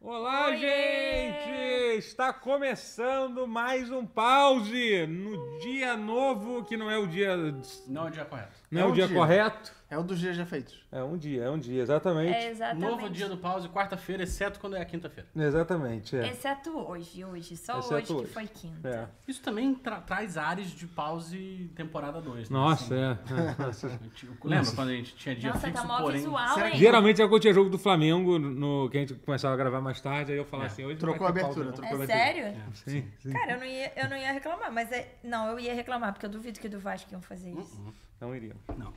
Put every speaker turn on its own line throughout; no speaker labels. Olá,
Oiê!
gente! Está começando mais um pause no dia novo, que não é o dia,
Não é o dia correto.
não é,
É
o
um
dia,
dia.
correto.
É um dos dias já feitos.
É um dia, é um dia, exatamente.
É exatamente.
Novo dia do pause, quarta-feira, exceto quando é a quinta-feira.
Exatamente, é.
Exceto hoje, hoje. Só
Exceto
hoje,
hoje.
que foi quinta.
É.
Isso também tra- traz ares de pause temporada 2.
Nossa, é. Nossa.
Lembra quando a gente tinha dia
Nossa,
fixo,
tá mó
porém...
visual,
Será
hein?
Geralmente é quando tinha jogo do Flamengo, no, que a gente começava a gravar mais tarde, aí eu falava
É.
assim, hoje
Trocou
não
a
vai ter
abertura,
pausa, não.
trocou
É sério?
Sim, sim.
Cara, eu não, ia, eu não ia reclamar, mas é, não, eu ia reclamar, porque eu duvido que do Vasco iam fazer isso.
Não iria.
Não,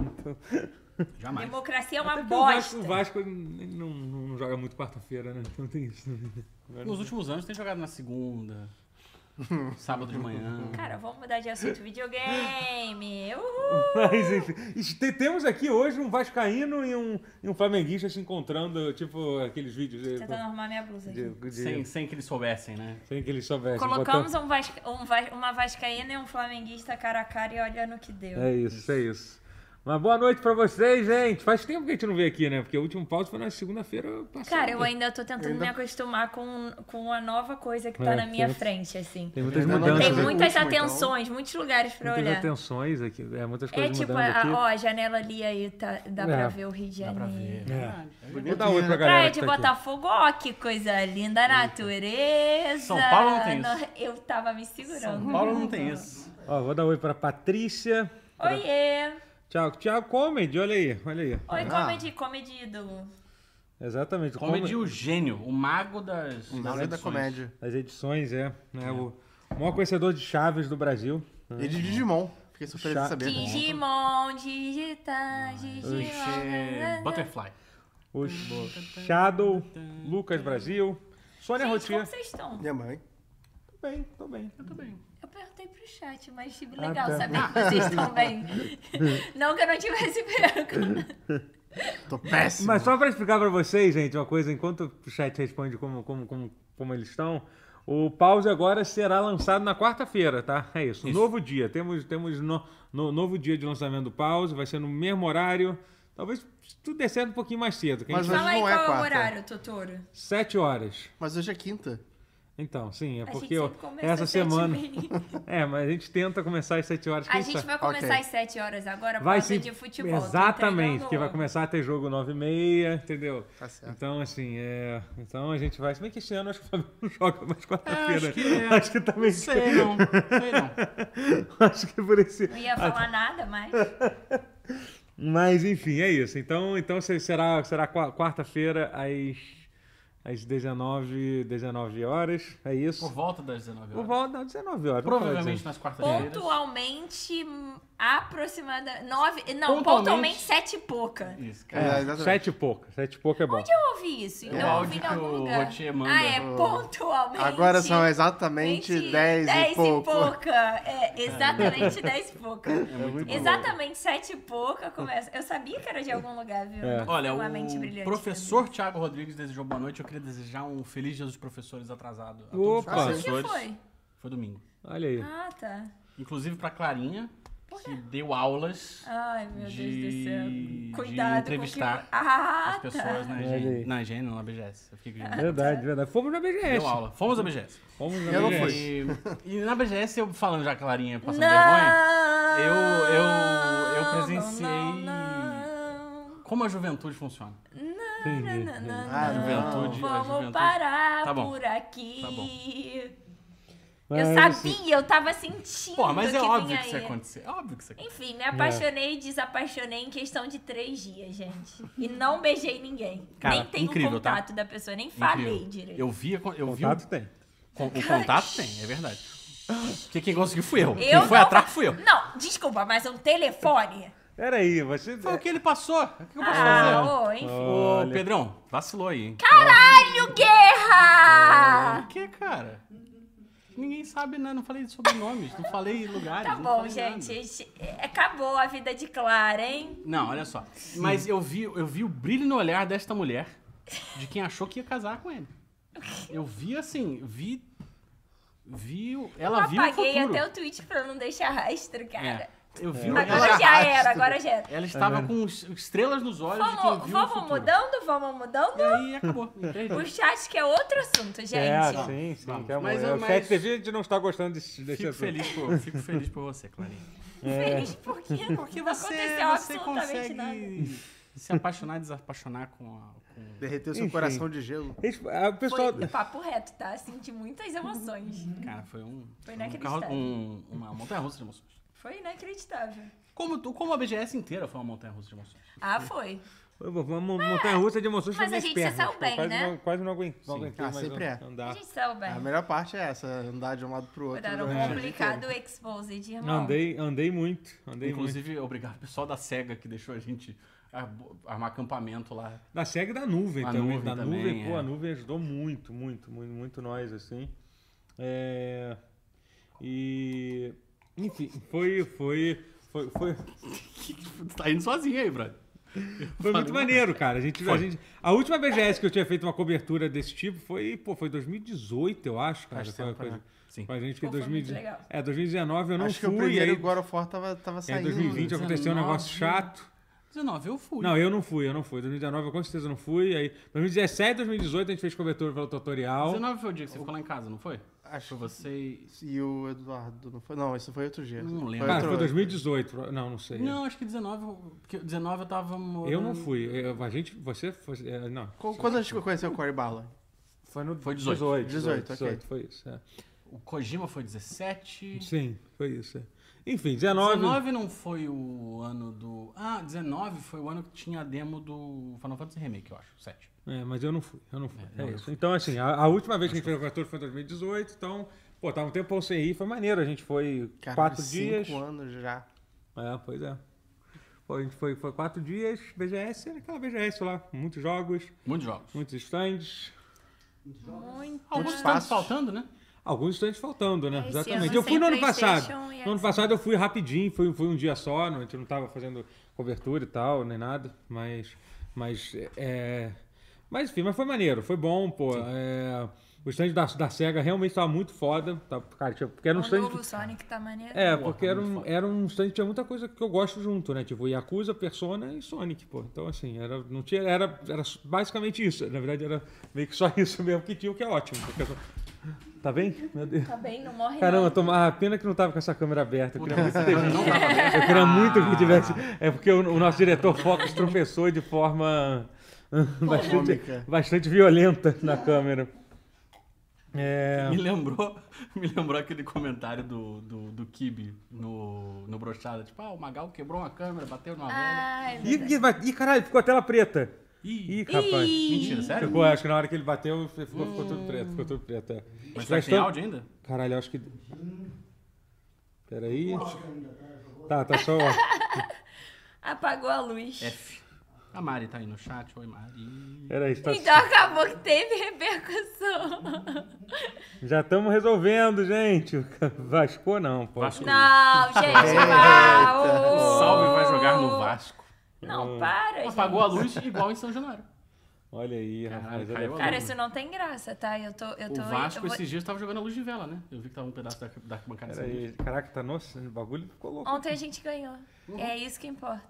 jamais.
Democracia é uma
Até porque o
bosta.
Vasco, o Vasco ele não, não joga muito quarta-feira, né? Então tem isso.
Nos últimos anos tem jogado na segunda, sábado de manhã.
Cara, vamos mudar de assunto. Videogame! Uhul!
Mas enfim, este- temos aqui hoje um vascaíno e um, e um flamenguista se encontrando, tipo aqueles vídeos de,
Tentando arrumar tá minha blusa aqui.
de- de-
Sem, sem que eles soubessem, né?
sem que eles soubessem.
Colocamos
botando-
um vasca, um va- uma vascaína e um flamenguista cara a cara e olha no que deu.
É isso, é isso. Uma boa noite pra vocês, gente. Faz tempo que a gente não veio aqui, né? Porque o último pause foi na segunda-feira passada.
Cara, eu ainda tô tentando
Eu ainda-
me acostumar com, com a nova coisa que tá
É,
na minha
tem-
frente, assim.
Tem muitas
Ainda não
mudanças.
Tem
Vamos
né?
fazer
muitas
o último, então.
atenções, muitos lugares pra
Muitas
olhar.
atenções aqui. É, muitas
É
coisas
tipo,
mudando
a,
aqui.
ó, a janela ali aí, tá, dá pra
É.
ver o Rio de
Dá pra
Janeiro.
ver.
É.
Vou dar
né?
oi pra galera
Praia
que
de
tá aqui.
Botafogo, ó, que coisa linda, natureza.
São Paulo não tem isso.
No- Eu tava me segurando.
São Paulo não tem isso.
Ó, vou dar um oi pra Patrícia.
Oiê!
Tchau, tchau, comedy, olha aí, olha aí.
Oi,
Ah.
comedy, comedy ídolo.
Exatamente. o
Comedy, o gênio, o mago das...
Um
das
da
edições.
comédia.
As edições, é. né, O maior conhecedor de chaves do Brasil.
E de Digimon. Fiquei surpreso
Chá-
de saber.
Digimon, né, digitar,
Che-
Digimon.
Butterfly.
O Shadow, Lucas Brasil. Sônia
Gente, como
Rotier.
vocês estão?
Minha mãe.
Tô bem, tô bem.
Eu também.
Eu perguntei pro chat, mas legal
tá.
saber que vocês estão bem. não que eu não tivesse perguntado.
Tô péssimo.
Mas só pra explicar pra vocês, gente, uma coisa, enquanto o chat responde como, como, como, como eles estão, o pause agora será lançado na quarta-feira, tá? É isso.
Isso.
Novo dia. Temos, temos no, no- novo dia de lançamento do pause, vai ser no mesmo horário. Talvez se tudo der certo um pouquinho mais cedo. Que a
Mas
gente... tá
hoje
Fala aí
não
qual
é
é o
quarta.
horário, Totoro.
Sete horas.
Mas hoje é quinta.
Então, sim, é
gente
porque eu-
sempre começa
essa
às sete e
semana.
meia.
É, mas a gente tenta começar às 7 horas.
A
quem
gente
sabe?
vai começar
Ok.
às 7 horas agora,
Vai
pausa
se...
de futebol. Tô
Exatamente,
entregando
porque vai
logo.
começar a ter jogo 9 e meia, entendeu?
Tá certo.
Então, assim, é... Então a gente vai. Se bem que esse ano acho que o Flamengo não joga mais
É,
quarta-feira.
acho que é.
acho que também.
Não sei não, sei não.
acho que por esse.
Não ia falar nada, mas.
Mas, enfim, é isso. Então, então se- será, será qua- quarta-feira às, às 19, 19 horas. É
Por
isso.
volta das 19
Por
horas.
volta não, 19 horas. vamos falar
Provavelmente
19.
nas quartas-feiras.
Pontualmente, aproximada. Nove. Não,
Pontualmente.
pontualmente sete e pouca.
Isso, cara.
É, exatamente.
Sete e pouco. Sete e pouco é bom.
Onde eu ouvi isso?
É o
Eu ouvi
áudio
em
que
algum
o
lugar.
Rotier manda.
Ah, é, pontualmente.
Agora são exatamente
Gente,
10
dez
e pouco.
pouca. É, exatamente 10 e pouca.
É Tá
muito
exatamente 7 e pouca começa. Eu sabia que era de algum lugar, viu?
É.
Não foi
Olha,
uma mente
o
brilhante
professor Tiago Rodrigues desejou boa noite. Eu queria desejar um feliz dia dos professores atrasado. A todos os
Opa!
pra mim. O que
professores.
foi?
Foi domingo.
Olha aí.
Ah, tá.
Inclusive pra Clarinha, que deu aulas
Ai, meu Deus do
De-
céu.
de
Cuidado com o
entrevistar
que... Ah,
às pessoas
tá.
Olha
na
aí.
higiene. Na higiene, não, na BGS. Eu fiquei gritando.
Verdade, verdade. Fomos na BGS.
Deu aula. Fomos à BGS.
Fomos na
Eu não
BGS.
fui.
E, e na BGS, eu falando já a Clarinha passando vergonha,
Não!
Eu- eu- eu presenciei-
Não, não, não.
como a juventude funciona. Ah,
Entendi.
Não, não, não.
Ah,
juventude, a
Vamos
juventude.
parar
Tá bom.
por aqui.
Tá
Mas,
eu
assim,
sabia, eu tava sentindo
Pô, mas
que
é óbvio
vinha
que isso ia
aí.
acontecer. É óbvio que isso ia acontecer.
Enfim, me apaixonei e desapaixonei em questão de três dias, gente. E não beijei ninguém.
Cara,
nem tenho
incrível, tá?
contato da pessoa, nem falei
Incrível.
direito.
Eu vi, eu vi o
Contato tem.
Con- O contato tem, é verdade. Porque quem conseguiu fui eu.
Eu
quem foi
não-
atrás fui eu.
Não, desculpa, mas um telefone?
Peraí, você. é Oh,
Foi o que ele passou. O que eu posso
Ah,
fazer?
ô, enfim.
Ô,
Olha.
Pedrão, vacilou aí, hein?
Caralho, guerra!
O que, cara? Ninguém sabe, né? Não falei sobre nomes, não falei lugares.
Tá
não
bom,
falei nada.
gente. esse- é, Acabou a vida de Clara, hein?
Não, olha só. Mas eu vi, eu vi o brilho no olhar desta mulher de quem achou que ia casar com ele. Eu vi assim, vi. Vi. o- Ela
Eu
viu o
apaguei
futuro.
até o tweet pra não deixar rastro,
É,
cara.
eu vi o
Agora
ela-
já era, agora já era.
Ela estava com os- estrelas nos olhos de quem
Vamos,
viu o
vamos
futuro.
mudando? vamos mudando.
E aí acabou. em três
O
dias.
chat que é outro assunto, gente.
É,
Não,
sim, sim.
vamos.
que é uma-
Mas
é,
eu-
o
mas-
chat TV a gente não está gostando desse, desse
Fico
assunto.
feliz, por, fico feliz por você, Clarinha.
Feliz porque não
Porque É. você,
aconteceu
você
absolutamente
consegue
nada.
se apaixonar e desapaixonar com a. com-
Derreteu seu
Enfim.
coração de gelo.
Eles- ah, O pessoal...
Foi papo reto, tá? Senti muitas emoções.
Cara, foi um.
Uhum. Foi
um
inacreditável.
carro- um- uma montanha russa de emoções.
Foi inacreditável.
Como, tu- como a BGS inteira foi uma montanha russa de emoções.
Ah, foi.
Uma montanha russa de emoções
Ah, mas
foi
a gente
minhas
se
pernas,
saiu bem,
quase
né?
Não, quase não aguentei. Não
Sim.
aguentei
Ah,
mais
sempre
an-
é.
A
andar.
gente saiu bem.
Ah,
A melhor parte é essa, andar de um lado pro outro.
Mandaram um
durante o dia
complicado
inteiro.
o exposed, irmão.
Andei, andei muito. Andei muito.
Inclusive, obrigado ao pessoal da SEGA que deixou a gente arbo- armar acampamento lá.
Na SEG da nuvem
A
também.
nuvem
da
também,
nuvem, pô,
é.
a nuvem ajudou muito, muito, muito, muito nós, assim. É, E. Enfim, foi. Foi. Foi, foi,
Tá indo sozinho aí, brother.
foi muito maneiro, cara. A, gente, a,
Foi.
gente- a última BGS que eu tinha feito uma cobertura desse tipo foi, pô, foi 2018, eu acho, cara.
Faz
foi
tempo,
coisa-
né?
Sim.
Com a gente que
Pô, foi muito
2019.
legal.
É, 2019 eu não
Acho que
fui.
o primeiro
aí,
God of War tava, tava
aí em
saindo.
2020 aconteceu um negócio
19.
chato.
19, eu fui.
Não, eu não fui, eu não fui. 2019 eu com certeza não fui. Aí, 2017, 2018 a gente fez cobertura pelo tutorial.
19 foi o dia que você ficou lá em casa, não foi?
Acho
Foi você.
E o Eduardo, não foi? Não, isso foi outro dia.
Não lembro.
Cara,
outro-
foi 2018. pro- Não, não sei.
Não, acho que 19. eu- Porque 19 eu tava morando.
Eu não fui. Eu- a gente, você foi. é, Não.
Qu- Quando a gente conheceu o Corey Barlow?
Foi no
Foi 18.
18,
18, foi isso. é.
O Kojima foi 17.
Sim, foi isso. é. Enfim, 19.
19 não foi o ano do. Ah, 19 foi o ano que tinha a demo do Final Fantasy Remake, eu acho. 7.
É, mas eu não fui, eu não fui.
não,
é
eu
isso. Então, assim, a, a última vez que a gente fez cobertura foi em 2018, então, pô, tava um tempo sem ir, foi maneiro. A gente foi
Caralho,
quatro
cinco
dias.
anos já.
É, pois é. Pô, a gente foi, foi quatro dias, BGS, era aquela BGS lá, muitos jogos,
Muitos jogos.
muitos stands,
Muito.
Alguns
Muitos
estavam
passos.
faltando, né?
alguns stands faltando, né?
Esse
Exatamente.
ano
Eu fui no
sem
ano passado.
PlayStation e é
No ano passado eu fui rapidinho, fui, fui um dia só, não- a gente não tava fazendo cobertura e tal, nem nada, mas. Mas. É, mas enfim, mas foi maneiro, foi bom, pô. É, o stand da, da SEGA realmente tava muito foda. Tá, cara, tinha- porque era um
O
stand.
novo Sonic tá maneiro.
É,
Porra,
porque era
muito
um,
foda.
era um stand que tinha muita coisa que eu gosto junto, né? Tipo, Yakuza, Persona e Sonic, pô. Então, assim, era, não tinha, era, era basicamente isso. Na verdade, era meio que só isso mesmo que tinha, o que é ótimo. porque eu tô- Tá bem? Meu Deus.
Tá bem, não morre
Caramba,
não.
tô... ah, pena que não tava com essa câmera aberta. Eu queria muito, ter visto.
Não dava, né?
Eu queria muito que tivesse. É porque o, o nosso diretor Focus tropeçou de forma bastante,
Cômica.
bastante violenta na câmera. É...
Me lembrou, me lembrou aquele comentário do, do, do Kibi no, no Brochada. Tipo, ah, o Magal quebrou uma câmera, bateu numa velha.
Ai, meu
Ih,
Deus.
ih, vai- ih, caralho, ficou a tela preta.
Ih,
Ih, rapaz.
Ih.
mentira, sério?
Ficou, acho que na hora que ele bateu, ficou, ficou tudo preto, ficou tudo preto, é. Já
Mas será que tem
estão-
áudio ainda?
Caralho, acho que... Peraí. Tá, tá só...
Apagou a luz.
É,
F. A Mari tá aí no chat. Oi, Mari.
Peraí, tá...
Então acabou que teve repercussão.
já estamos resolvendo, gente. Vasco não, pô.
Vasco.
Não, gente, vá. ô.
Salve vai jogar no Vasco.
Não, para, gente.
Apagou a luz igual em São Januário.
Olha aí,
Caralho,
rapaz.
caiu
olha-
a
Cara, isso não tem graça, tá? Eu tô... Eu
O
tô
Vasco
eu vou-
esses dias tava jogando a luz de vela, né? Eu vi que tava um pedaço da, da arquibancada sem luz.
Peraí, caraca, tá nossa, o bagulho ficou louco.
Ontem a gente ganhou. É isso que importa.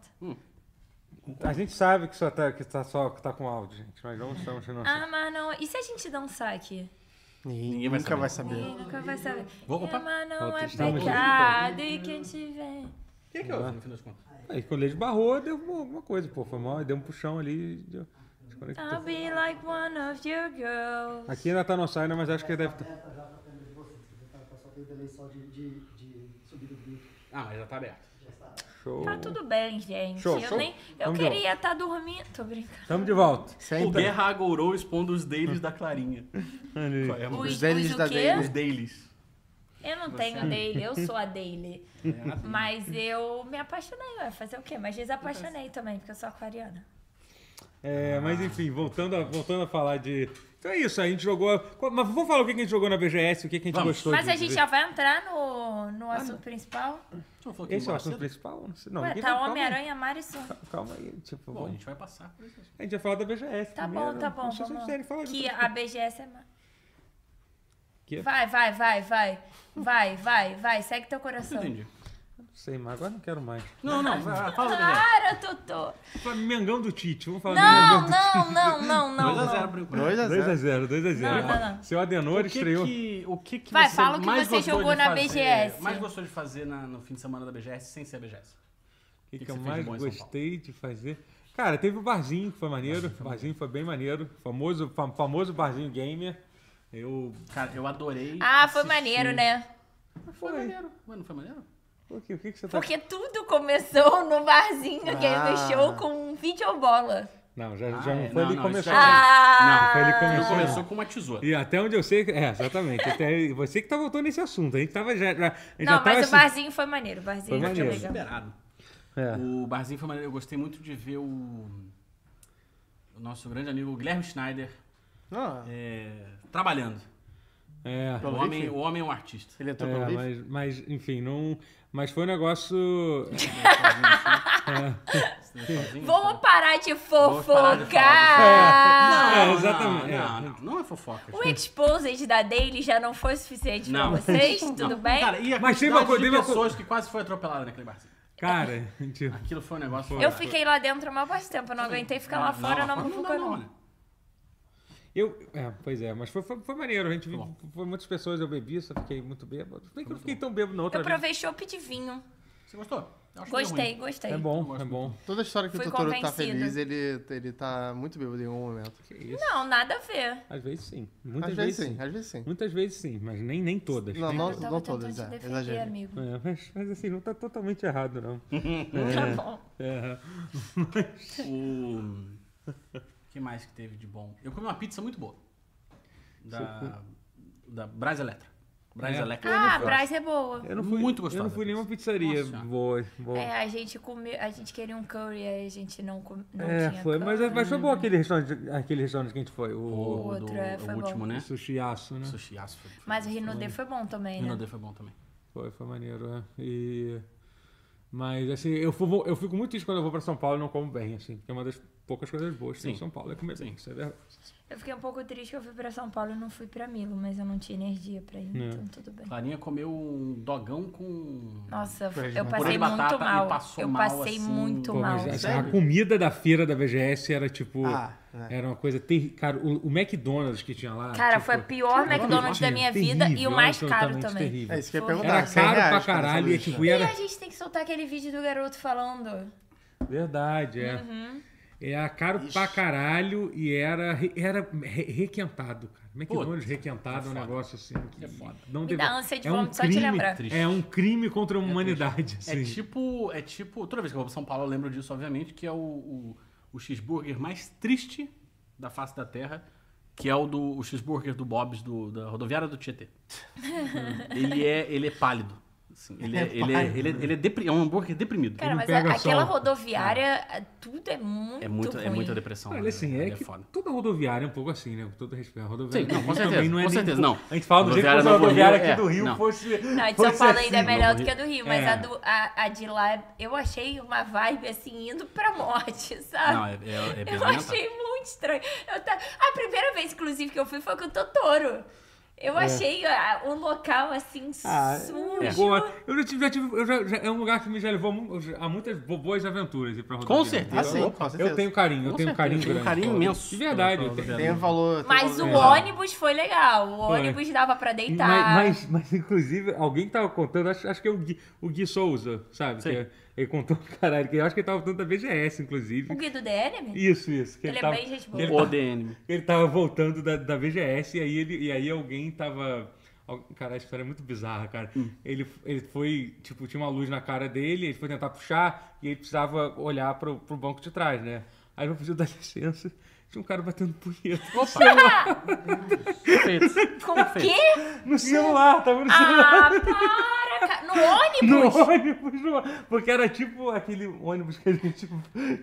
A gente sabe que só tá, que tá, só, que tá com áudio, gente. Nós não estamos sendo assim.
Ah, mas não... E se a gente dançar aqui?
Ninguém,
Ninguém vai
nunca vai
saber.
saber.
Ninguém nunca vai saber.
Vou- opa.
Ama não
Opa,
é
estamos juntos.
pecado e quem te vê.
O que é que houve no fim das contas?
Aí quando ele esbarrou, deu alguma coisa, pô. Foi mal, deu um puxão ali. Deu... desconectou.
I'll be like one of your girls.
Aqui ainda tá no saindo, mas acho que deve estar.
aberta já para a câmera de vocês, porque tá, tá só tem delay só de, de, de subida do vídeo.
Ah, mas já tá aberto.
Show.
Tá tudo bem, gente.
Show,
eu
show.
nem. Eu
Vamos de
queria estar dormindo. Tô brincando.
Tamo de volta.
O
Sempre.
Guerra agourou expondo os deles da Clarinha.
Olha aí.
É,
Os,
deles
os
da
o quê?
deles.
Os deles.
Eu não tenho dele, eu sou a dele. Mas eu me apaixonei, vai fazer o quê? Mas desapaixonei também, porque eu sou aquariana.
É, mas enfim, voltando a, voltando a falar de. Então é isso, a gente jogou. Qual- Mas vamos falar o que que a gente jogou na BGS, o que que a gente
Vamos.
gostou
Mas
de-
a gente
de-
já vai entrar
Ah,
no, no assunto principal?
Não falou que
Esse é o
ia embora
assunto
cedo?
principal? Não, sei- não Tá
Ué,
ninguém
tá
vai- calma aí.
Homem-Aranha, Mari Sun.
Calma aí, tipo,
Bom, a
vamos-
gente vai passar
é
por isso.
a gente vai falar da BGS.
Tá
primeiro.
bom, tá bom.
Não sei se
vamos
vocês
lá.
querem falar
que
depois.
a BGS é má.
Que-
Vai, vai, vai, vai. Vai, vai, vai. Segue teu coração.
Entendi.
Não sei, mas agora não quero mais.
Não, não, vai, fala, Dedé.
Para, Totô.
Mengão do Tite, vamos falar
Não, não, não, não, não.
2x0
não.
pro Corinthians.
2x0,
2x0.
2x0.
Não, não, não.
Seu Adenor
o que
estreou.
Que, o que, que
Vai,
você
fala o que
mais
você
gostou
jogou
de
na
fazer-
BGS.
Mais gostou de fazer na- no fim de semana da BGS sem ser a BGS?
O que,
que
que eu
você fez de
mais
bom em São Paulo?
gostei de fazer? Cara, teve o barzinho que foi maneiro. O barzinho foi bem maneiro. Famoso, fam- famoso barzinho gamer. Eu.
Cara, eu adorei.
Ah, foi
assistir.
maneiro, né?
Foi maneiro. Ué, não foi maneiro?
O que, o que, que você tá.
Porque tudo começou no barzinho que
Ah.
ele show com um videobola.
Não, já,
Ah,
já não
é,
foi
não,
ele
não,
começou.
isso aí-
Ah!
foi ele que
Ele
começou.
começou com uma tesoura.
E até onde eu sei. que- É, exatamente. Até você que tá voltando nesse assunto. A gente tava já. já- a gente já
Não,
tava
mas o
assim-
barzinho foi maneiro. O barzinho
Foi
foi
maneiro.
legal.
Liberado.
É.
O barzinho foi maneiro. Eu gostei muito de ver o, o nosso grande amigo Guilherme Schneider
Não,
Ah.
é, trabalhando.
É.
O
Pelo
homem,
Riff?
o homem é um artista.
ele entrou pelo
É,
Riff?
mas, mas, enfim, não. Mas foi um negócio.
é Sozinho,
Vamos
sabe?
parar de
Vamos parar de
fofocar!
É,
Não,
exatamente,
Não,
é.
não, não é fofoca.
O exposed da Daily já não foi suficiente
Não.
pra vocês? Tudo
Não.
bem?
Cara, e a
Mas
Mas
tem
tem
uma coisa-
de
tem uma co-
pessoas que quase foi atropelada naquele barzinho.
Cara, tipo.
Aquilo foi um negócio...
eu fiquei lá dentro o maior parte do tempo, eu não aguentei ficar lá fora, Ah, não, me focou
dá,
não.
né?
Eu, é, pois é, mas foi, foi, foi maneiro. A gente viu
Bom.
foi muitas pessoas, eu bebi, só fiquei muito bêbado. Se Bem que eu não fiquei tão bêbado na outra
Eu
vez.
provei chopp de vinho.
Você gostou? Eu acho que deu
Gostei,
ruim.
gostei.
É
Eu
bom,
gosto
é bom.
Toda história que
Fui
o Totoro tá
convencida.
feliz, ele, ele tá muito bêbado em algum momento.
Que isso.
Não, nada a ver.
Às vezes sim. Muitas
às
vezes, sim.
às vezes sim.
Muitas vezes sim, mas nem, nem todas.
Não,
nem
não-
todas.
Eu tava
todos,
tentando te
é,
defender,
exagero.
amigo.
É, mas, mas assim, não tá totalmente errado, não.
Tá bom.
É,
O que mais que teve de bom? Eu comi uma pizza muito boa. Da, da Brás Electra. Brás
É?
Electra.
Ah, a
Eu
Brás é boa.
eu não fui,
Muito gostosa
Eu não fui
a
em nenhuma pizzaria
Nossa.
boa. boa.
É, a gente comeu, a gente queria um curry, aí a gente não, com- não
É,
tinha
foi, mas,
curry.
mas foi bom aquele restaurante, aquele restaurante que a gente foi.
O,
O,
Outro,
do-
é, foi
o último,
bom.
né?
sushiaço, né?
Sushi aço. Foi, foi,
Mas o Rinode foi bom também, né?
Rinode foi bom também.
Foi, foi maneiro, né? E... Mas, assim, eu, fu- eu fico muito triste quando eu vou pra São Paulo e não como bem, assim. Porque é uma das poucas coisas boas que tem em
Sim.
São Paulo é comer
Sim.
bem, isso é verdade.
Eu fiquei um pouco triste que eu fui pra São Paulo e não fui pra Milo, mas eu não tinha energia pra ir,
É.
então tudo bem.
Clarinha comeu um dogão com.
Nossa, eu
Purê de
eu passei
batata.
Purê de
muito
batata e
mal.
passou
Eu
mal,
passei
assim.
muito
Pô,
mal.
mas, assim, a
Sério?
comida da feira da BGS era, tipo...
Ah, né.
Era uma coisa terrível. Cara, o, o McDonald's que tinha lá...
Cara,
tipo,
foi a pior
era
McDonald's da
horrível,
minha vida e
terrível,
o mais
era
caro
absolutamente
também.
terrível.
É isso que eu ia
Foi.
perguntar.
Era
100
caro pra
reais cada
caralho e,
sanduíche.
tipo,
E
era...
a gente tem que soltar aquele vídeo do garoto falando.
Verdade, é.
Uhum.
Era caro pra caralho e era, re- era re- requentado, cara. McDonald's requentado é um
foda.
negócio assim. Que
É foda.
Não
Me
deve-
dá ânsia de
é um
vômito só de
crime-
lembrar.
É um crime contra a humanidade, assim.
É tipo. É tipo. Toda vez que eu vou pra São Paulo, eu lembro disso, obviamente, que é o, o, o cheeseburger mais triste da face da Terra, que é o do o cheeseburger do Bob's do- da rodoviária do Tietê. ele, é, ele é pálido. assim, ele, é, ele, é, ele, é, ele é depri- é um hambúrguer deprimido.
Cara,
não
mas
pega Ah.
a- aquela
sol.
rodoviária, a- tudo é muito.
é, muito,
ruim.
é muita depressão.
Olha,
né?
assim, é,
Ele
que
foda.
toda rodoviária é um pouco assim, né? Com todo respeito. A rodoviária
Sim, não,
do
com
Rio
certeza.
também não é
com
nem-
certeza, não.
A gente fala do jeito que fosse
Rodoviária
a
Novo Rio,
rodoviária aqui
é,
do Rio
não.
fosse.
Não, a de
fosse
São Paulo
assim.
ainda é melhor do que a do Rio, mas
É.
a, do, a, a de lá eu achei uma vibe assim, indo pra morte, sabe?
Não, é, é, é
Eu
bizarro.
achei
tá?
muito estranho. Eu ta- A primeira vez, inclusive, que eu fui foi com o Totoro. Eu achei ah, um local assim
Ah,
sujo.
é. Boa. Eu já tive. Já tive eu já, já- é um lugar que me já levou mu- a muitas bo- boas aventuras ir pra rodoviária.
certeza.
Eu-
Ah, sim,
opa,
com certeza.
eu tenho carinho, eu
Com
tenho
certeza,
carinho
eu tenho um
grande.
carinho imenso
De verdade, eu
pela
tenho.
Tem valor. tem
Mas o
valor.
ônibus foi legal. O
É. Foi.
ônibus dava pra deitar.
Mas, mas, mas, inclusive, alguém que tava contando, acho, acho que é o Gui, o Gui Souza, sabe?
Sim.
Que é- ele contou, caralho, que eu acho que ele tava contando da BGS, inclusive.
O Guido DNM?
Isso, isso. Que
é
ele,
Ele é
tava,
bem gente boa.
ele
O DNM.
Ele tava voltando da, da VGS e aí, ele, e aí alguém tava. al- Cara, a história é muito bizarra, cara. Ele, ele foi, tipo, tinha uma luz na cara dele, ele foi tentar puxar e ele precisava olhar pro, pro banco de trás, né? Aí ele pediu dar licença, tinha um cara batendo punheta.
Perfeito.
Com o quê?
No celular, tava no celular.
Ah, para! ca- No
No
ônibus?
ônibus, no- porque era tipo aquele ônibus que Tipo a gente. que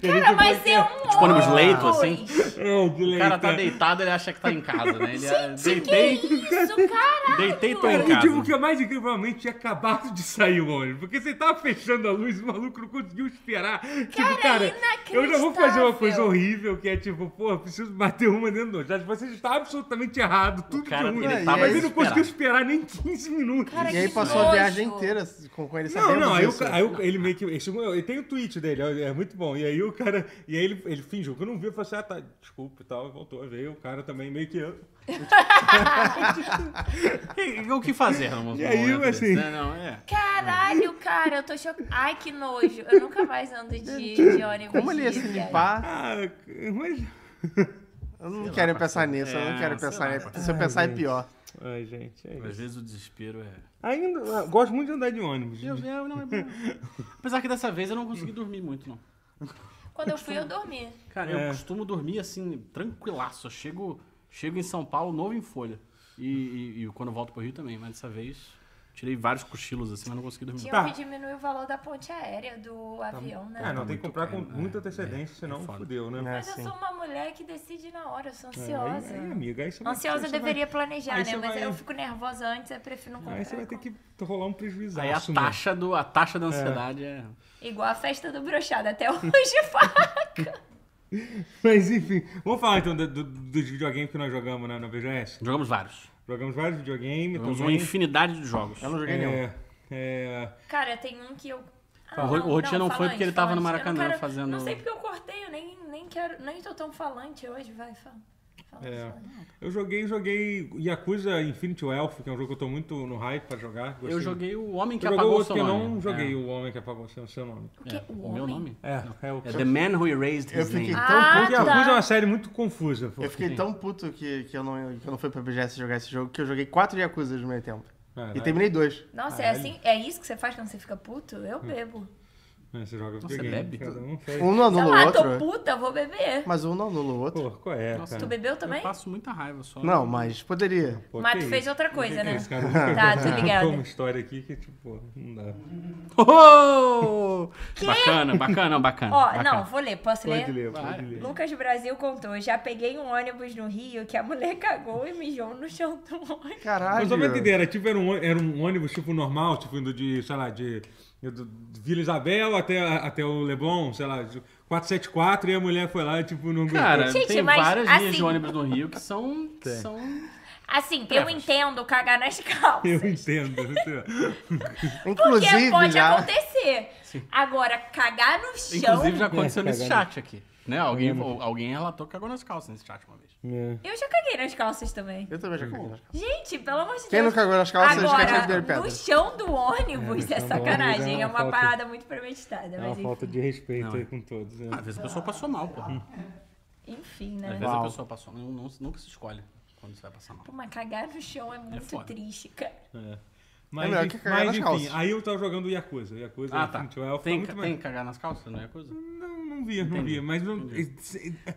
a
Cara,
gente
mas
foi-
é um
ônibus leito,
assim?
ônibus.
Não, de
O
leite.
cara tá deitado, ele acha que tá em casa, né? Ele é,
Que
deitei,
isso, caralho?
deitei, tô
Cara,
em
e tipo, o
casa.
que é mais incrível, provavelmente tinha acabado de sair o ônibus. Porque você tava fechando a luz e o maluco não conseguiu esperar. tipo, cara, eu já vou fazer uma coisa
inacreditável.
horrível, que é tipo, pô, preciso bater uma dentro do ônibus. Você está absolutamente errado, tudo
cara,
de ruim.
ele
Mas
tava
ele não conseguiu esperar nem 15 minutos.
Cara,
E aí
que
passou a
é nojo.
viagem inteira com, com ele
Não,
sabendo
não, aí, o,
disso.
ca- aí o- ele meio que. Esse, ele tem o tweet dele, ó, é muito bom. E aí o cara. E aí ele, ele fingiu que eu não vi, eu falei assim, ah, tá, desculpa e tal, voltou, veio. O cara também meio que.
E O que fazer, Ramos?
E aí,
Bom, é,
assim-
Não, não, é.
Caralho, cara, eu tô chocada. Ai, que nojo. Eu nunca mais ando de, de ônibus.
Como ele é assim, ia
de
se
viagem.
limpar?
Ah, mas.
Eu não quero pensar nisso, eu não
É,
quero
sei
pensar
lá.
nisso. Se eu pensar é pior.
Ai, gente, é isso.
Às vezes o desespero é.
Ainda. eu Gosto muito de andar de ônibus.
Eu, eu, não, é bom. Apesar que dessa vez eu não consegui dormir muito, não.
Quando eu fui, eu dormi.
Cara,
É.
eu costumo dormir assim, tranquilaço. Eu chego, chego em São Paulo novo em folha. E, e- e quando eu volto pro Rio também, mas dessa vez tirei vários cochilos assim, mas não consegui dormir.
Tinha
Tá.
que diminuir o valor da ponte aérea do avião, né?
Ah, não,
Tá
tem que
muito
comprar com
caro, né?
muita antecedência,
É,
senão
é foda.
fudeu, né?
É,
Mas eu
sim.
sou uma mulher que decide na hora, eu sou
É, aí,
ansiosa.
aí, amiga, aí você vai-
Ansiosa
aí você
deveria planejar,
aí
né?
você
Mas
vai-
eu fico nervosa antes, eu prefiro não
vai-
comprar.
Aí você vai ter que rolar um prejuízo.
Aí a taxa, do, a taxa da ansiedade é.
Igual a festa do brochado, até hoje faca.
Mas enfim, vamos falar então do- do- dos videogames que nós jogamos né, na, na VGS.
Jogamos vários.
Jogamos vários videogames
Jogamos um né? uma
também.
infinidade de jogos.
Eu não joguei nenhum.
É, é,
Cara, tem um que eu. Ah,
O Ro- o Rotinha não
falante,
foi porque ele tava no
falante. Eu não
Maracanã
quero-
fazendo-
Não sei porque eu cortei, eu nem, nem quero. Nem tô tão falante hoje, vai, fala. fala,
É.
fala.
eu joguei, joguei Yakuza Infinity Elf, que é um jogo que eu tô muito no hype pra jogar. gostei.
Eu joguei o Homem que
Eu joguei o
Apagou
assim.
o
outro
Seu
que eu
Nome.
não joguei,
É.
o Homem que Apagou o Seu- Seu Nome.
O que?
É,
O
O meu
homem?
nome?
É, é o
É The Man Who Erased
Eu
His
fiquei
Name.
tão
Ah,
Porque Yakuza é
tá.
uma série muito confusa. pô.
Eu fiquei tão puto que, que, eu não, que eu não fui pra BGS jogar esse jogo que eu joguei quatro Yakuza no meio tempo.
Caralho.
E terminei dois.
Nossa, é
Caralho. Hum.
assim? É isso que você faz quando você fica puto? Eu bebo.
É, Você joga
Nossa,
videogame,
bebe?
cada um faz-
Um não
Sei
anula
lá,
o
tô
outro.
puta, vou beber.
Mas um não anula o outro.
Pô, qual é,
Nossa,
cara?
Tu bebeu também?
Eu passo muita raiva só.
Não, mas poderia.
Pô,
Mas
que é
tu fez
isso?
outra coisa, né?
Esse cara nunca
Tá,
viu.
tô
Ah,
ligada.
contou uma história aqui que, tipo, não dá.
Oh! Bacana, bacana, bacana.
Ó,
bacana.
não, vou ler. Posso
Pode
ler?
ler,
Vai.
pode ler.
Lucas Brasil contou: já peguei um ônibus no Rio que a mulher cagou e mijou no chão do ônibus.
Mas
Caralho.
só pra entender, era, tipo, era, um, ô- era um ônibus tipo normal, tipo indo de, sei lá, de, do- de Vila Isabel até, até o Leblon, sei lá, de 474, e a mulher foi lá, tipo, não aguentou.
Cara,
Gente,
tem
mas,
várias linhas
assim-
de ônibus no Rio que são. que são...
Assim, eu entendo cagar nas calças.
eu entendo. né, eu entendo.
Porque
Inclusive,
pode
já.
acontecer. Agora, cagar no chão.
Inclusive, já aconteceu
É,
nesse
cagada.
chat aqui. Né? Alguém, alguém relatou que cagou nas calças nesse chat uma vez.
É.
Eu já caguei nas calças também.
Eu também já caguei.
Gente, pelo amor de
Quem não
Deus.
cagou nas calças,
Agora,
esquece a primeira
no
pedra.
chão do
É, no
ônibus é,
chão do ônibus é
sacanagem.
uma
É uma
falta-
parada muito premeditada.
É
mas
uma
enfim.
falta de respeito
Não,
aí
é.
com todos. né?
Às vezes a pessoa passou mal, porra.
Hum.
Enfim,
Às
né?
vezes a
Uau.
pessoa passou mal. Não, não- nunca se escolhe quando você vai passar mal.
Pô, mas cagar no chão é muito
foda.
triste, cara.
É. Mas,
melhor
enfim-
que cagar
mas,
nas
enfim,
calças.
aí eu tava jogando Yakuza. Yakuza
Ah, tá.
Infinity Welf,
Tem,
é muito
ca-
mais-
tem que cagar nas calças, não é coisa?
Não, não via, não via. Mas não,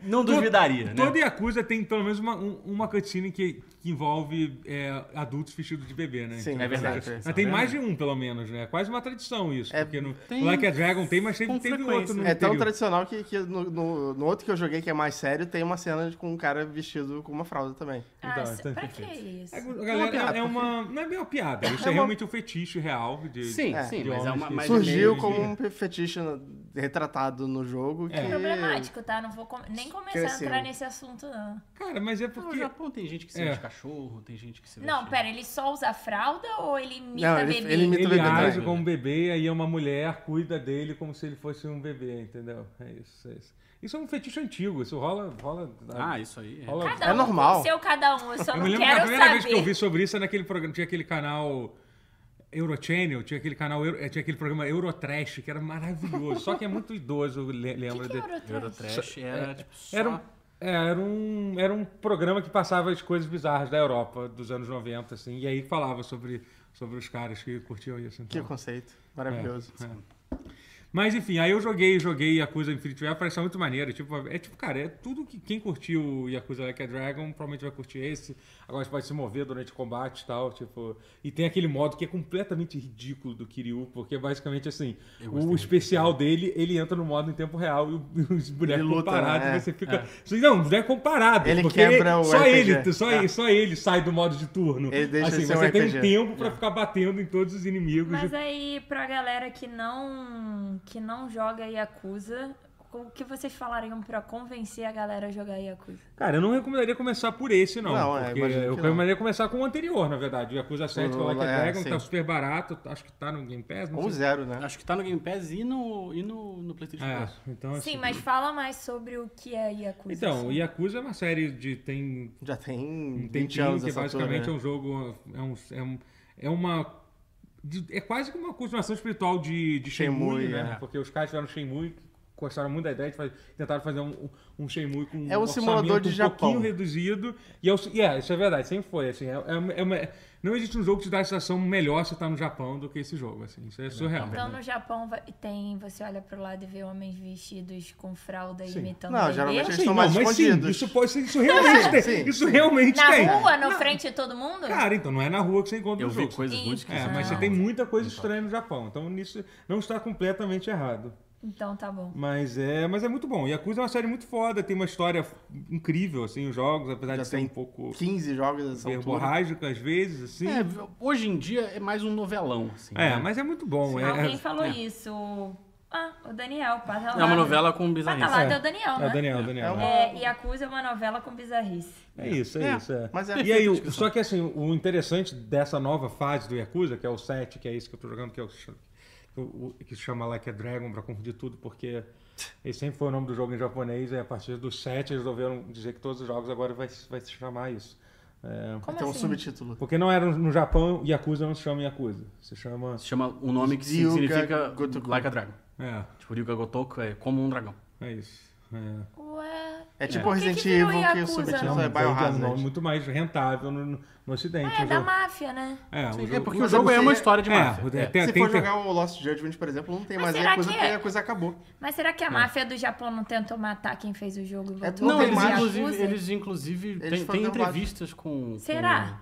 Não duvidaria, né?
Toda Yakuza tem pelo menos uma, um- uma cutscene que, que envolve é, adultos vestidos de bebê, né?
Sim,
Então,
é
verdade.
Mas
Sim,
tem
é
mais de um, pelo menos, né? É quase uma tradição isso.
É,
porque no
tem-
Like a Dragon tem, mas teve,
com
teve outro
frequência.
no
É tão
anterior.
tradicional que, que no, no- no outro que eu joguei, que é mais sério, tem uma cena de- com um cara vestido com uma fralda também.
Ah,
Então,
se-
então,
pra que
perfeito.
isso?
É, galera,
piada,
é, é uma. Não é bem uma piada. Isso é,
uma-
realmente um fetiche real. De,
Sim,
É,
sim,
de
mas é
homens
uma.
que-
Mas
Surgiu
meio- É.
como um fetiche no- retratado no jogo que...
Problemático, tá? Não vou com- nem começar
Cresceu.
a entrar nesse assunto, não.
Cara, mas é
No
porque.
Japão tem gente que se
É.
veste de cachorro, tem gente que se veste.
Não, pera, ele só usa fralda ou ele imita
Não, ele-
bebê?
ele imita- Muito
Ele
bebê, tá?
age como um bebê e aí é uma mulher cuida dele como se ele fosse um bebê, entendeu? É isso, é isso. Isso é um fetiche antigo, isso rola. rola
Ah, isso aí. É.
rola
Cada
É
um
normal.
com o seu cada um, eu só
Eu
não
me lembro que a
quero
primeira
saber.
vez que eu vi sobre isso é naquele programa, tinha aquele canal Eurochannel, tinha aquele canal, Euro- eh, tinha aquele programa Eurotrash, que era maravilhoso. só que é muito idoso, le- lembra
que é
dele.
Eurotrash?
Eurotrash era tipo. Só...
Era um, é, era, um, era um programa que passava as coisas bizarras da Europa dos anos 90, assim, e aí falava sobre, sobre os caras que curtiam isso.
Que
Então.
conceito. Maravilhoso.
É, é. Mas enfim, aí eu joguei, joguei Yakuza Infinite Wealth, parece muito maneiro. Tipo, é tipo, cara, é tudo que quem curtiu Yakuza Like a Dragon provavelmente vai curtir esse. Agora você pode se mover durante o combate e tal, tipo. E tem aquele modo que é completamente ridículo do Kiryu, porque basicamente assim, o especial dele, ele entra no modo em tempo real e o- e os bonecos
luta,
comparados,
né?
e você fica. assim, Não, os bonecos comparados.
Ele
porque
quebra o
só
RPG.
ele, só, ele, só ele sai do modo de turno.
É. Ele deixa
assim,
de ser um
você tem um
RPG.
tempo pra ficar batendo em todos os inimigos.
Mas aí, pra galera que não, que não joga Yakuza, o que vocês falariam pra convencer a galera a jogar Yakuza?
Cara, eu não recomendaria começar por esse, não.
Não, é,
porque
imagino
eu
que não.
recomendaria começar com o anterior, na verdade. O Yakuza 7 que é o Like a
é,
Dragon, que tá
sim.
super barato. Acho que tá no Game Pass, não
Ou
sei.
zero, né?
Acho que tá no Game Pass e no, e no, no PlayStation
É,
Plus.
então, assim,
Sim, mas fala mais sobre o que é Yakuza.
Então, o
assim.
Yakuza é uma série de... Tem
Já tem
tem
20
time
anos
que
essa
basicamente é
altura, né?
um jogo... É, um, é, um- é uma... de- É quase que uma continuação espiritual de, de Shenmue,
Shenmue,
né?
é.
Porque os caras tiveram Shenmue, gostaram muito da ideia, de fazer- tentaram fazer um, um Shenmue com
É um
orçamento
simulador de
um
Japão.
pouquinho reduzido. E é, o- e é, isso é verdade, sempre foi. Assim, é, é uma- é uma- não existe um jogo que te dá a sensação melhor se tá no Japão do que esse jogo. Assim, isso é surreal.
Então no Japão vai- tem, você olha pro lado e vê homens vestidos com fralda
Sim.
imitando
Não,
bebê?
geralmente
Sim,
eles estão mais
mas
escondidos.
Sim, isso, pode, ser- isso realmente tem.
sim,
isso
sim.
realmente
Na
tem.
rua, na frente de todo mundo?
Cara, então não é na rua que você encontra
Eu
o
vi
jogo.
coisas muito
Sim.
É,
esquisitas.
mas você
Não.
tem muita coisa estranha no Japão, então nisso não está completamente errado.
Então tá bom.
Mas é, mas é muito bom. Yakuza é uma série muito foda, tem uma história incrível, assim, os jogos, apesar
Já
de ser
tem
um pouco
15 jogos dessa altura.
verborrágico às vezes, assim.
É,
É,
hoje em dia é mais um novelão, assim. né?
mas é muito bom. É,
Alguém
é,
falou isso. Ah, o Daniel, passa lá.
É uma novela com bizarrice.
Pata lá,
É.
é o Daniel,
é o
né?
Daniel, Daniel.
uma-
É,
É, Yakuza é uma novela com bizarrice.
É isso, é,
É,
isso. É.
mas
e
é
aí,
perfeita a
o-
descrição.
só que assim, o interessante dessa nova fase do Yakuza, que é o 7, que é isso que eu tô jogando, que é o ch- que o- que se chama Like a Dragon, pra confundir tudo, porque esse sempre foi o nome do jogo em japonês, e a partir do 7 eles resolveram dizer que todos os jogos agora vai, se- vai se chamar isso. É,
Como
Tem um
assim?
subtítulo.
porque não era no Japão, Yakuza não se chama Yakuza. Se chama.
Se chama um nome que
Ryuga
significa
Gotoku.
Like a Dragon.
É,
Tipo, Ryuga Gotoku é como um dragão.
é isso. É.
Ué.
É tipo
Por que
Resident
que virou
Evil, que o
Yakuza?
subtítulo
Não,
é
mas aí é um nome
Biohazard.
muito mais rentável no, no, no Ocidente.
É,
o
da
jogo-
máfia, né?
é, o
É
jogo-
porque o
mas
jogo é
você-
uma história de
É,
máfia.
é, tem-
Se
tem-
for jogar o Lost Judgment, por exemplo, não tem
Mas
mais
será
Yakuza,
que
porque
é?
Yakuza acabou.
Mas será
É.
que a máfia do Japão não tentou matar quem fez o jogo? e botou
É tudo
Não,
o
tem
eles
mais.
Yakuza?
inclusive, eles inclusive
Eles
tem,
foram
tem
derrubados.
entrevistas com. com-
Será?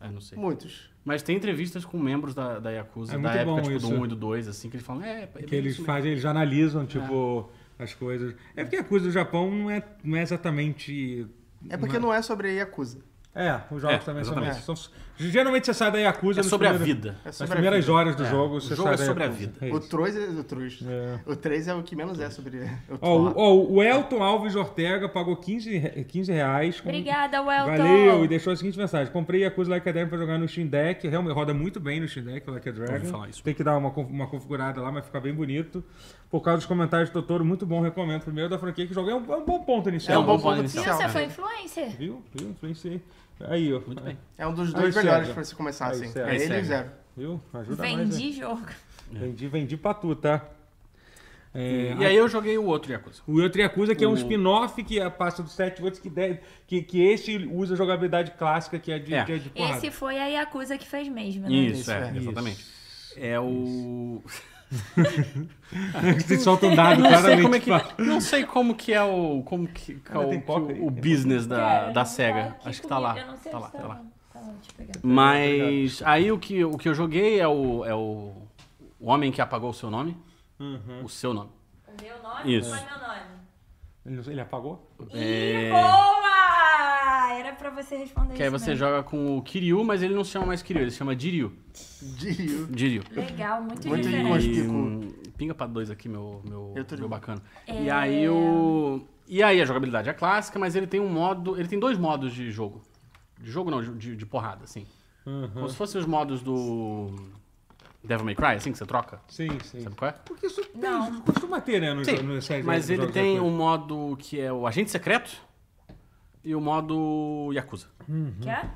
É, não sei.
Muitos.
Mas tem entrevistas com membros da, da Yakuza,
É
da
muito
época
bom
tipo,
isso.
do 1 e do 2, assim, que eles falam, é, é bem
que eles
isso mesmo.
fazem, eles analisam, tipo, as coisas. É porque a coisa do Japão não é, não é exatamente.
É porque
Uhum.
não é sobre Yakuza.
É, os jogos
É,
também
exatamente.
são, são. Geralmente você sai da Yakuza.
É
nos
sobre a
primeiros-
vida.
É
Nas
sobre a
primeiras
vida.
horas do
É,
jogo,
o
você
jogo
sai
é
da
sobre a
Yakuza.
vida.
É
O
isso.
3 é o 3.
É.
O 3 é o que menos é sobre o
Ó, o, ó, o Elton Alves Ortega pagou 15, re- 15 reais. com-
Obrigada, Welton.
Valeu, e deixou a seguinte mensagem. Comprei Yakuza Like a Dragon pra jogar no Steam Deck. Realmente roda muito bem no Steam Deck, o Like a Dragon.
falar isso.
Tem que dar uma, conf- uma configurada lá, mas fica bem bonito. Por causa dos comentários do Totoro, muito bom, recomendo. Primeiro da franquia que joga é um, é um bom ponto
É
inicial.
um bom
bom
ponto
E
inicial.
inicial.
você
cara.
foi influencer?
Viu? Viu? Influenciei. Aí, ó.
Muito bem.
É um dos
Aí,
dois melhores
César.
pra você começar,
Aí,
assim.
César.
É
Aí,
ele e o
César.
Zero.
Viu? Ajuda mais. né?
Vendi jogo.
Vendi, vendi pra tu, tá? É,
E aí eu joguei o outro Yakuza.
O outro Yakuza, que é um
O-
spin-off que é- passa dos 7 outros, que, de- que, que esse usa a jogabilidade clássica, que é de,
É.
de, de porrada.
Esse foi a Yakuza que fez mesmo, né?
Isso, é.
exatamente. É o.
Você solta um dado,
Não sei
claramente.
como é que.
pra-
Não sei como que é o. Como que, que é
Ainda tem
o,
coca aí?
o business
Cara,
da,
eu
da
não
SEGA.
sei, tipo,
Acho que tá lá.
Eu não sei
Tá lá,
onde
tá
É,
lá.
Tá lá, deixa eu pegar.
Mas aí o que, o que eu joguei é o. É o. O homem que apagou o seu nome.
Uhum.
O seu nome.
O meu nome?
Isso. É.
Qual é meu nome?
Ele, não- ele apagou?
Ih, boa! Era pra você responder
Que aí
É isso
você
mesmo.
joga com o Kiryu, mas ele não se chama mais Kiryu, ele se chama Jiryu.
Dio.
Jiryu.
Legal, muito,
Muito
diferente.
inconstru-
E,
Pico.
hum, pinga pra dois aqui, meu, meu,
Eu tô de
meu
boa.
bacana.
É.
E aí o. E aí a jogabilidade é clássica, mas ele tem um modo. Ele tem dois modos de jogo. De jogo não, de, de porrada, assim. Como se fossem os modos do. Devil May Cry, assim, que você troca.
Sim, sim.
Sabe qual é?
Porque isso tem,
Não.
costuma ter, né? No,
Sim,
jo- no, série-
mas
nos
ele
jogos
tem
da
um modo que é o agente secreto e o modo Yakuza.
Quer?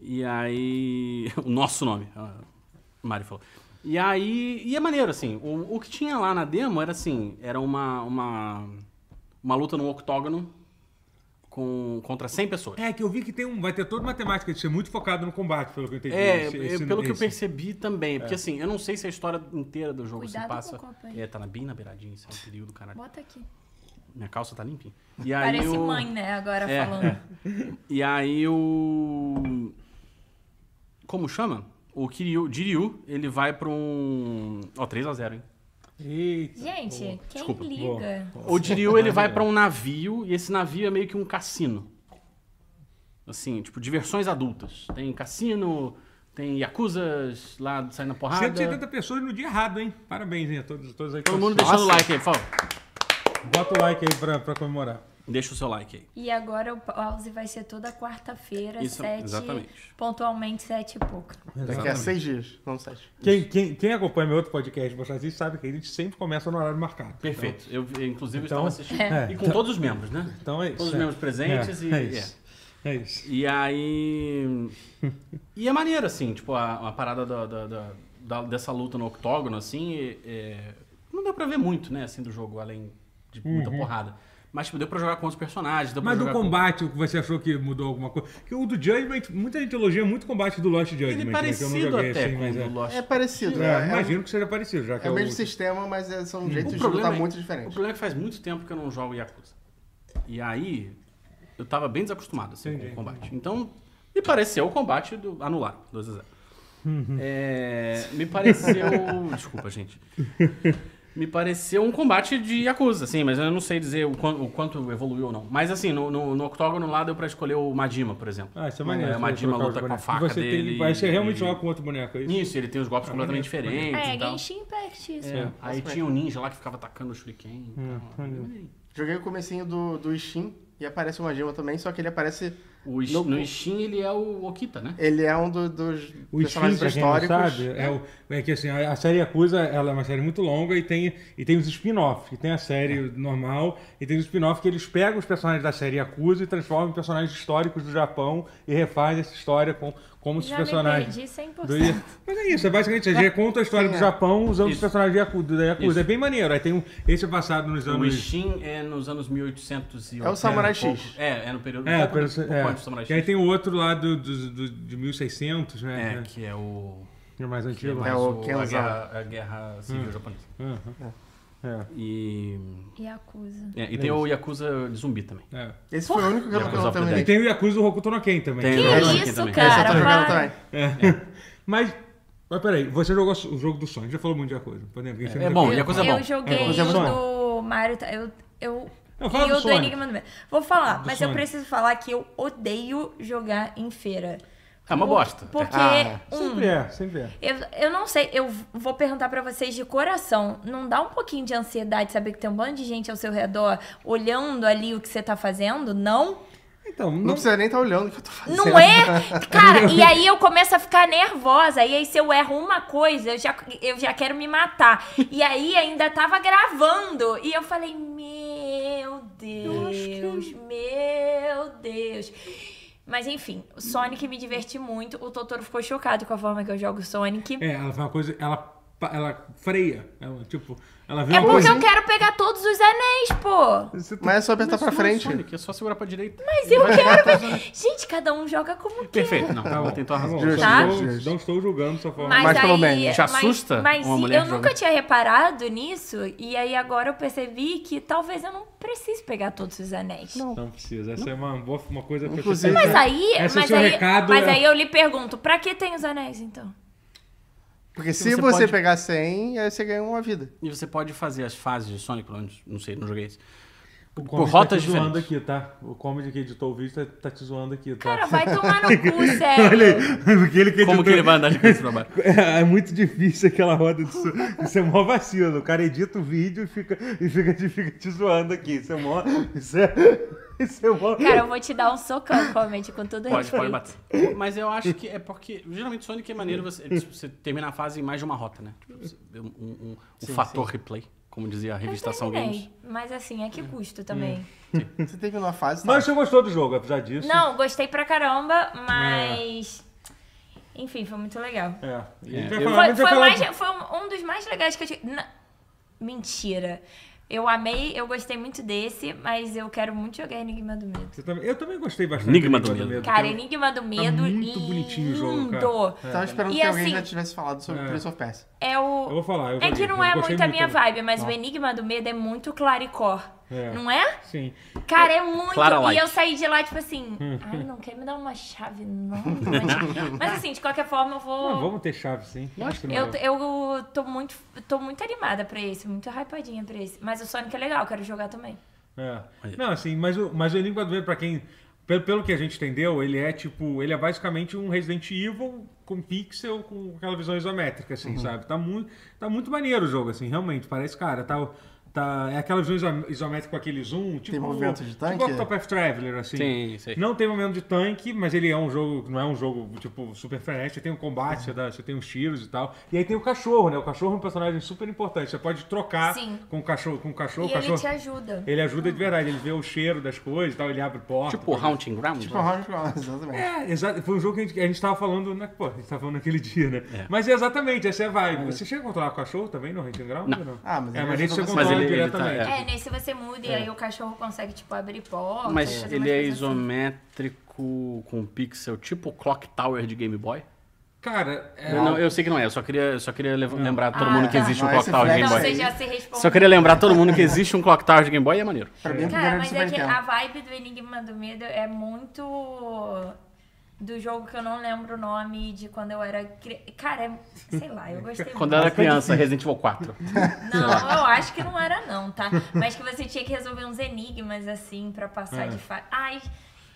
E aí. O nosso nome, a Mari falou. E aí. E é maneiro, assim. O, o que tinha lá na demo era assim: era uma. Uma, uma luta num octógono com, contra 100 pessoas.
É, que eu vi que tem um. Vai ter toda uma temática de ser muito focado no combate, pelo que eu entendi.
É,
Esse-
é,
esse-
pelo que eu
esse. É.
percebi também. Porque assim, eu não sei se a história inteira do jogo
Cuidado
se
com
passa.
o copo aí.
é, tá na, bem na beiradinha, isso é um período, caralho.
Bota aqui.
Minha calça tá limpinha. E aí
Parece
o-
mãe, né? Agora
É,
falando.
é. E aí o. Como chama? O Kiryu, Jiryu, ele vai pra um. Ó, 3x0, hein?
Eita,
Gente, quem
Desculpa.
liga?
O Jiryu, ele vai pra um navio, e esse navio é meio que um cassino. Assim, tipo, diversões adultas. Tem cassino, tem yakuzas lá saindo na
pô.
porrada.
170 pessoas no dia errado, hein? Parabéns, hein? A todos, todos aí. que
Todo mundo
assistiram.
deixando o like aí, por favor.
Bota o like aí pra, pra comemorar.
Deixa o seu like aí.
E agora o pause vai ser toda quarta-feira,
Isso,
sete.
exatamente.
Pontualmente, sete e pouco.
Daqui a seis dias, não sete.
Quem, quem, quem acompanha meu outro podcast, vocês sabe que a gente sempre começa no horário marcado.
Perfeito. Eu, eu, inclusive,
Então,
estava assistindo.
é.
E com todos os membros, né?
Então, então é isso.
Todos
é.
os membros presentes
é,
e.
É
é.
isso. É isso.
E aí. E é maneiro, assim, tipo, a, a parada da, da- da- da- dessa luta no octógono, assim, e- é, não deu pra ver muito, né, assim, do jogo, além de muita porrada. Mas, tipo, deu pra jogar com os personagens, deu pra
Uhum. Mas do
jogar com-
combate, o que você achou que mudou alguma coisa? Porque o do Judgment, muita gente elogia muito o combate do Lost Judgment.
Ele
né, que
é
eu não
parecido
joguei,
até
assim,
com o
mas é.
do Lost.
É parecido,
É,
né? É,
imagino que seja parecido, já que
é o
eu-
mesmo sistema, mas é-
Hum.
são jeitos
O
de lutar
é-
muito
O
diferentes.
problema é que faz muito tempo que eu não jogo Yakuza. E aí, eu tava bem desacostumado assim, com o
Entendi.
combate. Então, me pareceu o combate do anular, 2 a 0.
Uhum.
É, me pareceu. Desculpa, gente. Me pareceu um combate de Yakuza, assim, mas eu não sei dizer o quan- o quanto, evoluiu ou não. Mas assim, no, no, no octógono lá deu pra escolher o Majima, por exemplo.
Ah, isso é maneiro.
É, o Majima
trocar os
luta com a
bonecos.
faca
Você tem-
dele.
Aí você realmente
e-
joga com outro boneco, é isso?
Isso, ele tem os golpes completamente diferentes.
É,
e tal.
Genshin Impact, isso.
então. É, aí
Nossa,
tinha um ninja lá que ficava atacando o shuriken.
Hum,
tal.
maneiro.
Joguei o comecinho do, do Steam e aparece uma gema também, só que ele aparece.
O Ish-
No-
no Steam ele é o Okita, né?
Ele é um do- dos
O Steam,
personagens
pra quem não
históricos.
sabe, é, o- é que assim, a, a série Yakuza ela é uma série muito longa e tem, e tem os spin-offs, que tem a
É.
série normal e tem os spin-offs que eles pegam os personagens da série Yakuza e transformam em personagens históricos do Japão e refaz essa história com como esses
Já
personagens...
me perdi 100%.
Do Ia- Mas é isso, é basicamente isso. Ele conta a história
Sim,
do
é.
Japão usando os
Isso.
personagens da Yakuza. da Yakuza.
Isso.
É bem maneiro. Aí tem um, esse é passado nos
O
anos.
Steam é nos anos 1800 e
É o Samurai
um pouco.
X.
É, é no período um
É,
pouco,
pelo-
um pouco
é.
antes do Samurai
E aí
X.
tem o outro lá do, do- do- de 1600, né?
É,
né,
que é o
que é mais
que é
antigo.
mais
É o
o, a,
Kenzan.
guerra, a guerra civil
Hum.
japonesa.
Aham.
E,
Yakuza.
é, e tem o Yakuza de zumbi também.
É. É.
Esse foi o único que eu
Yakuza
não
of the
E
terminei.
tem o Yakuza do Hokuto no Ken também. É.
Tem, né?
Que
Eu jogo aqui
isso,
também.
Esse é eu tô
cara?
jogando
Para.
também.
Mas, mas peraí, você jogou o jogo do Sonic, já falou muito de Yakuza. Por exemplo,
É bom,
Eu-
Yakuza é bom.
Eu joguei
É, Yakuza é
o do Mario. tá- Eu, eu,
Não, fala
e
do
o do
Sonic.
Enigma do Medo. Vou falar,
Do
mas eu
Sonic.
preciso falar que eu odeio jogar em feira.
É uma
Por-
bosta.
Porque,
Ah,
um,
Sempre é, sempre é.
Eu, eu não sei, eu vou perguntar pra vocês de coração. Não dá um pouquinho de ansiedade saber que tem um bando de gente ao seu redor olhando ali o que você tá fazendo? Não?
Então, não,
Não precisa nem estar olhando o que eu tô fazendo.
Não é? Cara, e aí eu começo a ficar nervosa. E aí, se eu erro uma coisa, eu já, eu já quero me matar. E aí ainda tava gravando. E eu falei, meu Deus, meu Deus. Mas enfim, o Sonic me diverti muito. O Totoro ficou chocado com a forma que eu jogo Sonic.
É, ela faz uma coisa, ela, pa- ela freia. Ela, tipo, ela vê
É
uma coisa.
porque eu quero pegar todos os anéis, pô.
Você tá-
Mas é só apertar pra frente.
Sonic, é só segurar pra direita.
Mas eu quero. ver. Gente, cada um joga como quer.
Perfeito, não, ela tentou
Tá
arrasar.
bom,
Justo,
não estou-
justo.
Não estou julgando sua forma.
Mas,
Mas
aí,
pelo menos.
mas-
Te assusta
Mas
uma
e-
mulher
eu
jogando?
nunca tinha reparado nisso e aí agora eu percebi que talvez eu não precise pegar todos os anéis.
Não precisa, essa é uma, boa- uma coisa pra
Inclusive-
você-
Mas aí,
Esse é o
mas,
seu
aí
recado,
mas
é- Tá.
aí eu lhe pergunto, pra que tem os anéis então?
Porque se
Você
você,
pode-
pegar 100, aí você ganha uma vida.
E você pode fazer as fases de Sonic, pelo menos, não sei, não joguei isso.
O
Por
Comedy
rotas
tá te zoando
diferentes.
aqui, tá? O Comedy que editou o vídeo tá, tá te zoando aqui, tá?
Cara, vai tomar no cu, sério.
Porque ele que
Como
editou-
que ele vai andar de cabeça pra baixo?
É, é muito difícil aquela roda de su... Isso é mó vacilo. O cara edita o vídeo e fica, e fica, te, fica te zoando aqui. Isso é mó. Isso é, isso é mó.
Cara, eu vou te dar um socão, comente, com todo
Pode, pode
respeito.
bater. Mas eu acho que é porque. Geralmente Sonic é maneiro você, é, tipo, você terminar a fase em mais de uma rota, né? Tipo, você- um, um- um- o fator replay, como dizia a
Eu
revista Ação Games.
terminei, mas assim, é que custo também.
Você terminou a fase, tá?
Mas você gostou do jogo, apesar disso.
Não, gostei pra caramba,
É.
mas. Enfim, foi muito legal.
É. E a gente
É,
vai falar- a gente vai
Foi,
eu-
foi
falar
mais-
de-
foi um, um dos mais legais que eu tive. Na- Mentira. Eu amei, eu gostei muito desse, mas eu quero muito jogar Enigma do Medo.
Você também- Eu também gostei bastante.
Enigma do Medo.
Cara,
porque
Enigma do Medo,
tá muito
lindo.
bonitinho o jogo, cara.
Tava esperando
E
que alguém
assim-
já tivesse falado sobre
É.
Prince of Persia.
É o.
Eu vou falar. eu
É
vou-
que não
eu
é
gostei
muito a minha
também.
vibe, mas o Enigma do Medo é muito claricor.
É.
Não é?
Sim.
Cara, é muito.
Clara
e
Light.
eu saí de lá, tipo assim,
Hum.
ai, não quer me dar uma chave, não. mas- Mas assim, de qualquer forma, eu
Não,
vou.
vamos ter chave, sim. Acho que
Eu,
não.
eu tô muito. tô muito animada pra esse, muito hypadinha pra esse. Mas o Sonic é legal, quero jogar também.
É. Não, assim, mas o, mas o Enigma do Medo, pra quem. Pelo, pelo que a gente entendeu, ele é tipo. Ele é basicamente um Resident Evil com pixel, com aquela visão isométrica,
Uhum.
assim, sabe? Tá muito, tá muito maneiro o jogo, assim, realmente. Parece, cara, tá. tá é aquela visão iso- isométrica com aquele zoom, tipo.
movimento de tanque?
Tipo Octopath Traveler, assim.
Sim, sei.
Não tem momento de tanque, mas ele é um jogo, não é um jogo, tipo, super frenético. Você tem um combate, você, dá- você tem uns tiros e tal. E aí tem o cachorro, né? O cachorro é um personagem super importante. Você pode trocar
Sim.
com o cachorro, com o cachorro.
e
o cachorro...
ele te Uhum. ajuda.
Ele ajuda de verdade, ele vê o cheiro das coisas e tal, ele abre porta.
Tipo Haunting Ground?
Tipo, Round Ground, exatamente.
É, exato. Foi um jogo que a gente, a gente tava falando, na, pô, a gente tava falando naquele dia, né? Mas é exatamente, essa é a vibe. Você chega a controlar o cachorro também no Hunting Ground?
Não.
ou não?
Ah, mas
é,
ele
mas nesse você controla
ajuda
bastante. Mas ele- ele tá-
diretamente.
É, nesse você muda e aí o cachorro consegue, tipo, abrir porta.
Mas
fazer
ele
umas
é
coisas assim.
isométrico com pixel tipo Clock Tower de Game Boy?
Cara, é,
Eu, não- eu sei que não é, eu só queria, eu só queria lev- lembrar todo mundo que
Ah,
existe
tá.
um Clock
Mas
Tower de
esse
Game
Então
flash-
Boy.
você já se responde.
Só queria lembrar todo mundo que existe um Clock Tower de Game Boy e é maneiro.
Pra mim, o
Cara,
primeiro
mas
de
é que a
Nintendo.
vibe do Enigma do Medo é muito do jogo que eu não lembro o nome de quando eu era cri... Cara, é... sei lá, eu gostei muito.
Quando eu era criança, Resident Evil 4.
Não, eu acho que não era não, tá? Mas que você tinha que resolver uns enigmas assim pra passar de fase. Ai,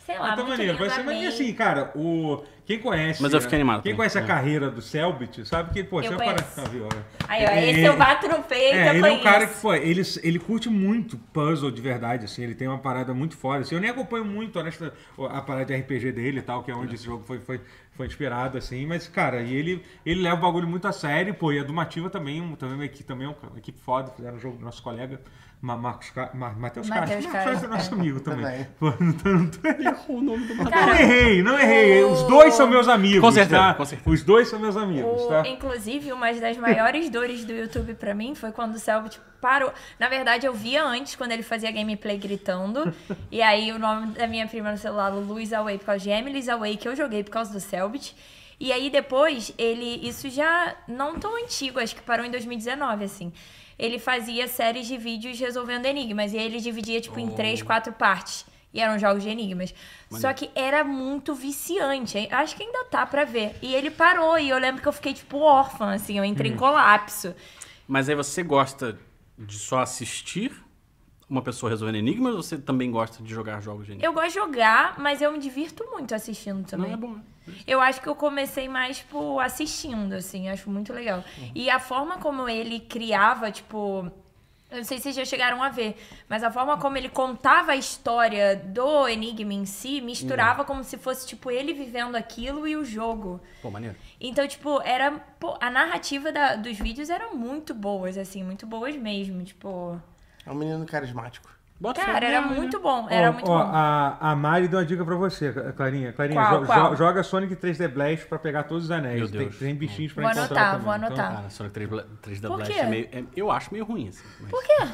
sei lá,
tá
Ah, muito
É. maneiro.
lindo,
Vai ser maneiro
amei.
assim, cara. O, quem conhece.
Mas eu fiquei animado
Quem
também.
conhece a
É.
carreira do Selbit sabe que, pô,
Eu
você é um
conheço.
cara- Ah, viu, olha.
Aí, ó, esse
É,
eu bato no peito,
É,
eu
ele é um
conheço.
cara que, pô, ele, ele curte muito puzzle de verdade, assim, ele tem uma parada muito foda. Assim, eu nem acompanho muito, honesta, a parada de RPG dele e tal, que é onde esse jogo foi, foi, foi inspirado, assim, mas, cara, e ele, ele leva o bagulho muito a sério, pô, e a Dumativa também, um- também, uma equipe, também é uma equipe foda, fizeram um jogo do nosso colega, Ma- Marcos Ca... Ma Matheus Castro. Matheus
Matheus
Castro é
Castro,
nosso amigo também.
Também.
Pô, não tô- não tô-
o nome do
Não
Cara,
errei, não errei. Os
o-
dois são meus amigos,
Com certeza,
tá?
com certeza.
Os dois são meus amigos,
O-
tá?
Inclusive, uma das maiores dores do YouTube pra mim foi quando o Selbit parou. Na verdade, eu via antes, quando ele fazia gameplay gritando. e aí, o nome da minha prima no celular, Lulu is Away, por causa de Emily's Away, que eu joguei por causa do Selbit. E aí, depois, ele... Isso já não tão antigo, acho que parou em 2019, assim. Ele fazia séries de vídeos resolvendo enigmas. E aí, ele dividia, tipo, em
Oh.
três, quatro partes. E eram jogos de enigmas. Só que era muito viciante. hein? Acho que ainda tá pra ver. E ele parou. E eu lembro que eu fiquei, tipo, órfã, assim. Eu entrei
Hum.
em colapso.
Mas aí você gosta de só assistir uma pessoa resolvendo enigmas ou você também gosta de jogar jogos de enigmas?
Eu gosto de jogar, mas eu me divirto muito assistindo
Não,
também.
é bom. né?
Eu acho que eu comecei mais, tipo, assistindo, assim, acho muito legal. E a forma como ele criava, tipo. Eu não sei se vocês já chegaram a ver, mas a forma como ele contava a história do Enigma em si misturava como se fosse, tipo, ele vivendo aquilo e o jogo.
Pô, maneiro.
Então, tipo, era. pô, a narrativa da- dos vídeos eram muito boas, assim, muito boas mesmo. Tipo.
É um menino carismático.
Bota
Cara,
fé.
era muito bom, era
Ó,
muito
ó,
bom.
A, a Mari deu uma dica pra você, Clarinha. Clarinha,
Qual,
jo-
qual?
jo- joga Sonic 3D Blast pra pegar todos os anéis.
Meu
tem,
Deus.
tem bichinhos pra
Vou
encontrar
anotar,
também.
vou
Então,
anotar.
Cara, Sonic 3, Bla- 3D
Por
Blast
quê?
é meio. é- eu acho meio ruim, assim. Mas...
Por quê?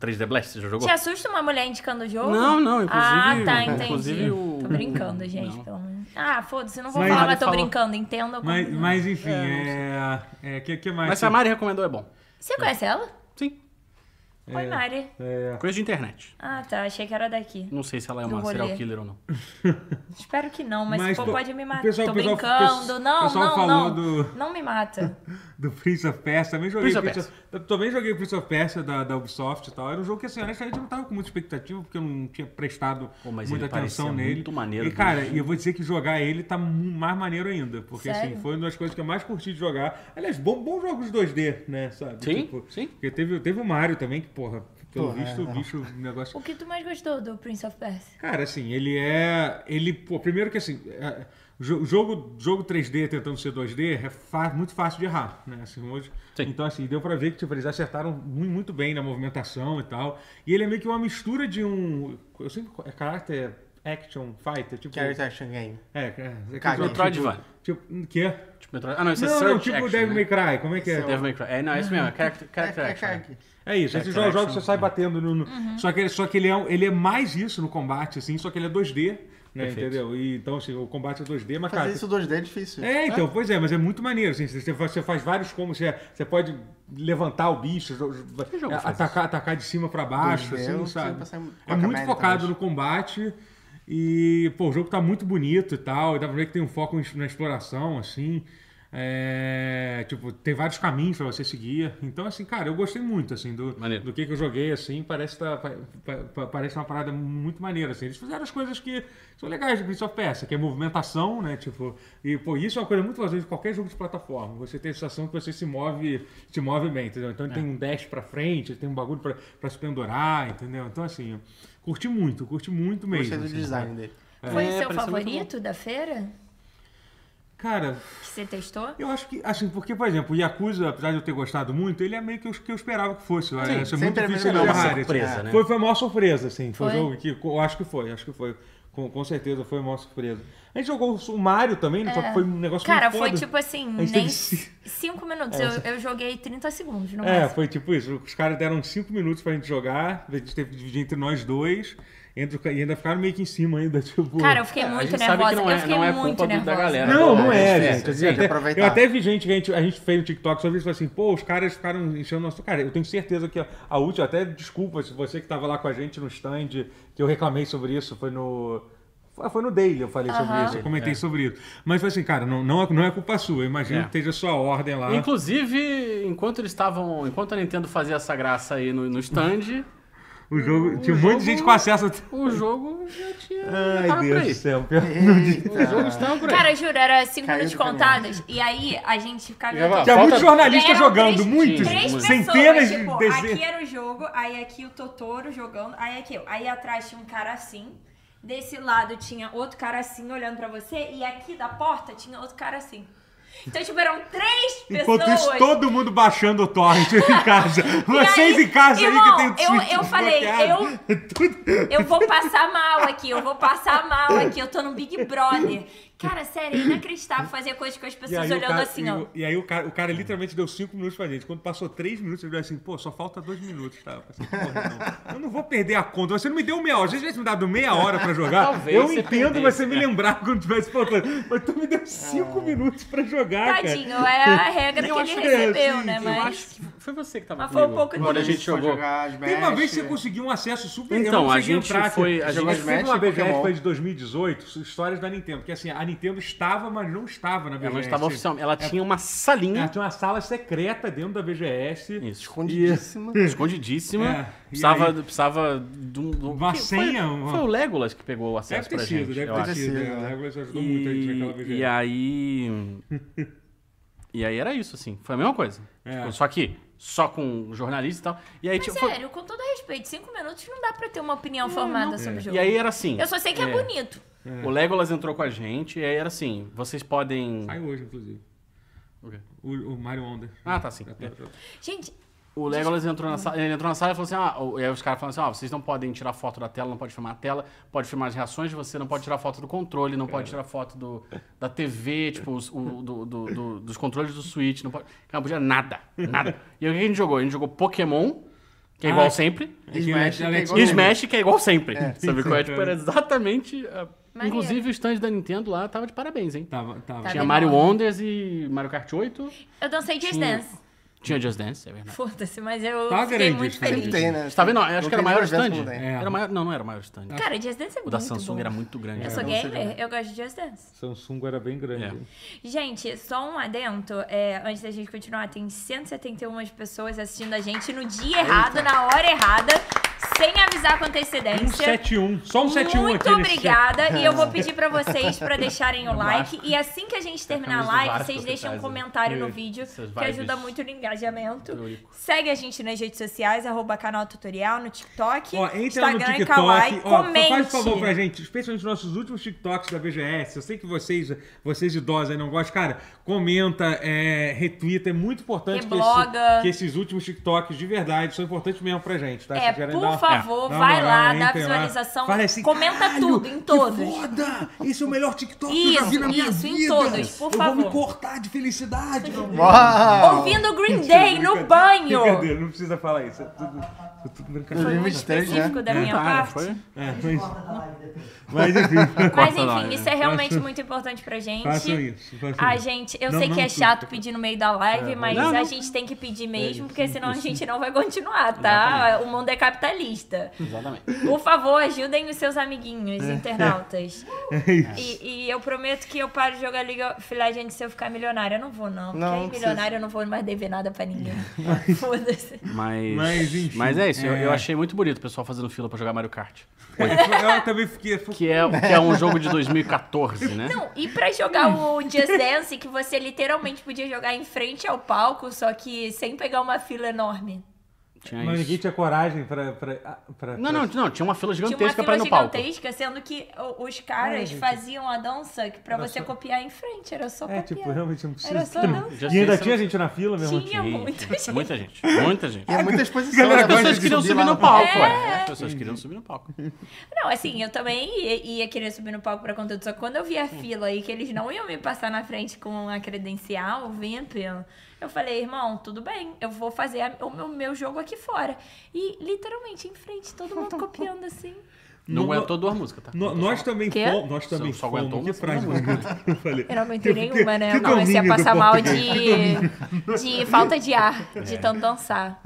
3D Blast, você já jogou?
Te assusta uma mulher indicando o jogo?
Não, não, inclusive-
Ah, tá, entendi.
inclusive o-
Tô brincando, gente,
Não.
pelo amor de- Ah, foda-se, não vou
Mas-
falar, mas tô
Falou.
brincando, entenda. como-
mas, mas, enfim, é. O que, que mais?
Mas se a Mari recomendou, é bom.
Você conhece ela?
Sim.
Oi, Mari.
É,
Coisa de internet.
Ah, tá, achei que era daqui.
Não sei se ela é
Do
uma
rolê.
serial killer ou não.
Espero que não, mas,
Mas,
se for,
pô,
pode me matar.
pessoal-
tô
pessoal-
brincando,
pessoal
não, não,
falou
não.
do-
Não me mata.
do Prince of Persia. Também joguei
Prince of
Prince of- eu também joguei Prince of Persia da, da Ubisoft e tal. Era um jogo que, assim, honestamente, eu não tava com muita expectativa, porque eu não tinha prestado
Pô, mas
muita
ele parecia
atenção nele.
muito maneiro
e, cara,
mesmo.
e eu vou dizer que jogar ele tá mu- mais maneiro ainda. Porque, assim,
Sério?
foi uma das coisas que eu mais curti de jogar. Aliás, bom, bom jogos 2D, né? Sabe?
Sim, sim.
Porque teve, teve o Mario também, que, porra, pelo
Porra,
visto,
é,
o
não.
bicho, o negócio
O que tu mais gostou do Prince of Persia?
Cara, assim, ele é. Ele, pô, primeiro que assim. é, jo- jogo, jogo 3D tentando ser 2D é fa- muito fácil de errar, né? Assim, hoje.
Sim.
Então, assim, deu pra ver que tipo, eles acertaram mu- muito bem na movimentação e tal. E ele é meio que uma mistura de um. Eu sempre. É caráter. Action Fighter, tipo.
Character Action Game.
É, é, é
Cara,
tipo-
Metroidvania.
Tipo, o quê?
Tipo, Metroid... Ah, não, esse é
Não,
Search
não, tipo
Action,
Devil
né?
May Cry, como é que é?
Devil May Cry. É, não, é isso mesmo. É Character, character Action. né?
É isso, esses jogos
Action,
jogos você sai
né?
batendo no. no-
Uhum.
Só que, ele- só que ele, é, um- ele é mais isso no combate, assim, só que ele é 2D, né?
Perfeito.
Entendeu? E, então, assim, o combate é 2D, mas cara.
Fazer isso 2D é difícil.
É, então, pois é, mas é muito maneiro, assim, você, você faz vários combos, você, você pode levantar o bicho, jo- jo-
jogo faz
atacar, atacar de cima pra baixo,
2D,
assim,
eu
sabe?
sei,
É
eu passei
muito
Guacamele
focado
também.
no combate e, pô, o jogo tá muito bonito e tal, e dá pra ver que tem um foco em- na exploração, assim, é, tipo, tem vários caminhos pra você seguir, então, assim, cara, eu gostei muito, assim, do,
Maneiro.
do que, que eu joguei, assim, parece, tá- pa- pa- pa- parece uma parada muito maneira, assim. Eles fizeram as coisas que são legais do Prince of Persia, que é movimentação, né, tipo... E, pô, isso é uma coisa muito vazia de qualquer jogo de plataforma. Você tem a sensação que você se move, se move bem, entendeu? Então ele tem um dash pra frente, ele tem um bagulho pra, pra se pendurar, entendeu? Então, assim, eu curti muito, curti muito mesmo.
Gostei do
assim.
design dele.
Foi
É,
o seu
pareceu muito
favorito da feira?
Cara,
Que você testou?
eu acho que, assim, porque, por exemplo, o Yakuza, apesar de eu ter gostado muito, ele é meio que o que eu esperava que fosse. Sim, é muito
sempre é
difícil
melhor.
ele
É uma
errar, assim.
surpresa, né?
Foi, foi a maior surpresa, assim. Foi,
Foi?
um jogo que. Eu acho que foi, acho que foi. Com, com certeza foi a maior surpresa. A gente jogou o Mario também, né? só que foi um negócio
Cara,
muito
foi
foda.
tipo assim,
A gente
nem
teve
c- cinco
É,
minutos. Eu, eu joguei 30 segundos, não
É, foi tipo isso. Os caras deram cinco minutos pra gente jogar, a gente teve que dividir entre nós dois, entre, o ca- e ainda ficaram meio que em cima ainda, tipo...
Cara, eu fiquei
É, a
muito
gente sabe que
nervosa.
não é-
eu fiquei
não é
muito
culpa do- da
nervosa.
galera.
Não,
É,
não
é
é,
difícil,
gente.
assim,
Até-
aproveitar.
eu até vi gente que a gente, a gente fez um TikTok sobre isso e falou assim, pô, os caras ficaram enchendo nosso. Cara, eu tenho certeza que a, a última, até desculpa, se você que tava lá com a gente no stand, que eu reclamei sobre isso, foi no. ah, foi- Foi no Daily eu falei sobre
Aham.
isso, eu comentei sobre isso. Mas foi assim, cara, não, não, é, não é culpa sua. Eu imagino
É.
que esteja sua ordem lá.
Inclusive, enquanto eles estavam. Enquanto a Nintendo fazia essa graça aí no, no stand,
o jogo. Tinha um
jogo-
monte de gente com acesso.
o jogo já tinha. já
Ai,
tava por
Deus
aí.
do céu.
O jogo estava por aí.
Cara, juro, era cinco
Caiu
minutos
do caminhão.
contados. E aí a gente ficava. tipo,
Já vai.
Tinha
Falta-
muitos jornalistas
Eram
jogando,
três-
muitos.
Três pessoas,
centenas
tipo,
de dezenas.
aqui era o jogo, aí aqui o Totoro jogando, aí aqui eu. Aí atrás tinha um cara assim, desse lado tinha outro cara assim olhando pra você, e aqui da porta tinha outro cara assim. Então, tipo, eram três pessoas.
Enquanto isso, todo mundo baixando o torrent em casa.
E aí,
Vocês em casa
irmão,
aí que tem o
eu,
Switch
eu falei,
desbloqueado. É
eu, eu vou passar mal aqui, eu vou passar mal aqui, eu tô no Big Brother. Cara, sério, é inacreditável fazer coisas com as
E
pessoas
aí, o
olhando
cara,
assim,
e,
ó.
o- e aí o cara, o cara literalmente deu cinco minutos pra gente. Quando passou três minutos, ele falou assim, pô, só falta dois minutos, tá? Eu, falei assim, "Porra, não. Eu não vou perder a conta. Você não me deu meia hora. Se você tivesse me dado meia hora pra jogar,
Talvez
eu
você
entendo
perdesse,
você é. me lembrar quando tivesse faltando. Mas tu me deu cinco minutos pra jogar, cara.
Tadinho, é a regra
Eu
que ele
acho que é,
recebeu,
sim,
né?
eu
Mas.
Acho que foi você que tava
Mas foi um
comigo
pouco
Quando a
disso.
gente jogou.
Tem uma vez que você conseguiu um acesso super... eu
Então,
não
a
consegui
gente
entrar,
foi. A
Eu
Jogou
gente
Mas
Smash
teve uma
e
BGS
Pokémon.
foi de 2018, histórias da Nintendo, porque assim, a Nintendo estava, mas não estava na BGS.
Ela não estava oficial. Ela tinha uma salinha
Ela É, tinha uma sala secreta dentro da BGS.
É. Isso,
Escondidíssima.
escondidíssima.
É, e
precisava,
aí-
precisava de um. de um-
Uma
que- foi-
senha,
Foi,
uma-
o Legolas que pegou o acesso
Deve ter
pra
sido,
gente.
deve
eu
ter
acho.
sido.
acho.
é, A Legolas ajudou muito a gente naquela
E,
BGS.
e aí. e aí era isso, assim. Foi a mesma coisa.
É.
Tipo, só que só com jornalista e tal. E aí,
Mas é,
tipo, foi-
sério, com todo respeito, cinco minutos não dá pra ter uma opinião formada sobre o jogo.
E aí era assim.
eu só sei que é, bonito.
O Legolas entrou com a gente e aí era assim. Vocês podem.
Sai hoje, inclusive.
O quê?
O, o Mario Wonder.
Ah, tá sim.
Já
É.
tá-
Gente,
O Legolas entrou na sala, ele entrou na sala e falou assim: ah, o- e aí os caras falaram assim: ah, vocês não podem tirar foto da tela, não pode filmar a tela, pode filmar as reações de você, não pode tirar foto do controle, não pode tirar foto do, da TV, tipo, os- o- do- do- do- dos controles do Switch, não pode. Cara, não podia nada, nada. E aí o que a gente jogou? A gente jogou Pokémon, que é igual
Ah.
sempre,
Smash,
Ela é-
pegou
e
mesmo.
Smash, que é igual sempre. Sabe qual é?
Sim,
Tipo,
sim.
era exatamente. ah,
Maneiro.
Inclusive o stand da Nintendo lá tava de parabéns, hein?
Tava, tava.
Tá
Tinha
bem.
Mario Wonders e Mario Kart 8,
eu dancei Just
Tinha.
Dance.
tinha Just Dance, é verdade.
Foda-se, mas eu
Tá
fiquei
grande
muito
isso, né?
feliz.
Tem, né?
Você tá vendo? Eu acho
Não
que era
tem
maior
evento
stand.
que não tem.
É.
Era maior, não, não era maior stand.
Cara, Just Dance é muito
O da Samsung
bom.
era né? muito grande.
Eu sou
não sei
gamer, eu gosto de Just Dance.
Samsung era bem grande.
É.
hein?
Gente, só um adendo, é, antes da gente continuar, tem 171 pessoas assistindo a gente no dia errado, na hora errada, sem avisar com
É.
antecedência.
171. Só um 71
Muito
aqui. nesse chat.
obrigada. E eu vou pedir pra vocês pra deixarem o like. E assim que a gente terminar a
camisa do
live,
Vasco
vocês
que
deixem um
traz, né?
comentário no
É.
vídeo,
Essas
que ajuda
vibes.
muito no engajamento.
Teórico.
Segue a gente nas redes sociais, arroba canal tutorial, no TikTok,
Ó, entra no
Instagram e
TikTok.
Kawaii.
ó, faz um favor pra
Comente.
gente, especialmente os nossos últimos TikToks da BGS. Eu sei que vocês, vocês idosos aí não gostam. Cara, comenta, é, retweeta. É muito importante que, esse-
Rebloga.
que esses últimos TikToks de verdade são importantes mesmo pra gente, tá?
É,
Vocês querem dar uma
por favor,
Não,
vai
não,
lá,
não,
dá
entrem lá.
visualização.
Fala assim,
comenta
"Caralho,
tudo, em
que
todos.
Foda! Esse é o melhor TikTok que eu já vi
Isso,
na minha
isso,
vida.
em todos, por
eu vou me
favor.
cortar de felicidade, meu amor.
Uau!
Ouvindo Green Day no banho.
Brincadeira, não precisa falar isso. É tudo, é tudo brincadeira.
2023, né?
Específico da minha
Cara,
parte.
foi...
É, mas,
Corta da live depois.
mas enfim,
Mas
Corta lá,
enfim,
né?
isso é realmente muito importante pra gente.
façam isso. Façam
A
isso.
gente, eu
Não,
sei
não
que é
tudo.
chato pedir no meio da live, mas
Não,
a
não.
gente tem que pedir mesmo, porque senão a gente não vai continuar, tá? O mundo é capitalista.
Exatamente.
Por favor, ajudem os seus amiguinhos, internautas.
É
E, e eu prometo que eu paro de jogar Liga of Legends se eu ficar milionária. Eu não vou, não. Porque
Não,
aí
não precisa.
milionária eu não vou mais dever nada pra ninguém. Foda-se.
Mas,
Mas, enfim,
mas é isso, eu-
é.
Eu, achei muito bonito o pessoal fazendo fila pra jogar Mario Kart.
Eu também fiquei.
Que é, que é um jogo de 2014, né?
Não, e pra jogar o Just Dance, que você literalmente podia jogar em frente ao palco, só que sem pegar uma fila enorme.
Tinha
Mas
isso.
ninguém tinha coragem pra. pra, pra
Não, não, não, tinha uma fila
Tinha uma
gigantesca pra
fila
ir no palco.
gigantesca, sendo que o- os caras faziam a dança que pra você copiar em frente, era só
É,
copiar.
tipo, realmente não precisa.
Era só dança.
Já
E
sei,
ainda
você
tinha
não-
gente na fila, tipo, meu irmão?
Tinha muita gente.
Muita gente, muita gente.
E é muita exposição.
Galera,
né?
gosta
Gosta
Pessoas
de
queriam subir
lá
no
palco.
palco, é. Pessoas queriam subir no palco.
Não, assim, eu também ia, ia querer subir no palco pra conteúdo, só que quando eu vi a fila e que eles não iam me passar na frente com a credencial, o VIP, eu falei, irmão, tudo bem, eu vou fazer a- o meu, meu jogo aqui fora. E literalmente em frente, todo mundo copiando assim.
Não
No-
aguentou duas músicas, tá?
No- nós também
Quê?
fomos. Nós também
Só
fomos.
aguentou
Que
uma
frase
semana,
bonita que eu falei.
Eu não aguentei
Que-
nenhuma, né?
que
Eu não, eu ia
domínio do
passar mal
português, que
de, de falta de ar, de
É.
tanto dançar.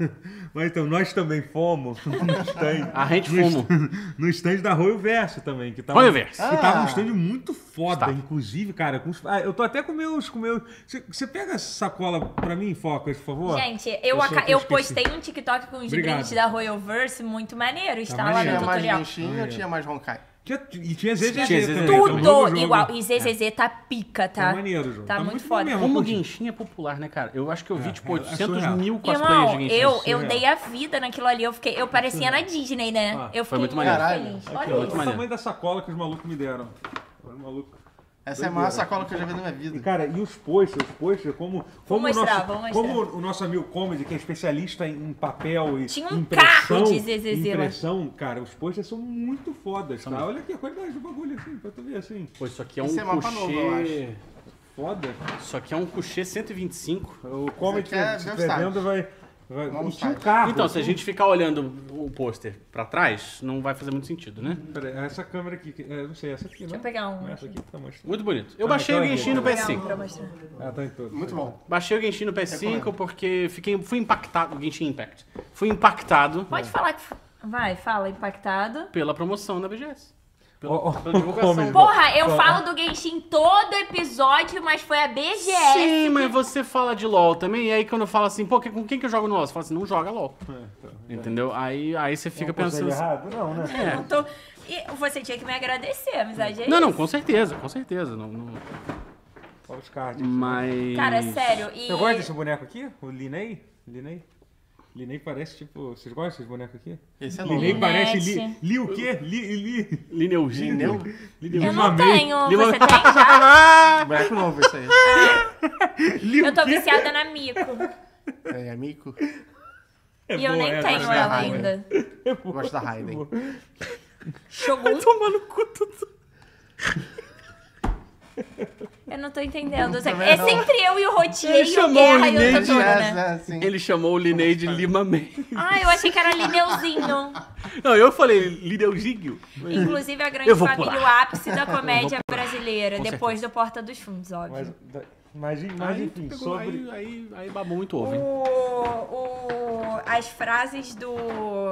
Mas então, nós também fomos no stand.
A gente
no
fumo.
stand- No stand da Royal Verso também. Que tava,
Royal Verso.
Que tava
Ah.
um stand muito foda,
Estava.
inclusive, cara. com os- ah, eu tô até com meus. Com meus... Você- Você pega essa sacola pra mim, Focas, por favor?
Gente, eu,
Eu só
aca-
que eu
eu
esqueci.
postei um TikTok com os
Obrigado.
brindes da Royal Verse muito maneiro, está lá
maneiro.
no
Tinha mais
tutorial.
Genshin ou tinha mais Honkai?
Tinha- E tinha ZZZ.
Tinha
também,
ZZZ.
tá no novo
Tudo
jogo.
igual. E ZZZ tá pica, tá?
Tá maneiro o jogo.
Tá,
Tá
muito
muito bom
foda.
mesmo.
Como o Genshin é popular, né, cara? Eu acho que eu vi, tipo,
é
800
surreal.
mil cosplayers
Irmão,
de Genshin.
eu, eu
surreal.
dei a vida naquilo ali. Eu, fiquei, eu parecia na Disney, né?
Ah,
eu
foi
fiquei muito
muito
maneiro.
feliz.
Aqui,
Olha
muito
isso.
O
maneiro.
tamanho da sacola que os malucos me deram. Foi maluco.
Essa é a maior sacola que eu já vi na minha vida.
E, Cara, e os posters, os posters, como, como,
mostrar,
o nosso,
vou mostrar.
como o nosso amigo Comedy, que é especialista em em papel e
Tinha um
impressão,
carro de ZZZ lá.
impressão, cara, os posters são muito fodas, tá? Olha aqui a qualidade do bagulho, assim, pra tu ver, assim,
Pô, isso aqui é um
Esse é mapa novo, eu
couchê...
foda.
Isso aqui é um couchê 125.
O Comedy,
aqui é
se
meu
estiver
style.
vendo, vai... vai
Vamos
e tinha um
style.
carro.
Então, se a gente ficar olhando o pôster pra trás, não vai fazer muito sentido, né?
Pera, essa câmera aqui, que- é, não sei, essa aqui,
Deixa eu
não?
pegar um.
Essa aqui tá mostrando.
Muito bonito. Eu
Ah,
baixei
então
o
é
Genshin no
bom.
Pegar um pra
PS5.
mostrar.
Ah, tá em todo.
Muito bom.
Baixei o Genshin no PS5
Recomendo.
porque fiquei, fui impactado. Genshin Impact. Fui impactado
Pode falar que. f- Vai, fala, impactado.
pela promoção da BGS. Pela,
Ó, ó,
pela divulgação.
Comedy.
Porra, eu
Só-
falo do Genshin todo episódio, mas foi a BGS.
Sim, mas você fala de LOL também, e aí quando eu falo assim, pô, que- com quem que eu jogo no LOL? Você fala assim, não joga LOL.
É, então,
Entendeu? Aí, aí você fica pensando assim.
Tá errado? Não, né?
é.
Eu tô- Então, E você tinha que me agradecer, a amizade é
Não, não,
isso.
com certeza, com certeza. Não, não-
Olha os cards.
Mas.
é
Cara, é sério. E...
Você gosta desse boneco aqui? O Linei? Linei? Linei parece tipo. Vocês gostam desse boneco aqui?
Esse é
Linei
novo.
Lineu.
parece. Li,
Linete.
li o quê? Li. Li.
Lineu Gil.
Lineu?
li
Eu não tenho.
Lima-
Você tem já?
Boneco novo isso aí.
Li o
Eu tô
quê?
viciada na Mico.
É, amigo.
É
e eu
boa,
nem
é,
tenho
mas-
ela
é boa.
ainda.
Gosto da Raiden.
Shogun?
Tomando cu tudo.
Eu não tô entendendo.
também
É
não.
sempre eu e o Rotier
Ele
e o
chamou
Guerra
o
e o
Inês,
Totoro,
É,
né?
é, sim.
Ele chamou o Linei de Lima Man.
Ah, eu achei que era Lineuzinho.
Não, eu falei Lineu Gil.
Inclusive a grande
é. Eu vou
família,
pular.
o ápice da comédia brasileira.
Com um.
depois do Porta dos Fundos, óbvio.
Mas, mas, mas
Aí, tu
enfim,
pegou-
sobre.
aí, aí, aí babou muito ovo, hein?
O, o- as frases do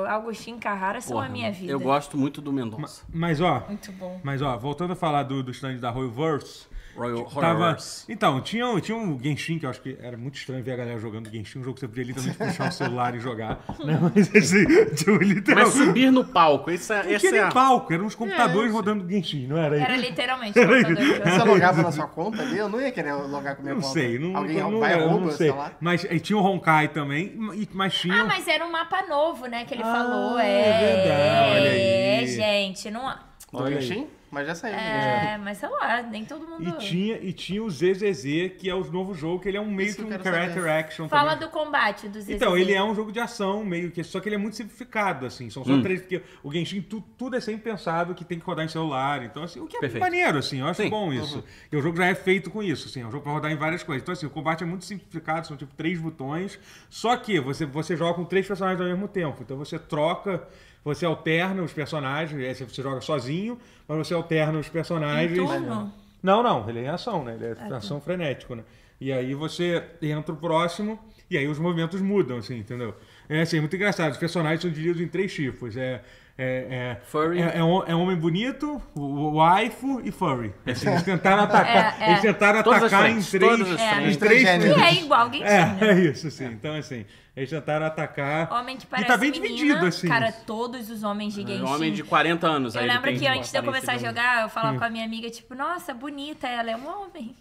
Agostinho Carrara são
Porra,
a minha vida.
Eu gosto muito do Mendonça.
Mas ó,
Muito bom.
mas ó, voltando a falar do, do stand da Royal Verse.
Royal
Tava...
Horrors.
Então, tinha, um- tinha um Genshin que eu acho que era muito estranho ver a galera jogando Genshin, um jogo que você podia literalmente puxar o celular e jogar. Né? Mas assim, tipo,
Mas
literalmente.
subir no palco, essa,
Não
essa
tinha
é
nem
a...
palco, eram uns computadores rodando Genshin, não era?
Era literalmente o computador de
Se eu
jogo.
logava na sua conta ali, eu não ia querer logar com minha
Eu não
conta.
sei, não,
Alguém
não, é,
vai
não,
rouba,
não
sei
sei.
lá.
Mas e tinha o Honkai também, e- mas tinha.
Ah, mas era um mapa novo, né? Que ele
Ah,
falou.
é
É,
verdade, olha aí.
é gente. Não...
Do Genshin? Mas já saiu. né?
É, mas sei lá, nem todo mundo.
E tinha, e tinha o ZZZ, que é o novo jogo, que ele é um meio
Isso
que
eu
um
quero
character
saber.
action.
Fala
também.
do combate dos
Então,
exercícios.
ele é um jogo de ação, meio que. Só que ele é muito simplificado, assim. São
Hum.
só três. Porque o Genshin, tu- tudo é sempre pensado que tem que rodar em celular. Então, assim, o que é
Perfeito.
maneiro, assim. Eu acho
Sim. Uhum.
bom isso. E o jogo já é feito com isso, assim. É um jogo pra rodar em várias coisas. Então, assim, o combate é muito simplificado, são tipo três botões. Só que você, você joga com três personagens ao mesmo tempo. Então, você troca. Você alterna os personagens, aí você você joga sozinho, mas você alterna os personagens.
Em turno?
Não, não, ele é em ação, né? Ele
Ah,
é
tá.
ação frenético, né? E aí você entra o próximo e aí os movimentos mudam, assim, entendeu? É assim, muito engraçado. Os personagens são divididos em três tipos. É, é, é,
Furry.
É, é hom- é homem bonito, o- o waifu e furry. Assim, eles tentaram atacar,
É, é.
eles tentaram
Todas as
atacar em
frentes,
três,
todas as
em
frentes.
três
Transgênero.
E é né? igual, alguém
né? É, é isso, assim. Então, assim, eles tentaram atacar.
Homem que parece
e tá bem
menina.
dividido, assim.
Cara, todos os homens de Genshin.
É, homem de 40 anos.
Eu
aí ele
lembro
tem
que antes de eu
aparência
começar a
de um-
jogar, eu
Hum.
falava com a minha amiga, tipo, nossa, bonita, ela é um homem.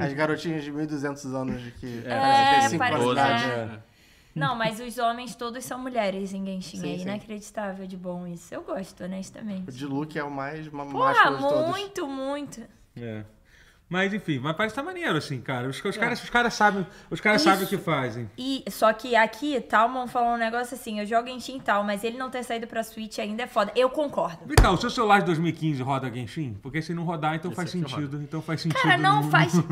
As garotinhas de 1.200 anos de que...
É,
35
parece-
anos de idade.
é. Não, mas os homens todos são mulheres em Genshin.
Sim,
é
sim.
inacreditável de bom isso. Eu gosto, honestamente.
O de Luke é o mais ma-
Porra,
másculo de todos.
muito, muito.
É. Mas enfim, mas parece que tá maneiro, assim, cara. Os, os caras, os caras sabem, os caras
É. Isso.
sabem o que fazem.
E, só que aqui, Talmon falou um negócio assim, eu jogo Genshin e tal, mas ele não ter saído pra Switch ainda é foda. Eu concordo.
Vem cá, o seu celular de 2015 roda Genshin? Porque se não rodar, então faz
aqui roda.
sentido. Então faz sentido.
Cara, não
no-
faz...
no-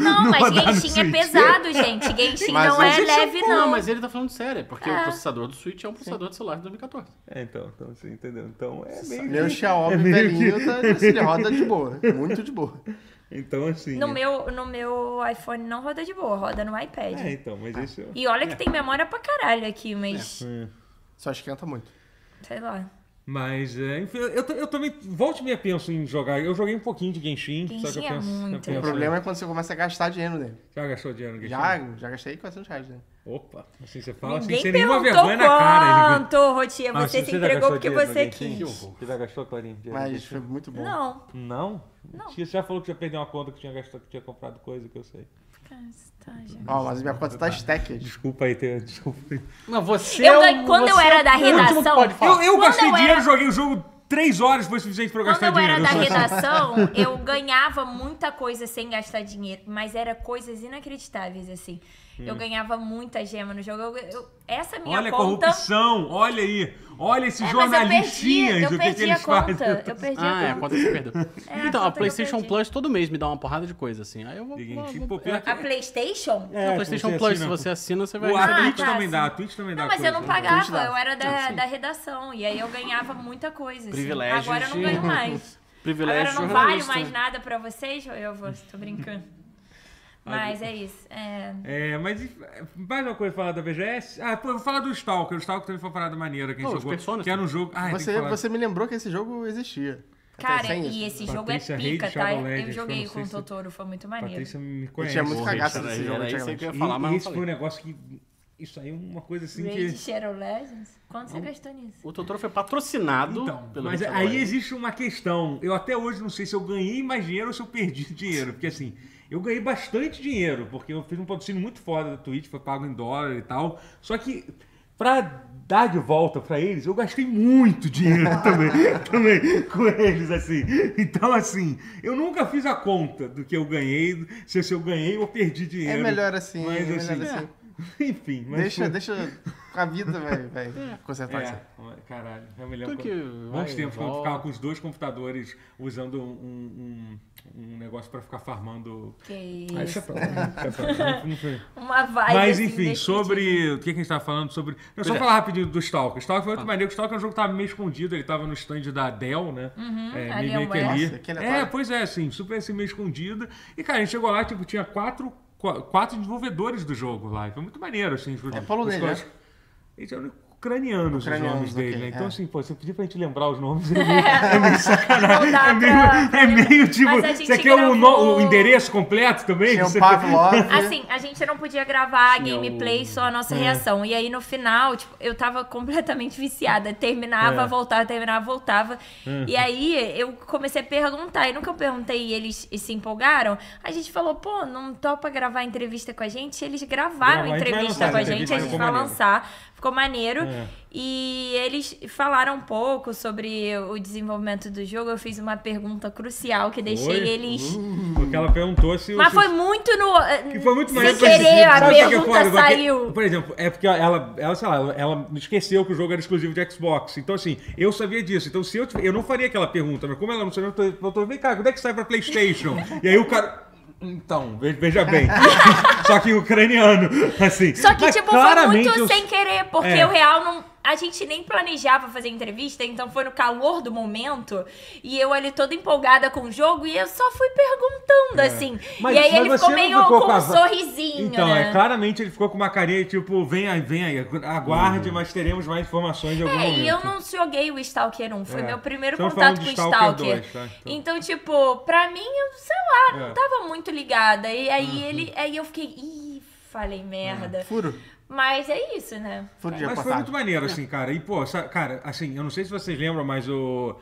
Não,
no
mas
rodar no
Genshin é
Switch.
pesado, gente. Genshin
Mas
não é
hoje
leve, não. Ah.
Mas ele tá falando sério, porque o processador do Switch é um processador de celular de 2014.
É, então, então, assim, entendeu? Então é meio.
Meu Xiaomi velhinho, tá, ele roda de boa. Muito de boa.
Então, assim.
No
é-
meu, no meu iPhone não roda de boa, roda no iPad.
É, então, mas isso. é-
E olha que tem memória pra caralho aqui, mas.
Só esquenta muito.
Sei lá.
Mas, é, enfim, eu, ta- eu também. Volte e meia penso em jogar. Eu joguei um pouquinho de Genshin. só que eu
Genshin é
penso, eu
muito.
penso-
O problema é quando você começa a gastar dinheiro nele.
Já né? gastou dinheiro no Genshin?
Já, já gastei 400 reais né? nele.
Opa, assim você fala, assim,
Ninguém
sem nenhuma
perguntou
vergonha na cara. ele-
quanto, Rotinha.
Ah,
Mas
Você
você
se
já
entregou
gastou
porque
dinheiro no
você
Genshin?
quis.
Você já É, gastou, Clarinho? dinheiro no
Mas
Genshin?
foi muito bom.
Não.
Não? Não. Você já falou que já perdeu uma conta que tinha gastado, que tinha comprado coisa que eu sei.
Ó, mas minha conta tá stacked.
Desculpa aí, ter, desculpa aí.
Não, você
Eu
é
ganhei-
um-
quando eu
você
era da
é o último que
redação-
pode falar.
Eu, eu
Quando
gastei
eu
dinheiro,
era-
joguei o jogo três horas, foi suficiente pra eu
Quando
gastar
eu era
dinheiro.
da
sou assim.
redação, eu ganhava muita coisa sem gastar dinheiro, mas era coisas inacreditáveis, assim.
Hum.
Eu ganhava muita gema no jogo. Eu- eu- essa minha
Olha a
conta.
corrupção, olha aí. Olha esses
É, mas eu perdi,
jornalistinhas,
eu
o que, que
perdi a
eles
conta.
fazem.
Eu perdi
Ah, é,
a
a
conta.
conta que você perdeu.
É, a
então,
conta
a
que eu
PlayStation
perdi.
Plus todo mês me dá uma porrada de coisa, assim. Aí eu vou.
Ninguém-
vou-
tipo,
vou-
pior que-
A PlayStation?
É,
a
se
PlayStation
você
Plus, se
assina-
você assina, você vai.
O,
Ah,
a Twitch
tá,
também
sim.
dá, a Twitch também dá.
Não, mas eu não
coisa. né?
pagava, eu era da, da redação. E aí eu ganhava muita coisa. assim.
Privilégios
Agora eu não
de-
ganho mais. Agora
Privilégio
eu não valho
jornalista.
mais nada pra vocês, ou eu vou, tô brincando. Mas é isso. É,
É, mas e- mais uma coisa pra falar da BGS. Ah, pô, eu vou falar do Stalker. O Stalker também foi uma parada maneira que a gente
Pô, os
jogou.
Personas
que era um jogo. Ah,
Você,
tem que falar.
você me lembrou que esse jogo existia.
Cara,
sem
e
isso.
esse jogo é
Patrícia
pica,
Reis,
tá?
Shadow
Eu
Legends, eu
joguei
não
com
sei
o
se-
Totoro, foi muito maneiro.
Patrícia me
Eu
conhece.
tinha muito
Porra,
cagaço
era-
desse jogo
era isso aí
antigamente.
que eu ia
E-
falar, mas
e
não
esse foi um
falei.
negócio que. Isso aí é uma coisa assim
Raid
que.
Shadow Legends? Quanto você gastou nisso?
O Totoro foi patrocinado
Então,
pelo
mas
Richard
aí
Wright.
existe uma questão. Eu até hoje não sei se eu ganhei mais dinheiro ou se eu perdi dinheiro. Porque assim, eu ganhei bastante dinheiro, porque eu fiz um patrocínio muito foda da Twitch, foi pago em dólar e tal. Só que pra dar de volta pra eles, eu gastei muito dinheiro também, também com eles, assim. Então, assim, eu nunca fiz a conta do que eu ganhei, se se eu ganhei ou perdi dinheiro.
É melhor assim, é melhor assim.
Enfim, mas
Deixa,
foi-
deixa a vida, vai, vai consertar isso.
é,
aí.
caralho, eu me lembro
Tudo Então que
quando,
vai
bons
e
tempos quando eu
volta.
ficava com os dois computadores usando um, um, um negócio pra ficar farmando.
Que
Ah, isso
isso.
é pra lá, isso é pra lá, não foi-
Uma vibe.
Mas
assim,
enfim,
desse
sobre. O que, que a gente tava falando sobre. Eu só
é.
falar rapidinho do Stalker. O Stalker foi muito maneiro. O Stalker é um jogo que tava meio escondido, ele tava no stand da Dell, né?
Uhum.
é, meio, meio que
Alienware.
ali.
Nossa, que
é,
aleatório.
pois é, assim, super assim, meio escondido. E, cara, a gente chegou lá, tipo, tinha quatro, qua- quatro desenvolvedores do jogo lá. Foi muito maneiro, assim. os-
É polonês,
os-
né?
eles eram ucranianos,
Ucranianos,
os nomes dele,
ok,
né? Então,
é.
assim, pô, você pedir pra gente lembrar os nomes, é meio,
Não dá
é meio,
pra-
é meio tipo.
Mas a gente
Você quer o, no-
gravou-
o endereço completo também?
Tinha o
Você-
Pavlov.
Assim, a gente não podia gravar a
Tinha
gameplay,
o-
um-
só a
É.
nossa reação. E aí no final, tipo, eu tava completamente viciada. Terminava,
É. Uhum.
voltava, terminava, voltava. E aí eu comecei a perguntar. E no que eu perguntei e eles se empolgaram, a gente falou, pô, não topa gravar entrevista com a gente? Eles gravaram
Grava, a gente vai
entrevista
lançar
com a
essa
gente,
entrevista,
a gente
ficou
vai
maneiro.
lançar. Ficou maneiro.
É.
E eles falaram um pouco sobre o desenvolvimento do jogo. Eu fiz uma pergunta crucial que deixei
Foi?
eles.
Porque ela perguntou se... o-
Mas
se-
foi muito no. eh,
Que foi muito
Sem
maneiro.
querer, a
Sabe o que é foda?
pergunta
Porque,
saiu.
Por exemplo, é porque ela, ela, sei lá, ela- ela esqueceu que o jogo era exclusivo de Xbox. Então, assim, eu sabia disso. Então, se eu tive- eu não faria aquela pergunta, mas como ela não sabia, eu tô, eu tô vem cá, quando é que sai pra Playstation? E aí o cara... Então, ve- veja bem. Só que ucraniano, assim.
Só que,
Mas
tipo, foi
claramente
muito
eu-
sem querer, porque
É.
o real não. A gente nem planejava fazer entrevista, então foi no calor do momento. E eu ali toda empolgada com o jogo, e eu só fui perguntando, assim.
É. Mas-
e aí
mas
ele
você
ficou
não
meio
ficou
com
com
um
a-
sorrisinho,
Então,
né?
é, claramente ele ficou com uma carinha tipo, vem aí, vem aí, aguarde, mas teremos mais informações de algum
É,
momento.
e eu não joguei o Stalker 1, foi
É.
meu primeiro
Estamos
contato
falando
com
de
o Stalker.
Stalker 2, tá? Então.
Então, tipo, pra mim, eu, sei lá, não
É. Uhum.
tava muito ligada. E aí ele. Aí eu fiquei. Ih,
É,
falei merda.
Furo.
Mas é isso, né?
Furo de
Mas foi
passado. É.
muito maneiro, assim, cara. E, pô, sa- cara, assim, eu não sei se vocês lembram, mas o.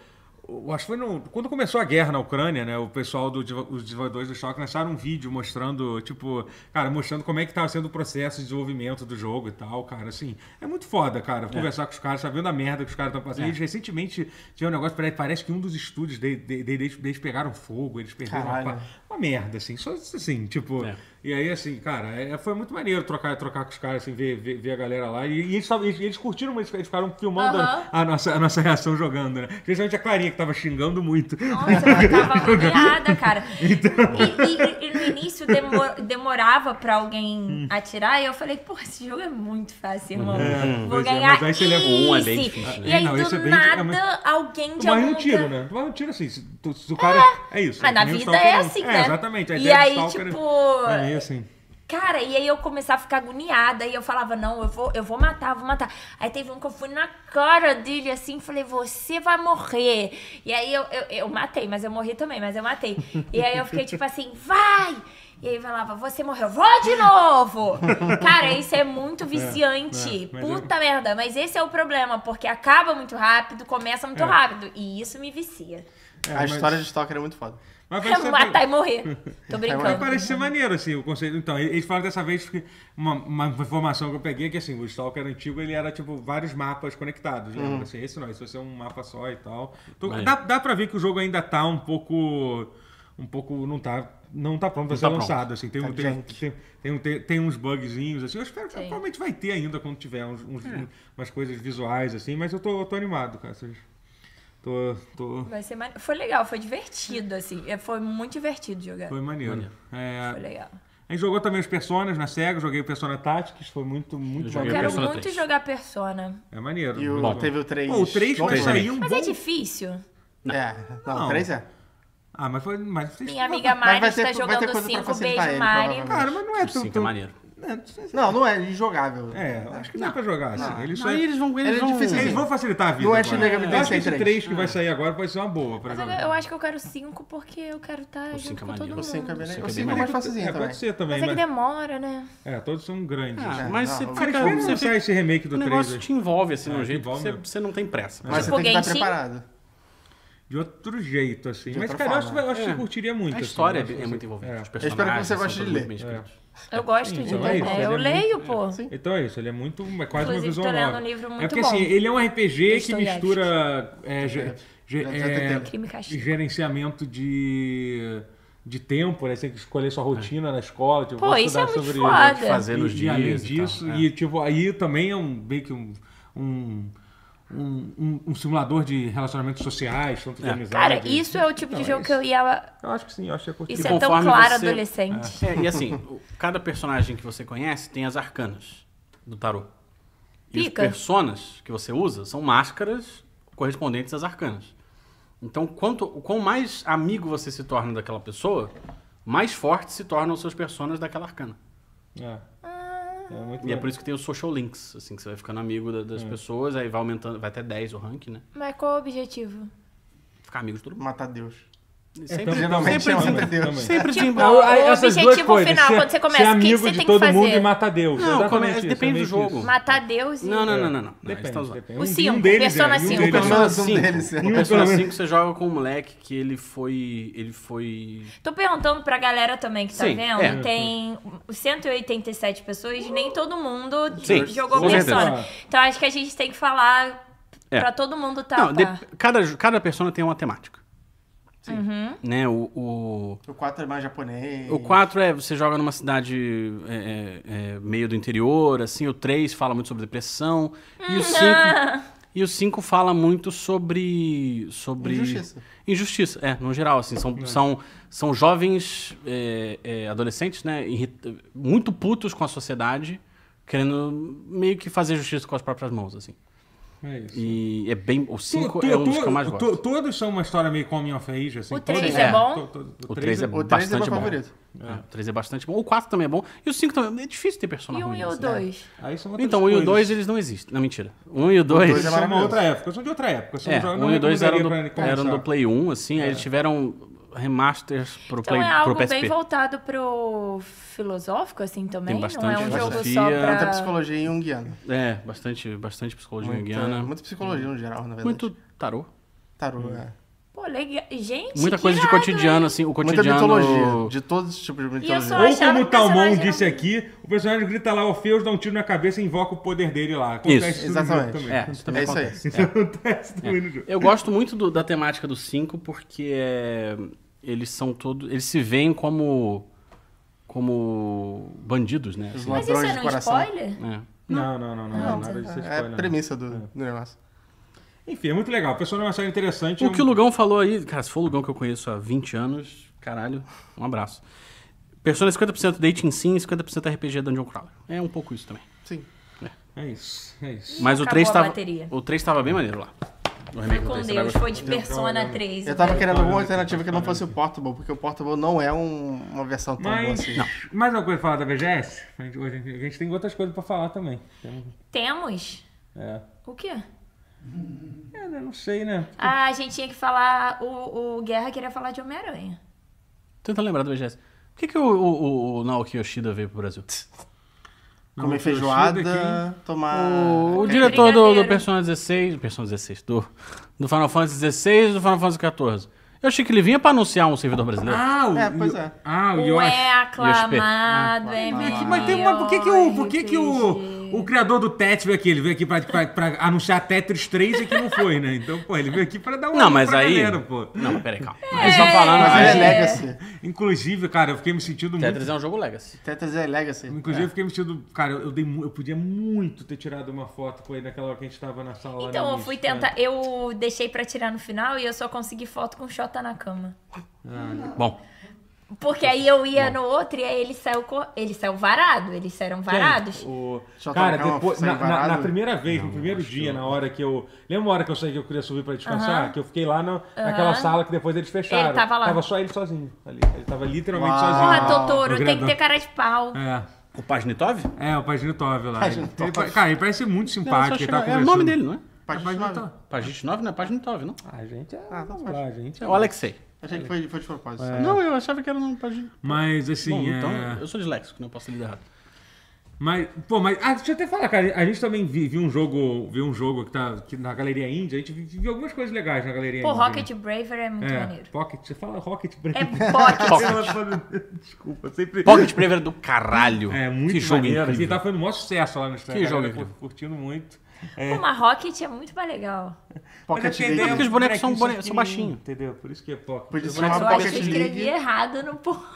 o- acho que foi no- quando começou a guerra na Ucrânia, né? O pessoal dos desenvolvedores do Shock lançaram um vídeo mostrando, tipo, cara, mostrando como é que tava sendo o processo de desenvolvimento do jogo e tal, cara. Assim, é muito foda, cara, conversar com os caras, sabendo a merda que os caras estão
É.
passando. Eles recentemente tinham um negócio, parece, parece que um dos estúdios de, de- de- deles, deles pegaram fogo, eles perderam
Caralho.
uma, uma merda, assim, só isso, assim, tipo.
É.
E aí, assim, cara, é- foi muito maneiro trocar, trocar com os caras, assim, ver, ver, ver a galera lá. E, e eles, tavam- eles, eles curtiram, mas eles ficaram filmando
Aham.
a, nossa, a nossa reação jogando, né? Principalmente a Clarinha, que tava xingando muito.
Nossa, eu tava agoniada, cara.
Então.
E, e- e no início demo- demorava pra
Hum.
alguém atirar, e eu falei, pô, esse jogo é muito fácil, irmão. Vou
pois é,
ganhar
mas aí você leva
esse.
um, é bem difícil,
E
né?
aí,
Não,
do
esse é bem-
nada,
é, mas-
alguém de
Tu morre
algum
um tiro,
lugar-
né? Tu morre um tiro assim. Se, tu- se o cara. É, isso.
Mas
é
na
que nem o
vida
Stalker
é
um.
assim,
é,
né?
Exatamente. A
E
ideia do
aí,
Stalker
tipo,
É meio assim.
Cara, e aí eu começava a ficar agoniada e eu falava, não, eu vou, eu vou matar, vou matar. Aí teve um que eu fui na cara dele assim, falei, você vai morrer. E aí eu, eu, eu matei, mas eu morri também, mas eu matei. E aí eu fiquei tipo assim, vai! E aí falava, você morreu, vou de novo! Cara, isso é muito viciante.
é, mas
Puta merda, mas esse é o problema, porque acaba muito rápido, começa muito
É.
rápido. E isso me vicia.
É,
A história de Stalker é muito foda.
Mas parece que-
Matar e morrer. Tô
Mas
brincando.
parece ser maneiro, assim, o conceito. Então, eles falaram dessa vez que uma, uma informação que eu peguei é que, assim, o Stalker antigo, ele era, tipo, vários mapas conectados, lembra? Assim, esse não, esse vai ser um mapa só e tal. Então,
Maneiro.
dá, dá pra ver que o jogo ainda tá um pouco... Um pouco... Não tá... Não tá pronto pra
Não
ser
tá
lançado, assim. Tem,
Tá
um- tem,
junk.
tem, tem, um- tem- tem uns bugzinhos, assim. Eu espero que
Sim.
provavelmente vai ter ainda quando tiver uns, uns- umas coisas visuais, assim. Mas eu tô, eu tô animado, cara. vocês- Tô... tô...
Vai ser mane- Foi legal, foi divertido, assim. É, Foi muito divertido jogar.
Foi
Foi,
maneiro.
Maneiro.
É,
legal.
A gente jogou também os Personas na SEGA, joguei o Persona Tactics, foi muito, muito
Eu
Eu
joguei
maneiro.
quero
Persona
muito
3.
jogar Persona.
É maneiro.
E o,
muito bom.
teve o 3.
Pô, o 3 vai
Três
sair
também.
um
Mas
bom...
é difícil.
É, não,
Não.
o 3 é.
Ah, mas foi... Mas vocês-
Minha amiga
Mas
Mari
vai ter-
está
vai ter
jogando
coisa pra
5.
facilitar
Beijo,
ele,
Mari.
provavelmente.
Cara, mas não é
Sim,
tudo...
que é maneiro.
Não, não é injogável.
É, eu acho que dá pra jogar, assim. Eles, só...
Não, eles vão... Eles
Ele é
vão...
difícil.
Eles vão facilitar a vida
Não é
agora.
Shin Megami
Eu acho que
Tensei É.
esse
3.
3 que vai sair agora pode ser uma boa pra
Mas eu,
jogar.
eu acho que eu quero 5 porque eu quero estar junto
cinco
com
é
todo
maneiro.
mundo.
O 5 é bem
Cinco
O
é
5 é
bem
mais
Pode-
facilzinho
né? é,
também.
pode ser também,
Mas é que
mas...
demora, né?
É, todos são grandes.
Ah,
assim.
mas
não,
você
não.
Cara,
fica...
espera
você
sair
fica-
esse remake
um
O
do 3
negócio
aí.
te envolve, assim, de
É,
um jeito que
envolve
você,
mesmo.
você não tem pressa.
É.
Mas você
Tipo
tem que estar
Genshin.
preparado.
De outro jeito, assim.
De
mas,
outra
cara, eu acho,
forma.
eu acho que você
É.
curtiria muito.
A
assim,
história
eu acho
é, é muito
você-
envolvida.
é.
Os
espero que
personagens
você
são
goste de
todos
ler.
bem escritos.
Eu gosto de
Então
ler,
é isso,
né?
ele é
Eu
muito-
leio, pô.
Sim.
Então é isso, ele é muito. É quase uma
Inclusive,
visão
tô lendo
nova.
um livro muito
é porque
bom.
assim, ele é um RPG que
Dostoiévski.
mistura. é, ge- ge-
Já-
é,
já tem tempo.
Crime e castigo.
gerenciamento de. De tempo, né? Você tem que escolher sua rotina na escola. Tipo,
Pô,
vou
isso
estudar
é muito
sobre
foda.
E-
Fazer nos
e,
dias
além
e tal,
disso,
é.
e tipo, aí também é um meio que um. um um, um- um simulador de relacionamentos sociais, tanto de amizade.
Cara, isso é o tipo de
Então, é
jogo que
isso.
eu ia.
Eu acho que sim, eu acho que é curtir.
Isso
E
é tão
conforme
claro,
você-
adolescente.
É, e assim, o- cada personagem que você conhece tem as arcanas do tarô. E os
Pica.
personas que você usa são máscaras correspondentes às arcanas. Então, quanto, o quão mais amigo você se torna daquela pessoa, mais fortes se tornam os seus personas daquela arcana.
É.
Ah.
É muito
E é
legal.
por isso que tem os social links, assim, que você vai ficando amigo da-
É.
das pessoas, aí vai aumentando, vai até 10 o rank, né?
Mas qual o objetivo?
Ficar amigo de todo mundo.
Matar Deus.
Sempre,
Geralmente
sempre,
é uma
sempre,
Deus.
sempre
Tipo,
desembro-
o
Ah, essas duas
objetivo
coisas,
final,
ser-
quando você começa,
ser
o que que
amigo
você
de
tem que
todo mundo
fazer?
e matar Deus.
Não,
Exatamente
come-
isso,
depende do
exatamente
jogo.
isso.
Matar Deus e.
Não, não, não, não, não. tá Não,
Depende,
eles tão zoando.
depende.
O
Um- um
cinco,
deles
Persona
é, um
cinco.
deles é.
Então, Persona
Mas um
5.
deles, né?
No Persona 5 você joga com um moleque que ele foi. Ele foi.
Tô perguntando pra galera também que tá
Sim,
vendo.
é.
Tem 187 pessoas, nem todo mundo
Sim,
jogou
com
Persona.
Ah.
certeza.
Então acho que a gente tem que falar
É.
pra todo mundo tá.
Não, de-
tá.
cada, cada persona tem uma temática.
Uhum.
Né? O, o,
O 4 é mais japonês.
o 4 é você joga numa cidade é, é, é, meio do interior, assim. O 3 fala muito sobre depressão.
Uhum.
E o 5. E o 5 fala muito sobre. sobre
Injustiça.
Injustiça, é, no geral, assim. São, são, são jovens é, é, adolescentes, né? irrit- Muito putos com a sociedade, querendo meio que fazer justiça com as próprias mãos, assim.
É isso.
E é bem. O 5
Tu-
é um dos
tu-
que eu mais
tu-
gosto.
Todos são uma história meio coming of age, assim.
O
todos-
três
é
é.
bom?
To- to-
O 3 é
bom.
O três é
bastante
meu
bom.
favorito.
É, O 3 é bastante bom. O 4 também é bom. E o 5 também. É difícil ter
E
personagem.
um e o
assim.
dois.
Aí são outras
Então, o 1 e o
coisas.
2 eles não existem. Não, mentira. O 1 e o 2.
dois
Eles
é
são uma
maravilhoso.
outra época, são de outra época. São
É,
jogos-
um e o 2 eram,
recomendaria
do,
pra ele
eram do
começar.
Play 1, assim, aí eles tiveram remasters pro,
Então
Play,
é
pro
algo
PSP.
bem voltado pro filosófico, assim, também.
Tem bastante
não é um jogo só
filosofia.
Muita
pra.
psicologia junguiana.
É, bastante, bastante psicologia
Muita,
junguiana. Muito,
muita psicologia no geral, na verdade.
tarô.
tarô, é.
Pô, legal. Gente.
Muita
que
coisa de
irado,
cotidiano, assim, o
Muita
cotidiano...
mitologia. De todos os tipos de
eu sou
mitologia.
a-
Ou
achava
como o
que o personagem
Talmon
era-
disse aqui, o personagem grita lá, Orfeus dá um tiro na cabeça e invoca o poder dele lá.
Isso,
assim.
tudo no
exatamente.
jogo também.
É, isso também
É isso aí.
acontece.
Isso acontece também no jogo.
Eu gosto muito do- da temática do 5 porque é, eles são todos. Eles se veem como. como bandidos, né? Assim,
Mas isso
Ladrões
é
de
um
coração.
spoiler?
é.
Não, não, não, não. não, nada disso
É a
spoiler, né? não.
premissa do, do negócio.
Enfim, é muito legal. Persona é uma série interessante. é
O
um-
que o Lugão falou aí, cara, se for o Lugão que eu conheço há 20 anos, caralho, um abraço. Persona é 50% dating sim e 50% RPG Dungeon Crawler. É um pouco isso também.
Sim.
É isso, é isso.
Mas o
acabou
3
a
tava.
bateria.
O 3 tava bem maneiro lá. O
Ah,
remake do
com
3 você vai
Deus,
gostar.
foi de Persona 3.
um Eu tava
então.
querendo alguma alternativa que não fosse o Portable, porque o Portable não é um- uma versão tão boa
Mas,
assim.
mais uma coisa pra falar da BGS? A gente, hoje a gente- a gente tem outras coisas pra falar também. Então,
Temos.
É.
O quê?
É, né, não sei, né?
Ah, a gente tinha que falar. O, o Guerra queria falar de Homem-Aranha.
Tenta lembrar do BGS. Por que, que o, o, o Naoki Yoshida veio pro Brasil?
Não,
Comer
o Yoshida
feijoada,
Ah,
tomar.
O, o
café.
diretor do, do
Brigadeiro.
Persona 16, Persona 16, do, do Final Fantasy 16 e do Final Fantasy 14. Eu achei que ele vinha pra anunciar um servidor brasileiro.
Ah, o.
É, pois é.
Ah, o
O
Yoshi.
é aclamado, é
Mas,
meu
Ah, mas tem uma, por que que o, por que que o, o criador do Tetris veio aqui? Ele veio aqui pra, pra, pra anunciar Tetris 3 e que não foi, né? Então, pô, ele veio aqui pra dar uma
Não, mas
pra
aí.
galera, pô.
Não, mas peraí, calma. Eles estão falando. né?
Mas ele é
Mas
Legacy.
Inclusive, cara, eu fiquei me sentindo
Tetris
muito...
é um jogo Legacy.
Tetris é Legacy.
Inclusive, eu fiquei me sentindo... Cara, eu, eu dei, mu- eu podia muito ter tirado uma foto com ele naquela hora que a gente tava na sala.
Então,
né,
eu
Miss?
fui tentar. Eu deixei pra tirar no final e eu só consegui foto com o Xota na cama.
Bom,
Tá
Porque aí eu ia no outro e aí ele saiu, co- ele saiu varado. Eles saíram varados.
O...
Só
Cara,
trocar uma
depois,
sair
na, na-
varado?
na primeira vez, no primeiro dia, na hora que eu. Lembra uma hora que eu saí que eu queria subir pra descansar? Que eu fiquei lá na, naquela sala que depois eles fecharam.
Ele tava lá.
Tava só ele sozinho ali. Ele tava literalmente
Uau.
Porra,
sozinho.
Totoro,
o
tem que
grandão.
ter cara de pau.
É.
o Pajnitov?
É, o Pajnitov lá.
Pajnitov.
Ele pa- cara, ele parece muito simpático. ele tá
é o nome
conversando.
dele, não é?
É
Página nove.
Pajnitov.
Pajnitov não é Pajnitov, não?
Ah, gente, é.
Ah, tá
vamos lá, gente.
É
é-
o Alexei.
Achei que foi, foi de propósito.
É. Não, eu achava que era um Pajnitov.
Mas assim.
Bom,
é...
então, eu sou disléxico, não posso lidar errado.
Mas, pô, mas ah, deixa eu até falar, cara. A gente também vi- viu um jogo, viu um jogo que tá que na Galeria Índia. A gente viu viu algumas coisas legais na Galeria
Pô,
Índia.
Rocket Braver é muito
É,
maneiro.
Pocket, você fala Rocket Brain.
É pocket.
Pelo amor de Deus, Desculpa, sempre.
Pocket Prever do caralho.
É muito
que jogo
maneiro.
incrível.
Ele tá fazendo um maior sucesso lá no Instagram.
Que
a galera
jogo incrível.
cur- Curtindo muito.
Pô, Uma Rocket é muito mais legal.
Pocket
Mas a
League.
ideia é
porque os
um
bonecos são
bonequinho
bone- são
pequenininho,
baixinhos.
Entendeu? Por isso que é Pocket.
Podia se
Eu
chamar
acho que eu
Pocket
escrevi
League.
errado no porra.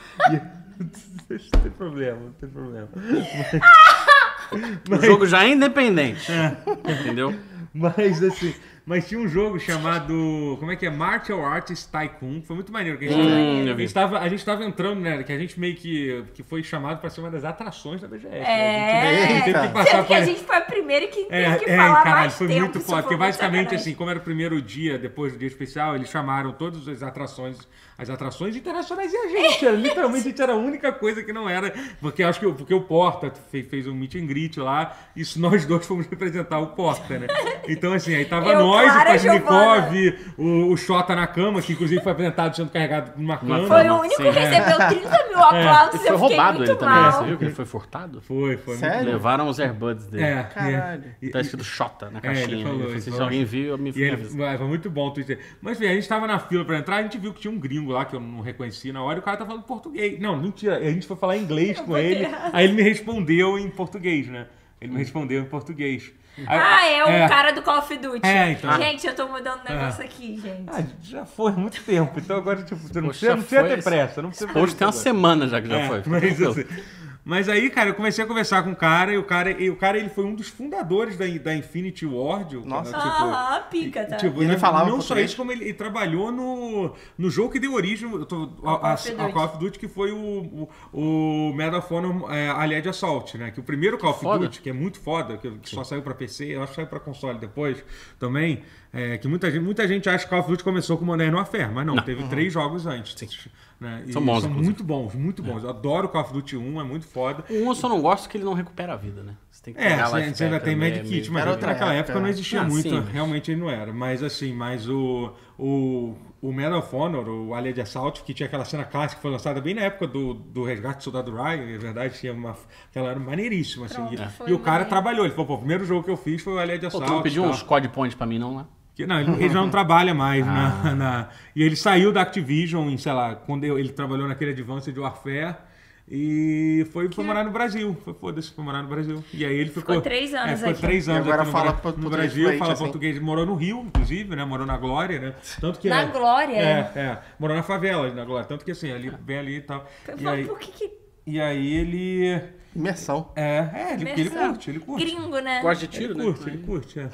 Não tem problema, não tem problema.
O jogo já é independente. Entendeu?
Mas assim, mas tinha um jogo chamado. Como é que é? Martial Arts Tycoon. Foi muito maneiro que a gente,
Hum,
tava-
eu vi.
a gente tava. A gente tava entrando, né? Que a gente meio que, que foi chamado pra ser uma das atrações da BGS.
É,
né? A gente- a gente teve que
Eita.
passar
Sendo que
por-
a gente foi a primeira que teve
É,
que
é,
falar
caralho,
mais
foi
tempo.
muito
isso
foda. Porque
muito
basicamente,
sacanagem.
assim, como era o primeiro dia, depois do dia especial, eles chamaram todas as atrações, as atrações internacionais e a gente. Era, literalmente, a gente era a única coisa que não era. Porque acho que o- porque o Porta fe- fez, um meet and greet lá, e nós dois fomos representar o Porta, né? Então, assim, aí tava
Eu,
nós Góes, o
Clara
Pajnikov, o, o Xota na cama, que inclusive foi apresentado sendo carregado numa cama.
Foi o
Não,
único
sim,
né?
que
é.
recebeu 30
É.
mil aplausos.
Ele foi
eu fiquei
roubado
muito
ele também, né?
mal.
você viu que ele foi furtado?
Foi, foi. muito-
Sério?
Levaram os airbuds dele.
É,
Caralho.
e- e-
Tá escrito Xota na
É, ele
caixinha. Ele
falou,
falou
ele
assim, se
falou.
alguém viu, me
E ele
avisa.
vai, foi muito bom o Twitter. Mas enfim, a gente tava na fila pra entrar, a gente viu que tinha um gringo lá que eu não reconheci na hora e o cara tava falando português. Não, mentira, a gente foi falar
É
inglês com ele, aí ele me respondeu em português, né? Ele me respondeu em português. Aí-
Ah, é o cara do Call of Duty.
É, então.
Gente, eu tô mudando o negócio aqui, gente.
Ah, já foi há muito tempo, então agora tipo, você não
Poxa,
precisa, não precisa
foi
ter
esse-
pressa. Não precisa
Hoje tem uma semana já que já
É,
foi. fica
Mas,
tranquilo.
assim, mas aí, cara, eu comecei a conversar com o cara e o cara, e o cara ele foi um dos fundadores da, da Infinity Ward. o-
Nossa.
tipo,
Aham, pica, tá?
Tipo,
E ele
não,
falava
não só
português?
isso, como ele, ele trabalhou no, no jogo que deu origem eu tô- a, a-
Call of
a
Duty.
Call of Duty, que foi o, o, o Medal of Honor é, Allied Assault, né? Que o primeiro Call of
Foda.
Duty, que é muito foda, que, que só saiu pra PC, eu acho que saiu pra console depois também, é, que muita gente, muita gente acha que Call of Duty começou com Modern Warfare, mas não, teve três jogos antes. né? E
São bons, inclusive.
muito bons, muito bons. Eu adoro Call of Duty 1, é muito foda.
Um eu só não gosto que ele não recupera a vida, né? Você tem que
É,
pegar
você,
lá de
você ainda
perto,
tem
né?
Mad
É
Kit,
meio-
mas
Era
naquela
outra época,
época não
né?
existia
Ah,
muito,
sim, mas-
realmente ele não era. Mas assim, mas o, o, o Medal of Honor, o Alien Assault, que tinha aquela cena clássica que foi lançada bem na época do, do Resgate do Soldado Ryan, é verdade, tinha uma, aquela era maneiríssima. Assim,
Pronto,
e,
foi
e o cara
maneiro.
trabalhou, ele falou, pô, o primeiro jogo que eu fiz foi o Alien
Pô,
Assault.
tu não pediu
tal.
uns code points pra mim, não, né? lá?
Que, não, ele, ele já não trabalha mais
Ah.
na, na- E ele saiu da Activision, em, sei lá, quando eu- ele trabalhou naquele Advanced Warfare. E foi, foi morar no Brasil. Foi, foda-se, foi morar no Brasil. E aí ele ficou.
Ficou três anos
é, ficou
aqui.
três
E
anos
agora
aqui no,
fala
Bra-
po-
no
português
Brasil,
fluente,
fala
assim.
português. Morou no Rio, inclusive, né? Morou na Glória, né? Tanto que
Na
é-
Glória?
É, é. Morou na favela, na Glória. Tanto que assim, ali, bem ali e tal.
Eu
E
falo,
aí,
por que que...
e aí ele.
Imersão.
É, é ele, porque ele
Versão.
curte, ele curte.
Gringo, né?
Gosta de
Ele
tiro, né?
curte, ele curte, é.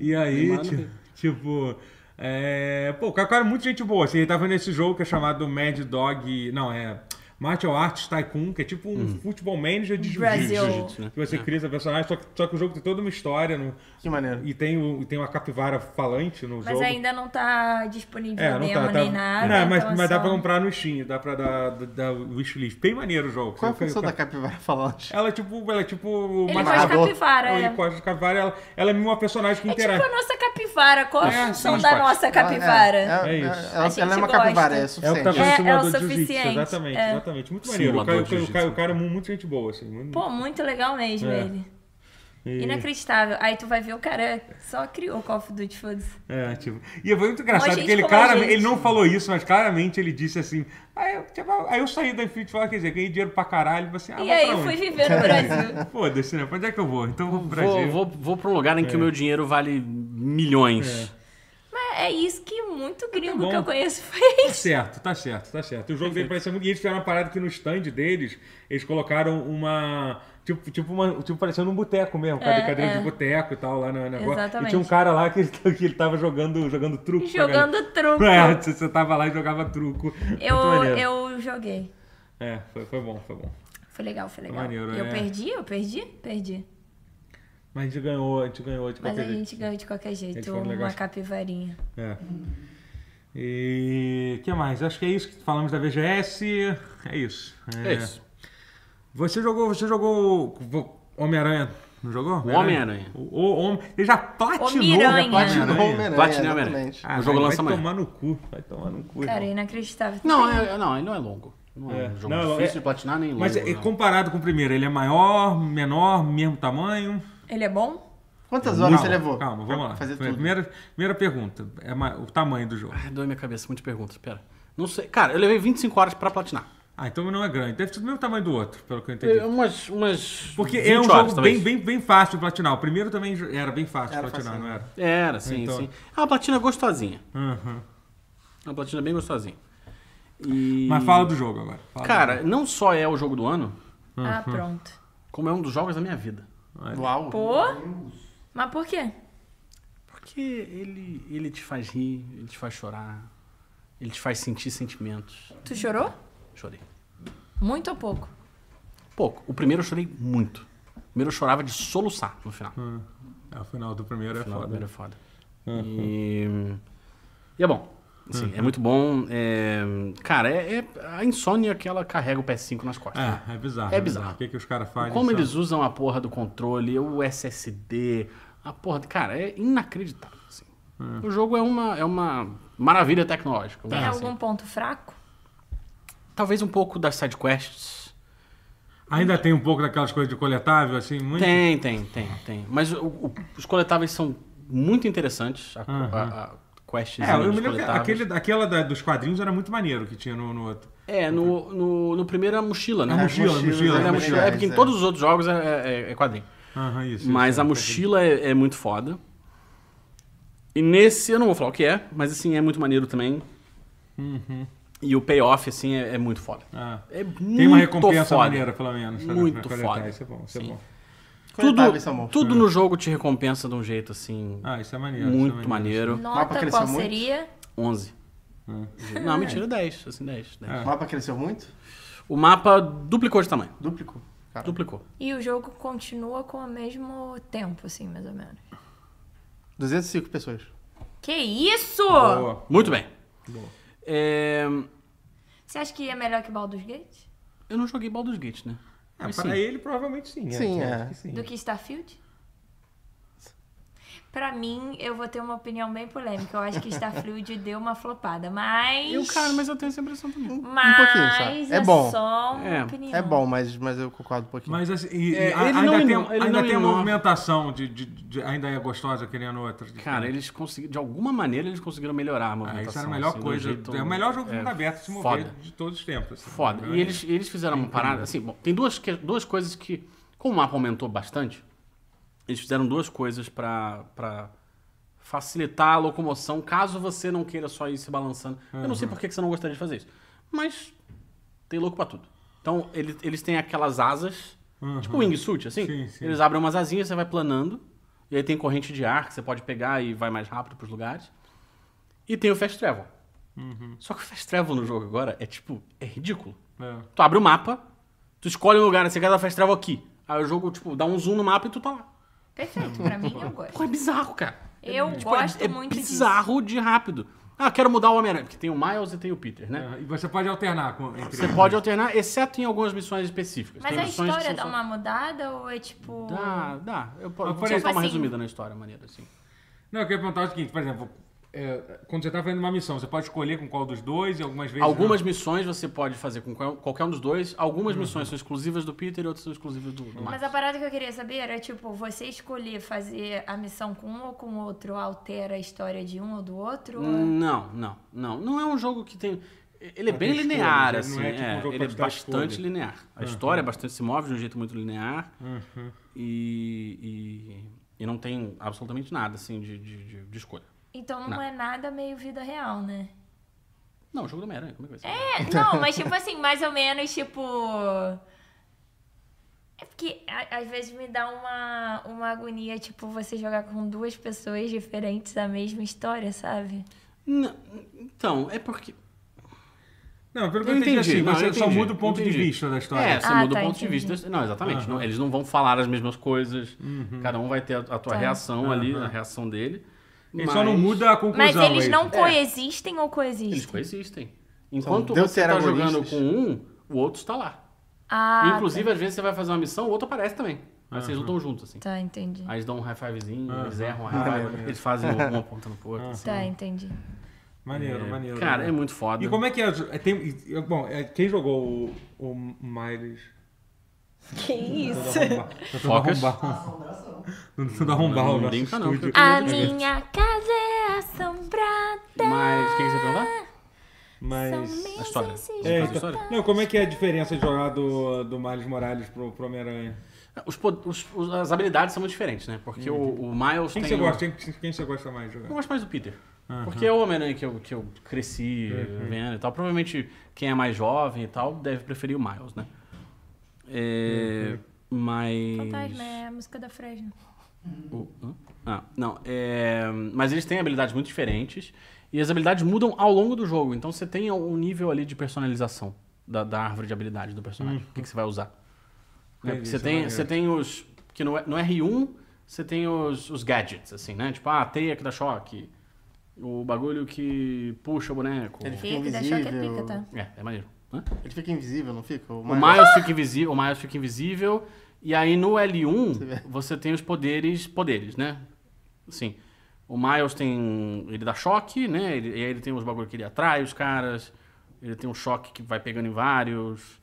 E aí,
Neymar
ti-
não
tipo, é, pô, o cara é muito gente boa. Assim, ele tava nesse jogo que é chamado Mad Dog. Não, é. Martial Arts Tycoon, que é tipo um
Hum.
futebol manager de
Brasil.
jiu-jitsu.
Jiu-jitsu, né?
Que você cria essa personagem, só que, só que o jogo tem toda uma história no-
Que maneiro.
e tem, o, e tem uma capivara falante no
Mas
jogo.
ainda não tá disponível
É, não
mesmo,
tá, tá-
nem nada.
Não, mas,
então é
mas dá
só-
pra comprar no Steam, dá pra dar, dar wishlist. Bem maneiro o jogo.
Qual é a
Você-
função
cara-
da capivara falante?
Ela é tipo. Ela é tipo.
Ele
uma-
gosta de
Matador.
capivara,
Ele
é.
gosta de capivara. Ela, ela é uma personagem que
É tipo
interage.
a nossa capivara. Qual a
É,
função
sim.
da nossa capivara?
Ela,
É
é, é,
isso.
ela-
A
ela,
gente
é uma
gosta.
capivara, é
É o que
suficiente.
tá
É,
fazendo
é o
simulador de jiu-jitsu,
suficiente,
exatamente,
é.
exatamente. Muito maneiro. O
Simulador
cara,
de
o cara- o cara,
jiu-jitsu.
o cara é mu- muito gente boa, assim. Muito,
Pô, muito legal mesmo
É.
ele.
e,
Inacreditável. Aí tu vai ver o cara só criou o Call of Duty, foda-se.
é, tipo, e foi muito engraçado,
Uma
porque
gente
ele,
como a
claramente-
gente.
ele não falou isso, mas claramente ele disse assim, aí eu, tipo, aí eu saí da Infinity War, quer dizer, ganhei dinheiro pra caralho, falei assim, ah,
e
vou
aí
pra
eu fui
onde?
viver no Brasil.
Foda-se, né? Pra onde é que eu vou? Então eu vou pro
Vou,
Brasil.
vou, vou pra um lugar
É.
em que o meu dinheiro vale milhões.
Mas é isso que muito gringo
tá bom.
que eu conheço fez.
Tá certo, tá certo, tá certo. E o jogo dele parecia muito. E eles fizeram uma parada que no stand deles, eles colocaram uma. Tipo, tipo, uma, tipo parecendo um boteco mesmo,
É,
cadeira, cadeira
é.
de boteco e tal, lá na na-
Exatamente.
E tinha um cara lá que, que ele tava jogando, jogando truco. pra
Jogando
galera.
truco.
É, você- você tava lá e jogava truco.
Eu,
Muito maneiro.
eu joguei.
É, foi, foi bom, foi bom.
Foi legal, foi legal.
Maneiro,
eu
é.
perdi, eu perdi, perdi.
Mas a gente ganhou, a gente ganhou de
Mas
qualquer
a
jeito.
gente ganhou de qualquer
Eles
jeito
foram
uma
legais.
capivarinha.
É. E o que mais? Acho que é isso que falamos da VGS. É isso.
É isso.
Você jogou, você jogou vo- Homem-Aranha, não jogou?
O Homem-Aranha.
O, o homem, ele já platinou,
Homem-Aranha.
já
Não,
platinou.
Homem-Aranha,
Platinum
um né? exatamente.
Ah,
O jogo
vai,
lança
vai
amanhã.
tomar no cu, vai tomar no cu.
Cara, é
irmão.
inacreditável.
Não,
Tem-
é, não, ele não é longo. Não é,
É.
um jogo
Não,
difícil
é-
de platinar nem longo.
Mas é,
não.
comparado com o primeiro, ele é maior, menor, mesmo tamanho?
Ele é bom?
Quantas horas você
Calma,
levou?
Calma,
pra
vamos lá.
Fazer tudo.
primeira, primeira pergunta, é ma- o tamanho do jogo.
Ah, Doeu minha cabeça, muitas perguntas, pera. Não sei. Cara, eu levei 25 horas pra platinar.
Ah, então não é grande. Deve ser do mesmo tamanho do outro, pelo que eu entendi.
É, Umas, umas.
Porque
20
é um
horas,
jogo
talvez.
bem, bem, bem fácil de platinar. O primeiro também era bem fácil
Era né?
de platinar,
facinho.
não era?
Era, sim,
Então.
sim. É uma platina gostosinha.
Aham.
É uma platina bem gostosinha. E.
Mas fala do jogo agora. Fala
Cara, não só é o jogo do ano,
Ah,
Uhum.
pronto.
como é um dos jogos da minha vida.
Uau.
Pô? Mas por quê?
Porque ele, ele te faz rir, ele te faz chorar, ele te faz sentir sentimentos.
Tu chorou?
Chorei.
Muito ou pouco?
Pouco. O primeiro eu chorei muito. O primeiro eu chorava de soluçar no final.
do- É, o final do primeiro é
final do
foda.
primeiro é foda. E... e é bom. Assim, É muito bom. é, Cara, é, é- a insônia que ela carrega o PS5 nas costas. né?
É, é bizarro.
É
né?
bizarro.
O que, que os caras fazem?
Como
sabe?
eles usam a porra do controle, o SSD, a porra. de- Cara, é inacreditável. assim. O jogo é uma, é uma maravilha tecnológica.
Tem
Ah,
vamos dizer
algum
assim.
ponto fraco?
Talvez um pouco das sidequests.
Ainda tem um pouco daquelas coisas de coletável, assim, muito.
Tem, tem, tem, tem. Mas o- o- os coletáveis são muito interessantes. A,
Aham.
a, a questzinha
É, eu
dos
me lembro que
coletáveis.
aquele, aquela da- dos quadrinhos era muito maneiro que tinha no, no outro.
É, no, no, no primeiro é a mochila, né?
A mochila,
mochilas,
mochila,
né?
É,
mochila.
a mochila. É porque em
É.
todos os outros jogos é, é- é quadrinho.
Aham, isso.
Mas
isso. um
a mochila é, é muito foda. E nesse, eu não vou falar o que é, mas assim, é muito maneiro também.
Uhum,
E o payoff, assim, é, é muito foda.
Ah.
É muito
Tem uma recompensa
foda.
maneira, pelo menos. pra-
Muito
pra coletar.
foda.
Isso é bom, isso
Sim.
é bom.
Coletáveis são
Tudo,
bons.
tudo no jogo te recompensa de um jeito, assim,
Ah, isso é maneiro. isso é
muito maneiro.
mapa
Nota
cresceu
qual
muito?
seria?
11.
Ah.
Não, mentira, 10. Assim, 10. 10.
O mapa cresceu muito?
O mapa duplicou de tamanho.
Duplicou. Cara,
Duplicou.
E o jogo continua com o mesmo tempo, assim, mais ou menos.
205 pessoas.
Que isso?
Boa.
Muito bem.
Boa.
É,
Você acha que é melhor que Baldur's Gate?
Eu não joguei Baldur's Gate, né?
Ah,
Mas
para
sim.
ele, provavelmente sim.
Sim,
eu
é.
acho que sim.
Do que Starfield? Pra mim, eu vou ter uma opinião bem polêmica. Eu acho que Starfield deu uma flopada, mas...
Eu, cara, mas eu tenho essa impressão também.
Hum.
Mas
pouquinho só. É
é
bom.
só uma
É,
opinião.
É bom, mas, mas eu concordo um pouquinho.
Mas assim, e-
É,
e a-
ele
ainda
não
tem, um,
ino- ele
ainda
não
tem uma
inova.
movimentação de, de- de- ainda é gostosa que nem a outra.
Cara, eles conseguiram. De alguma maneira eles conseguiram melhorar a
Ah,
movimentação.
isso era a melhor
assim, do
coisa.
jeito-
é o melhor jogo de
é,
mundo aberto se mover
Foda.
de todos os tempos. assim.
Foda.
Eu-
E eles, eles fizeram uma parada. Assim, bom, tem duas, que- duas coisas que. Como o mapa aumentou bastante, eles fizeram duas coisas pra. pra facilitar a locomoção caso você não queira só ir se balançando. Eu
Uhum.
não sei por que que você não gostaria de fazer isso. Mas tem louco pra tudo. Então, ele- eles têm aquelas asas, tipo
Uhum.
wingsuit, assim.
Sim, sim.
Eles abrem umas asinhas, você vai planando. E aí tem corrente de ar que você pode pegar e vai mais rápido pros lugares. E tem o Fast Travel.
Uhum.
Só que o Fast Travel no jogo agora é tipo, é ridículo.
É.
Tu abre o mapa, tu escolhe um lugar, você quer dar Fast Travel aqui. Aí o jogo, tipo, dá um zoom no mapa e tu tá lá.
Perfeito, pra mim, eu gosto.
Pô, é bizarro, cara.
Eu
É-
gosto
é
muito disso.
bizarro de rápido. Ah, quero mudar o Homem-Aranha, porque tem o Miles e tem o Peter, né?
É, E você pode alternar com, entre
Você pode alternar, exceto em algumas missões específicas.
Mas a
Tem missões que
história
são
dá
só-
uma mudada ou é tipo...
Dá, dá. Eu posso
Mas, por
dar
exemplo,
uma
assim-
resumida na história, maneira, assim.
Não, eu queria perguntar o seguinte, por exemplo, é, quando você está fazendo uma missão, você pode escolher com qual dos dois e algumas vezes.
Algumas missões você pode fazer com qual- qualquer um dos dois.
Uhum.
Algumas missões são exclusivas do Peter e outras são exclusivas do, do Miles.
Mas a parada que eu queria saber era, tipo, você escolher fazer a missão com um ou com o outro altera a história de um ou do outro?
Não, não, não. Não é um jogo que tem. Ele é
Não
bem
tem
linear,
escolhas,
assim.
ele não é tipo um
é,
jogo
ele é
pra te dar Uhum.
bastante
escolha.
linear. A história bastante se move de um jeito muito linear.
Uhum.
E, e, e não tem absolutamente nada, assim, de, de, de- de escolha.
Então não,
Não.
é nada meio vida real, né?
Não, o jogo do Homem-Aranha, como é que vai
É,
ser?
não, mas tipo assim, mais ou menos, tipo... É porque a- às vezes me dá uma, uma agonia, tipo, você jogar com duas pessoas diferentes a mesma história, sabe?
Não, então, é porque.
Não, pelo que eu
Eu
entendi,
entendi,
assim,
não,
você
eu
só
entendi,
muda o ponto de
entendi.
vista da história. Ah.
É, você
Ah,
muda
tá,
o ponto de
entendi.
vista. Não, exatamente. não, eles não vão falar as mesmas coisas.
Uhum.
Cada um vai ter a, a tua
Tá.
reação ali, a reação dele.
Ele só não
mas-
muda a
Mas
conclusão.
eles
é
não
isso.
coexistem ou
Eles
coexistem?
coexistem. Enquanto
São
você tá jogando
deuteragonistas.
com um, o outro está lá.
Ah,
Inclusive, às vezes você vai fazer uma missão, o outro aparece também. Aí vocês lutam juntos, assim.
tá, entendi.
Aí eles dão um high fivezinho, eles
Ah,
erram um high five, eles fazem uma apontando pro outro. assim.
Tá, entendi.
Maneiro,
É,
Ah, maneiro.
Cara, é
maneiro.
muito foda.
E como é que é. é, tem- e- bom, é, quem jogou o, o Miles?
Que isso?
Focas.
um Tudo arrombar o
Não
nosso
brinca não,
estúdio.
porque- é
A minha casa é assombrada.
Mas o que que você ia perguntar?
Mas.
São
A história.
meses
É,
Essa
então-
história?
não, como é que é a diferença de jogar do, do Miles Morales pro, pro Homem-Aranha?
Os po- os- os- as habilidades são muito diferentes, né? Porque o, o Miles
Quem que
tem...
você
um-
gosta? Quem, quem você gosta mais de
Eu
jogar?
gosto mais do Peter. Porque é o Homem-Aranha que eu, que eu cresci vendo e tal. Provavelmente quem é mais jovem e tal deve preferir o Miles, né? É,
Fantasma,
Mas.
é a música da Fresno.
o- hã? Ah, não. é, Mas eles têm habilidades muito diferentes. E as habilidades mudam ao longo do jogo. Então você tem um nível ali de personalização da, da árvore de habilidades do personagem. O que, que você vai usar? Né?
Uhum. Entendi,
Porque
isso
você
é
tem,
maneiro.
você tem os. Que é, no, no R1 você tem os, os gadgets, assim, né? Tipo, ah, a teia que dá choque. O bagulho que puxa o boneco.
Ele fica
Fica, da choque é
invisível.
pica, tá?
É, é maneiro. né?
Ele fica invisível, não fica?
O Miles fica invisível, o Miles fica invisível. um E aí no L1 você tem os poderes, poderes, né? Sim. O Miles tem. um, Ele dá choque, né? Ele, e aí ele tem os bagulho que ele atrai os caras. Ele tem um choque que vai pegando em vários.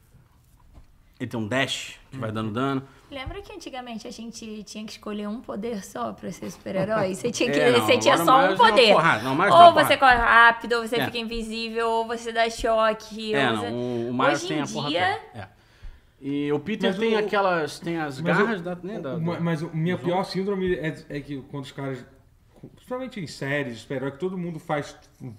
Ele tem um dash que vai dando dano.
Lembra que antigamente a gente tinha que escolher um poder só pra ser super-herói? Você tinha, que,
É, não,
você tinha
agora
só
mais
um
é uma
poder.
porrada, não, mais é
ou
uma
você corre rápido, ou você
É.
fica invisível, ou você dá choque.
É,
ou você...
não, o, o Miles
Hoje
tem
em
a porra
dia-
toda. É. E o Peter
Mas
tem
o-
aquelas. Tem as
Mas
garras
eu-
da, né, da-
o- ma-
da-
Mas a minha
do-
pior síndrome é, é que quando os caras. Principalmente em séries, espero que todo mundo faz,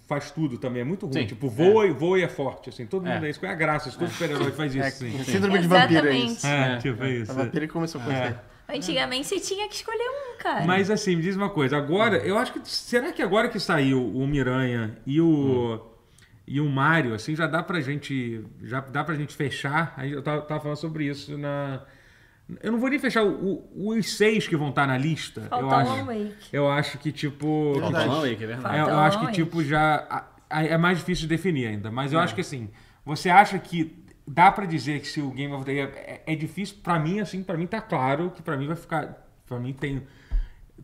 faz tudo também. É muito ruim.
Sim.
Tipo, voa e voa e é forte. Assim, todo
É.
mundo é isso. Qual é a graça? Todo super-herói faz isso. assim.
Síndrome de
Exatamente.
vampiro, é isso.
É, tipo, é isso.
A vampira que começou com
É.
isso aí.
Antigamente você tinha que escolher um, cara.
Mas assim, me diz uma coisa. Agora, eu acho que. Será que agora que saiu o Miranha e o. E o Mario, assim, já dá pra gente. Já dá pra gente fechar. Aí eu tava, tava falando sobre isso na. Eu não vou nem fechar o- o- os seis que vão estar na lista.
Falta
eu
um o
acho.
Alan Wake.
Eu acho que, tipo.
Falta o Alan Wake, é verdade.
É, eu
Então,
acho que,
é.
tipo, já. a- a- É mais difícil de definir ainda. Mas eu
É.
acho que, assim. Você acha que dá pra dizer que se o Game of the Year. É, é difícil. Pra mim, assim, pra mim tá claro que pra mim vai ficar. Pra mim tem.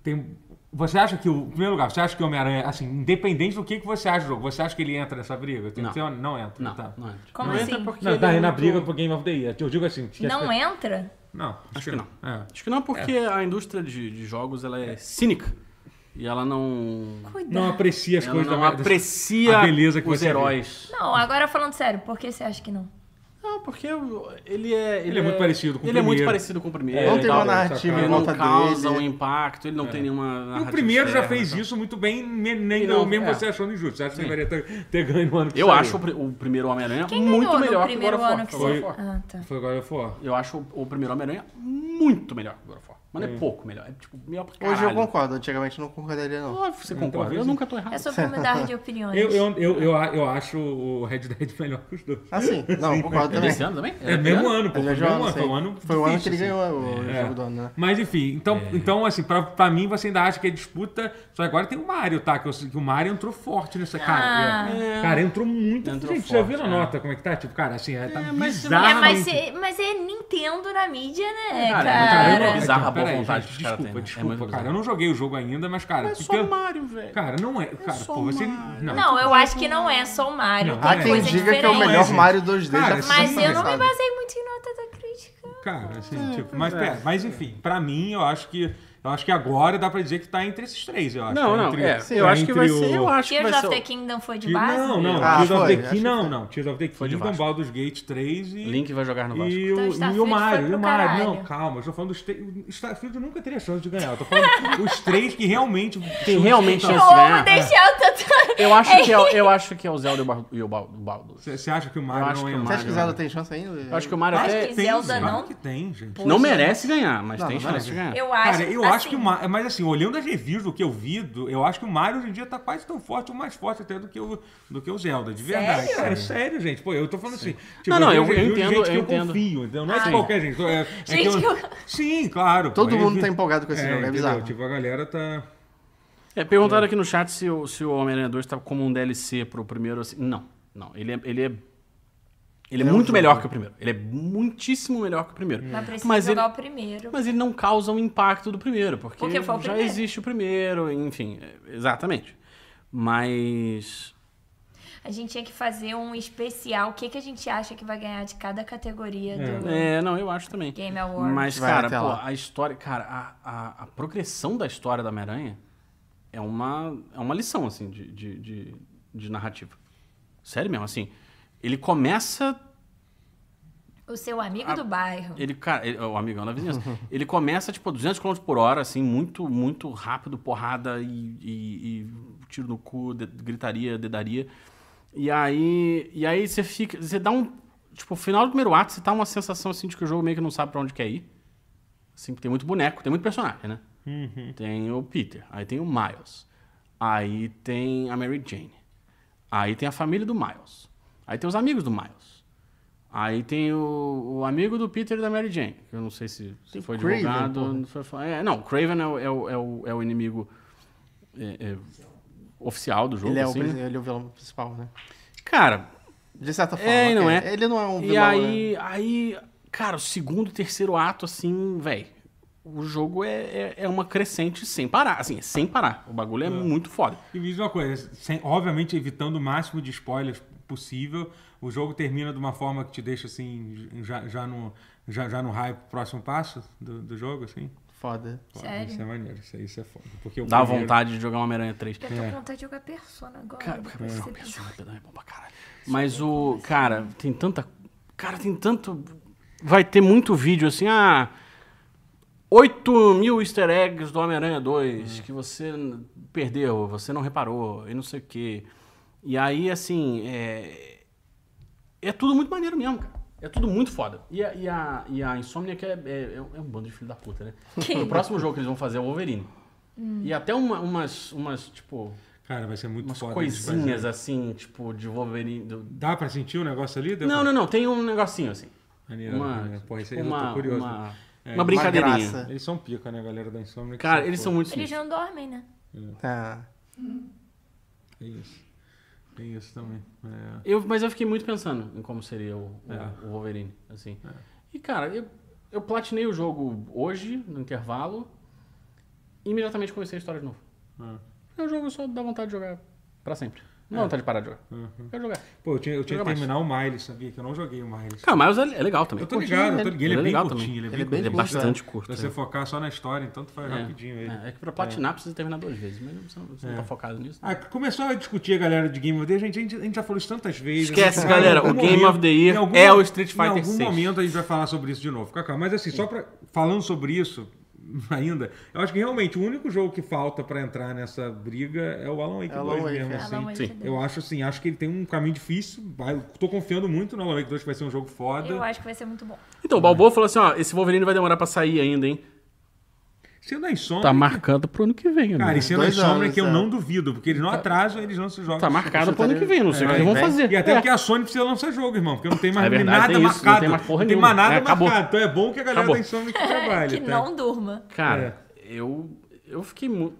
tem você acha que o. Em primeiro lugar, você acha que o Homem-Aranha, assim, independente do que, que você acha do jogo, você acha que ele entra nessa briga? Tem
Não.
que ter- não entra.
Não,
tá.
não entra.
Como
não entra
assim?
porque.
Não,
ele
tá
é
aí na
muito-
briga pro Game of the Year. Eu digo assim. que as
Não
pessoas-
entra?
Não,
Acho que não.
É.
Acho que não, porque a indústria de, de jogos ela é cínica. E ela não.
Cuidado.
Não aprecia as
Ela
coisas
não
da- das-
aprecia
a beleza que
os
você vê.
heróis.
Não, agora falando sério, por que você acha que não?
Não, porque ele é. Ele,
é muito parecido com o
Ele é muito
primeiro.
parecido com o primeiro.
É,
Não
e
tem
tal.
uma narrativa
Ele
em
Ele não
volta
causa um
dele.
impacto, ele não tem nenhuma
E o
narrativa
primeiro já
externa,
fez
tal.
isso muito bem, me- nem
E não,
mesmo
é.
você achando injusto. Você acha que
então. Sim.
deveria ter, ter ganho no ano que
Eu
saiu.
acho o, pri- o primeiro Homem-Aranha
Quem
muito
ganhou
melhor
no
que o
primeiro
God of War.
ano que
God of
você...
War.
Ah, tá.
Foi agora eu for.
Eu acho o, o primeiro Homem-Aranha muito melhor que o God of War. Mas não é pouco melhor, é tipo melhor pra caralho.
Hoje eu concordo, antigamente eu não concordaria, não.
Óbvio que você concorda,
talvez-
eu nunca tô errado.
É sobre mudar de opiniões.
Eu, eu, eu, eu, a- eu acho o Red Dead melhor que os dois.
Assim, não, eu concordo
É
também.
desse ano também?
É, mesmo
ano?
ano, pô. Foi
Ele é
o mesmo
João,
ano.
sei.
Foi um ano
Foi o ano que ele
difícil, assim.
ganhou o
É.
jogo do ano, né?
Mas enfim, então,
É.
então assim, pra, pra mim você ainda acha que é disputa. Só agora tem o Mario, tá? Que, eu- que o Mario entrou forte nessa cara.
Ah.
É. Cara, entrou muito.
Entrou
gente, você
forte,
viu a
é.
nota como é que tá? Tipo, cara, assim, é, tá
mas-
bizarro. né?
É, mas, é- mas é Nintendo na mídia, né,
Cara,
cara?
é
Cara, eu
muito Cara,
não...
bizarra a
então, Peraí,
boa vontade
gente,
que os
Desculpa,
caras têm, né? É muito
desculpa,
bizarro.
cara. Eu não joguei o jogo ainda, mas, cara...
É só
pelo-
Mario, velho.
Cara, não é... Cara,
só
pô, você...
Mario.
Não,
Não, eu acho que não é só o Mario.
Não,
Há
tem
é.
quem
coisa
diga que é o
diferente.
melhor
gente.
Mario 2D
Cara,
já
Mas
foi
eu não me
lançado.
basei muito em nota da crítica.
Cara, assim,
Hum,
tipo... Mas,
é.
pera, mas enfim, pra mim, eu acho que... Eu acho que agora dá pra dizer que tá entre esses três, eu acho.
Não,
Tá
não,
entre-
é.
tá
eu acho que vai
entre
ser. Eu
o-
acho que
Tears
vai
of
ser.
the
o-
Kingdom foi de base?
Não, não.
Ah,
Tears of
foi,
the
acho que
King, não,
foi.
não. Tears of the
Foi de
Kingdom,
Vasco.
Baldur's Gate 3 e...
Link vai jogar no Vasco.
E o,
Então,
e o
Starfield
Mario,
foi
e o
pro
Mario.
caralho.
Não, calma, eu tô falando dos três. O Starfield nunca teria chance de ganhar. Eu tô falando os três que realmente.
Tem realmente
Eu
chance de
amo
ganhar.
deixar o Totoro.
Eu acho, que é, o- eu acho que é o Zelda e o Bar- e o Bal- o Baldur.
Você acha que o
Eu
Mario
acho
não
que
é
o
Você acha que
Mario?
Mario-
o Zelda tem chance ainda?
Eu acho que é o Mario
Acho
até.
que Zelda
claro
não.
que tem, gente.
Não merece ganhar, mas
Não,
tem
não
chance
merece.
de ganhar.
Eu acho,
Cara, eu acho que o
assim,
Mario. Mas assim, olhando as reviews do que eu vi, do- eu acho que o Mario hoje em dia tá quase tão forte, ou mais forte até do que o, do que o Zelda, de verdade.
Sério?
Cara, sério, gente. Pô, eu tô falando assim. tipo,
Não, não,
vi
eu-
as
eu
reviews de
entendo,
gente que
eu entendo.
confio, entendeu? Não é de
Ah.
qualquer gente. é- é
Gente
que eu-
que eu-
Sim, claro. pô,
Todo
eu
mundo
vi-
tá empolgado com esse jogo, é
entendeu?
bizarro.
Tipo, a galera tá.
É, perguntaram aqui no chat se o, se o Homem-Aranha 2 tá como um DLC pro primeiro, assim. Não, não. Ele é. Ele é, ele é
um
muito
jogo.
melhor que o primeiro. Ele é muitíssimo melhor que o primeiro.
Mas precisa
Mas ele,
jogar o primeiro.
mas ele não causa o impacto do primeiro, porque,
Porque foi o
já
primeiro.
existe o primeiro, enfim, é, exatamente. Mas.
A gente tinha que fazer um especial. O que, que a gente acha que vai ganhar de cada categoria do
É, não, eu acho também.
Game Awards?
Mas,
Vai
cara,
até
pô,
lá.
a história. Cara, a, a, a progressão da história da Homem-Aranha é uma, é uma lição, assim, de, de, de, de narrativa. Sério mesmo, assim. Ele começa.
O seu amigo do bairro.
Ele, cara, ele- o amigão da vizinhança. ele começa, tipo, 200 km por hora, assim, muito, muito rápido, porrada e, e- e tiro no cu, de- gritaria, dedaria. E aí. E aí você fica. Você dá um. Tipo, no final do primeiro ato, você dá uma sensação assim de que o jogo meio que não sabe pra onde quer ir. Assim, tem muito boneco, tem muito personagem, né? Tem o Peter, aí tem o Miles, aí tem a Mary Jane, aí tem a família do Miles, aí tem os amigos do Miles, aí tem o, o amigo do Peter e da Mary Jane, que eu não sei se, se
Tem
foi
Craven,
divulgado.
porra.
não foi fa- é, não, Craven é o, é o, é o, é o inimigo é, é, oficial do jogo,
Ele é, o,
assim,
prin-
né?
ele é o vilão principal, né?
Cara,
De certa forma.
É, não é?
Ele não é um
E
vilão, né?
aí, aí, cara, o segundo e terceiro ato, assim, velho. o jogo é, é, é uma crescente sem parar. Assim, é sem parar. O bagulho é, muito foda.
E me diz uma coisa, sem- obviamente evitando o máximo de spoilers possível, o jogo termina de uma forma que te deixa assim, já, já no, já, já no hype pro próximo passo do, do jogo, assim?
Foda.
Pô,
Sério?
Isso é maneiro, isso, é- isso é foda. Porque o
Dá
primeiro-
vontade de jogar uma Homem-Aranha 3.
Eu tô com vontade de jogar Persona agora.
É. Cara,
depois
cara,
desse
não,
episódio.
Persona Pedal é bom pra caralho. é Mas o. Cara, tem tanta. Cara, tem tanto. Vai ter muito vídeo assim, ah. 8 mil easter eggs do Homem-Aranha 2 que você n- perdeu, você não reparou, e não sei o quê. E aí, assim, é. É tudo muito maneiro mesmo, cara. É tudo muito foda. E a, e a, e a Insomniac é, é, é um- é um bando de filho da puta, né? O próximo jogo que eles vão fazer é o Wolverine. E até uma- umas, umas, tipo,
Cara, vai ser muito
umas
foda. de fazer.
coisinhas assim, tipo, de Wolverine. do-
Dá pra sentir o negócio ali? Deu
Não,
pra-
não, não, tem um negocinho assim.
Maneiro,
Uma,
maneiro. Pô, isso aí
tipo,
eu
uma,
tô curioso.
uma,
É,
uma
uma
brincadeirinha.
graça.
Eles são pica, né, galera da Insomniac?
Cara, eles são muito
Eles
sinistros.
não dormem, né?
Ah,
É isso. Tem isso também. É.
Eu, mas eu fiquei muito pensando em como seria o, o-
É.
o Wolverine, assim. E, cara, eu, eu platinei o jogo hoje, no intervalo, e imediatamente comecei a história de novo.
Ah.
É um jogo só dá vontade de jogar pra sempre. Não dá vontade de parar de jogar.
É. Uhum.
Quero jogar.
Pô, eu tinha, eu tinha que
Joga mais.
terminar o Miles, sabia? Que eu não joguei o Miles.
Cara, mas é é legal também.
Eu tô ligado, eu tô ligado. Ele,
Ele é
é bem
legal
curtinho,
também.
ele é né? bem
Ele é bem
curtinho.
Ele é bastante curto.
Se você
é.
focar só na história, então tu faz
É.
rapidinho aí.
É, é que pra platinar precisa terminar duas vezes, mas você não, você não tá focado nisso.
Ah, começou a discutir a galera de Game of the Year, gente, a gente, a gente já falou isso tantas vezes. né?
Esquece,
Em
galera,
algum
o Game of the Year
em
é o Street Fighter
Em algum
6.
momento a gente vai falar sobre isso de novo, Cacá. Mas assim, só pra, falando sobre isso ainda, eu acho que realmente o único jogo que falta pra entrar nessa briga é o Alan Wake
Alan
2
Wake,
mesmo,
é.
assim.
Alan Wake
sim.
2.
Eu acho assim, acho que ele tem um caminho difícil. Vai- eu Tô confiando muito no Alan Wake 2, que vai ser um jogo foda.
Eu acho que vai ser muito bom.
Então, o Balboa falou assim, ó, esse Wolverine vai demorar pra sair ainda, hein?
Sendo a Insomnia...
Tá marcado pro ano que vem,
Cara, e
né?
sendo a
Dois
Insomnia
anos,
que eu
é.
não duvido, porque eles não atrasam, eles lançam jogos.
Tá marcado pro ano que vem, não sei o que
É,
eles vão
vem.
fazer.
E até
É.
porque a Sony precisa lançar jogo, irmão, porque não tem mais
É verdade,
nada
tem isso, não
marcado.
tem mais porra
tem
nenhuma.
mais nada
É, acabou.
marcado. Então é bom que a galera
Acabou.
da Insomnia que trabalha.
É, que
tá?
não durma.
Cara,
É.
eu, eu fiquei muito...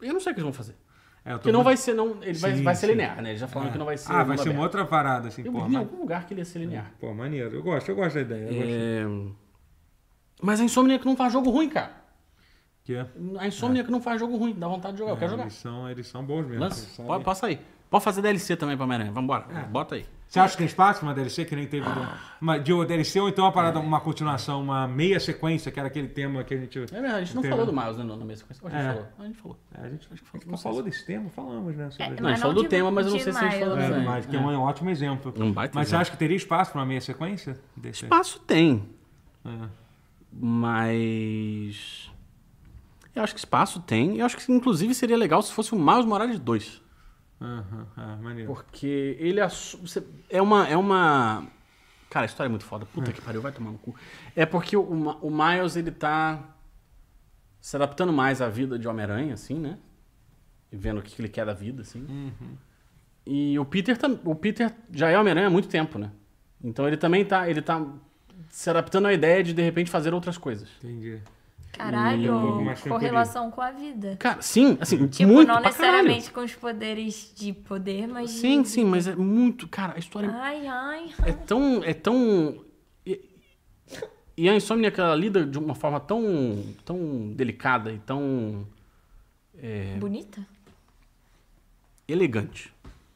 Eu não sei o que eles vão fazer.
É, eu tô
Porque não
muito-
vai ser, não, ele vai,
Sim,
vai ser
sim.
linear, né? Eles já falaram que não vai ser...
Ah, vai
mundo
ser uma
aberto.
outra parada, assim,
Eu
pô.
li em
ma-
algum lugar que ele ia ser linear.
Pô, maneiro. Eu gosto, eu gosto da ideia. Eu gosto.
É, Mas a Insomniac não faz jogo ruim, cara.
Que é. é
A Insomniac não faz jogo ruim, dá vontade de jogar, eu quero jogar.
Eles são, eles são bons mesmo. eles
Lance,
sabem.
pode, passa aí. Pode fazer DLC também pra Homem-Aranha, vambora,
É.
bota aí.
Você acha que tem espaço pra uma DLC que nem teve do- uma, de uma DLC ou então uma
É.
parada, uma continuação, uma meia sequência, que era aquele tema que a gente.
É verdade, a gente não
Entendeu?
falou do Miles né, no- na mesa. A gente
É.
falou. A gente falou.
É, a gente, a gente não falou desse tema, falamos, né? Sobre
É,
Não, a gente
não
falou do
de-
tema, mas eu não
de
sei se a gente falou
Miles,
do
É,
desenho.
mas que é um ótimo exemplo.
Um baita
mas você
exemplo.
acha que teria espaço pra uma meia sequência? desse?
Espaço tem,
É.
mas. Eu acho que espaço tem. Eu acho que inclusive seria legal se fosse o Miles Morales 2.
Aham, ah, maneiro.
Porque ele assu- você- é uma. É uma. Cara, a história é muito foda. Puta que pariu, vai tomar no cu. É porque o, Ma- o Miles, ele tá se adaptando mais à vida de Homem-Aranha, assim, né? E vendo o que que ele quer da vida, assim. E o Peter, tam- o Peter já é Homem-Aranha há muito tempo, né? Então ele também tá, ele tá se adaptando à ideia de, de repente, fazer outras coisas.
Entendi.
Caralho,
Um pouco mais tranquilo.
correlação com a vida.
Cara, sim, assim,
Tipo,
muito
não
pra caralho.
necessariamente um com os poderes de poder, mas. de-
Sim, sim, mas é muito... Cara, a história é
Ai, ai.
É tão. É tão. E, e a insônia que ela lida de uma forma tão. tão delicada e tão é,
Bonita?
elegante.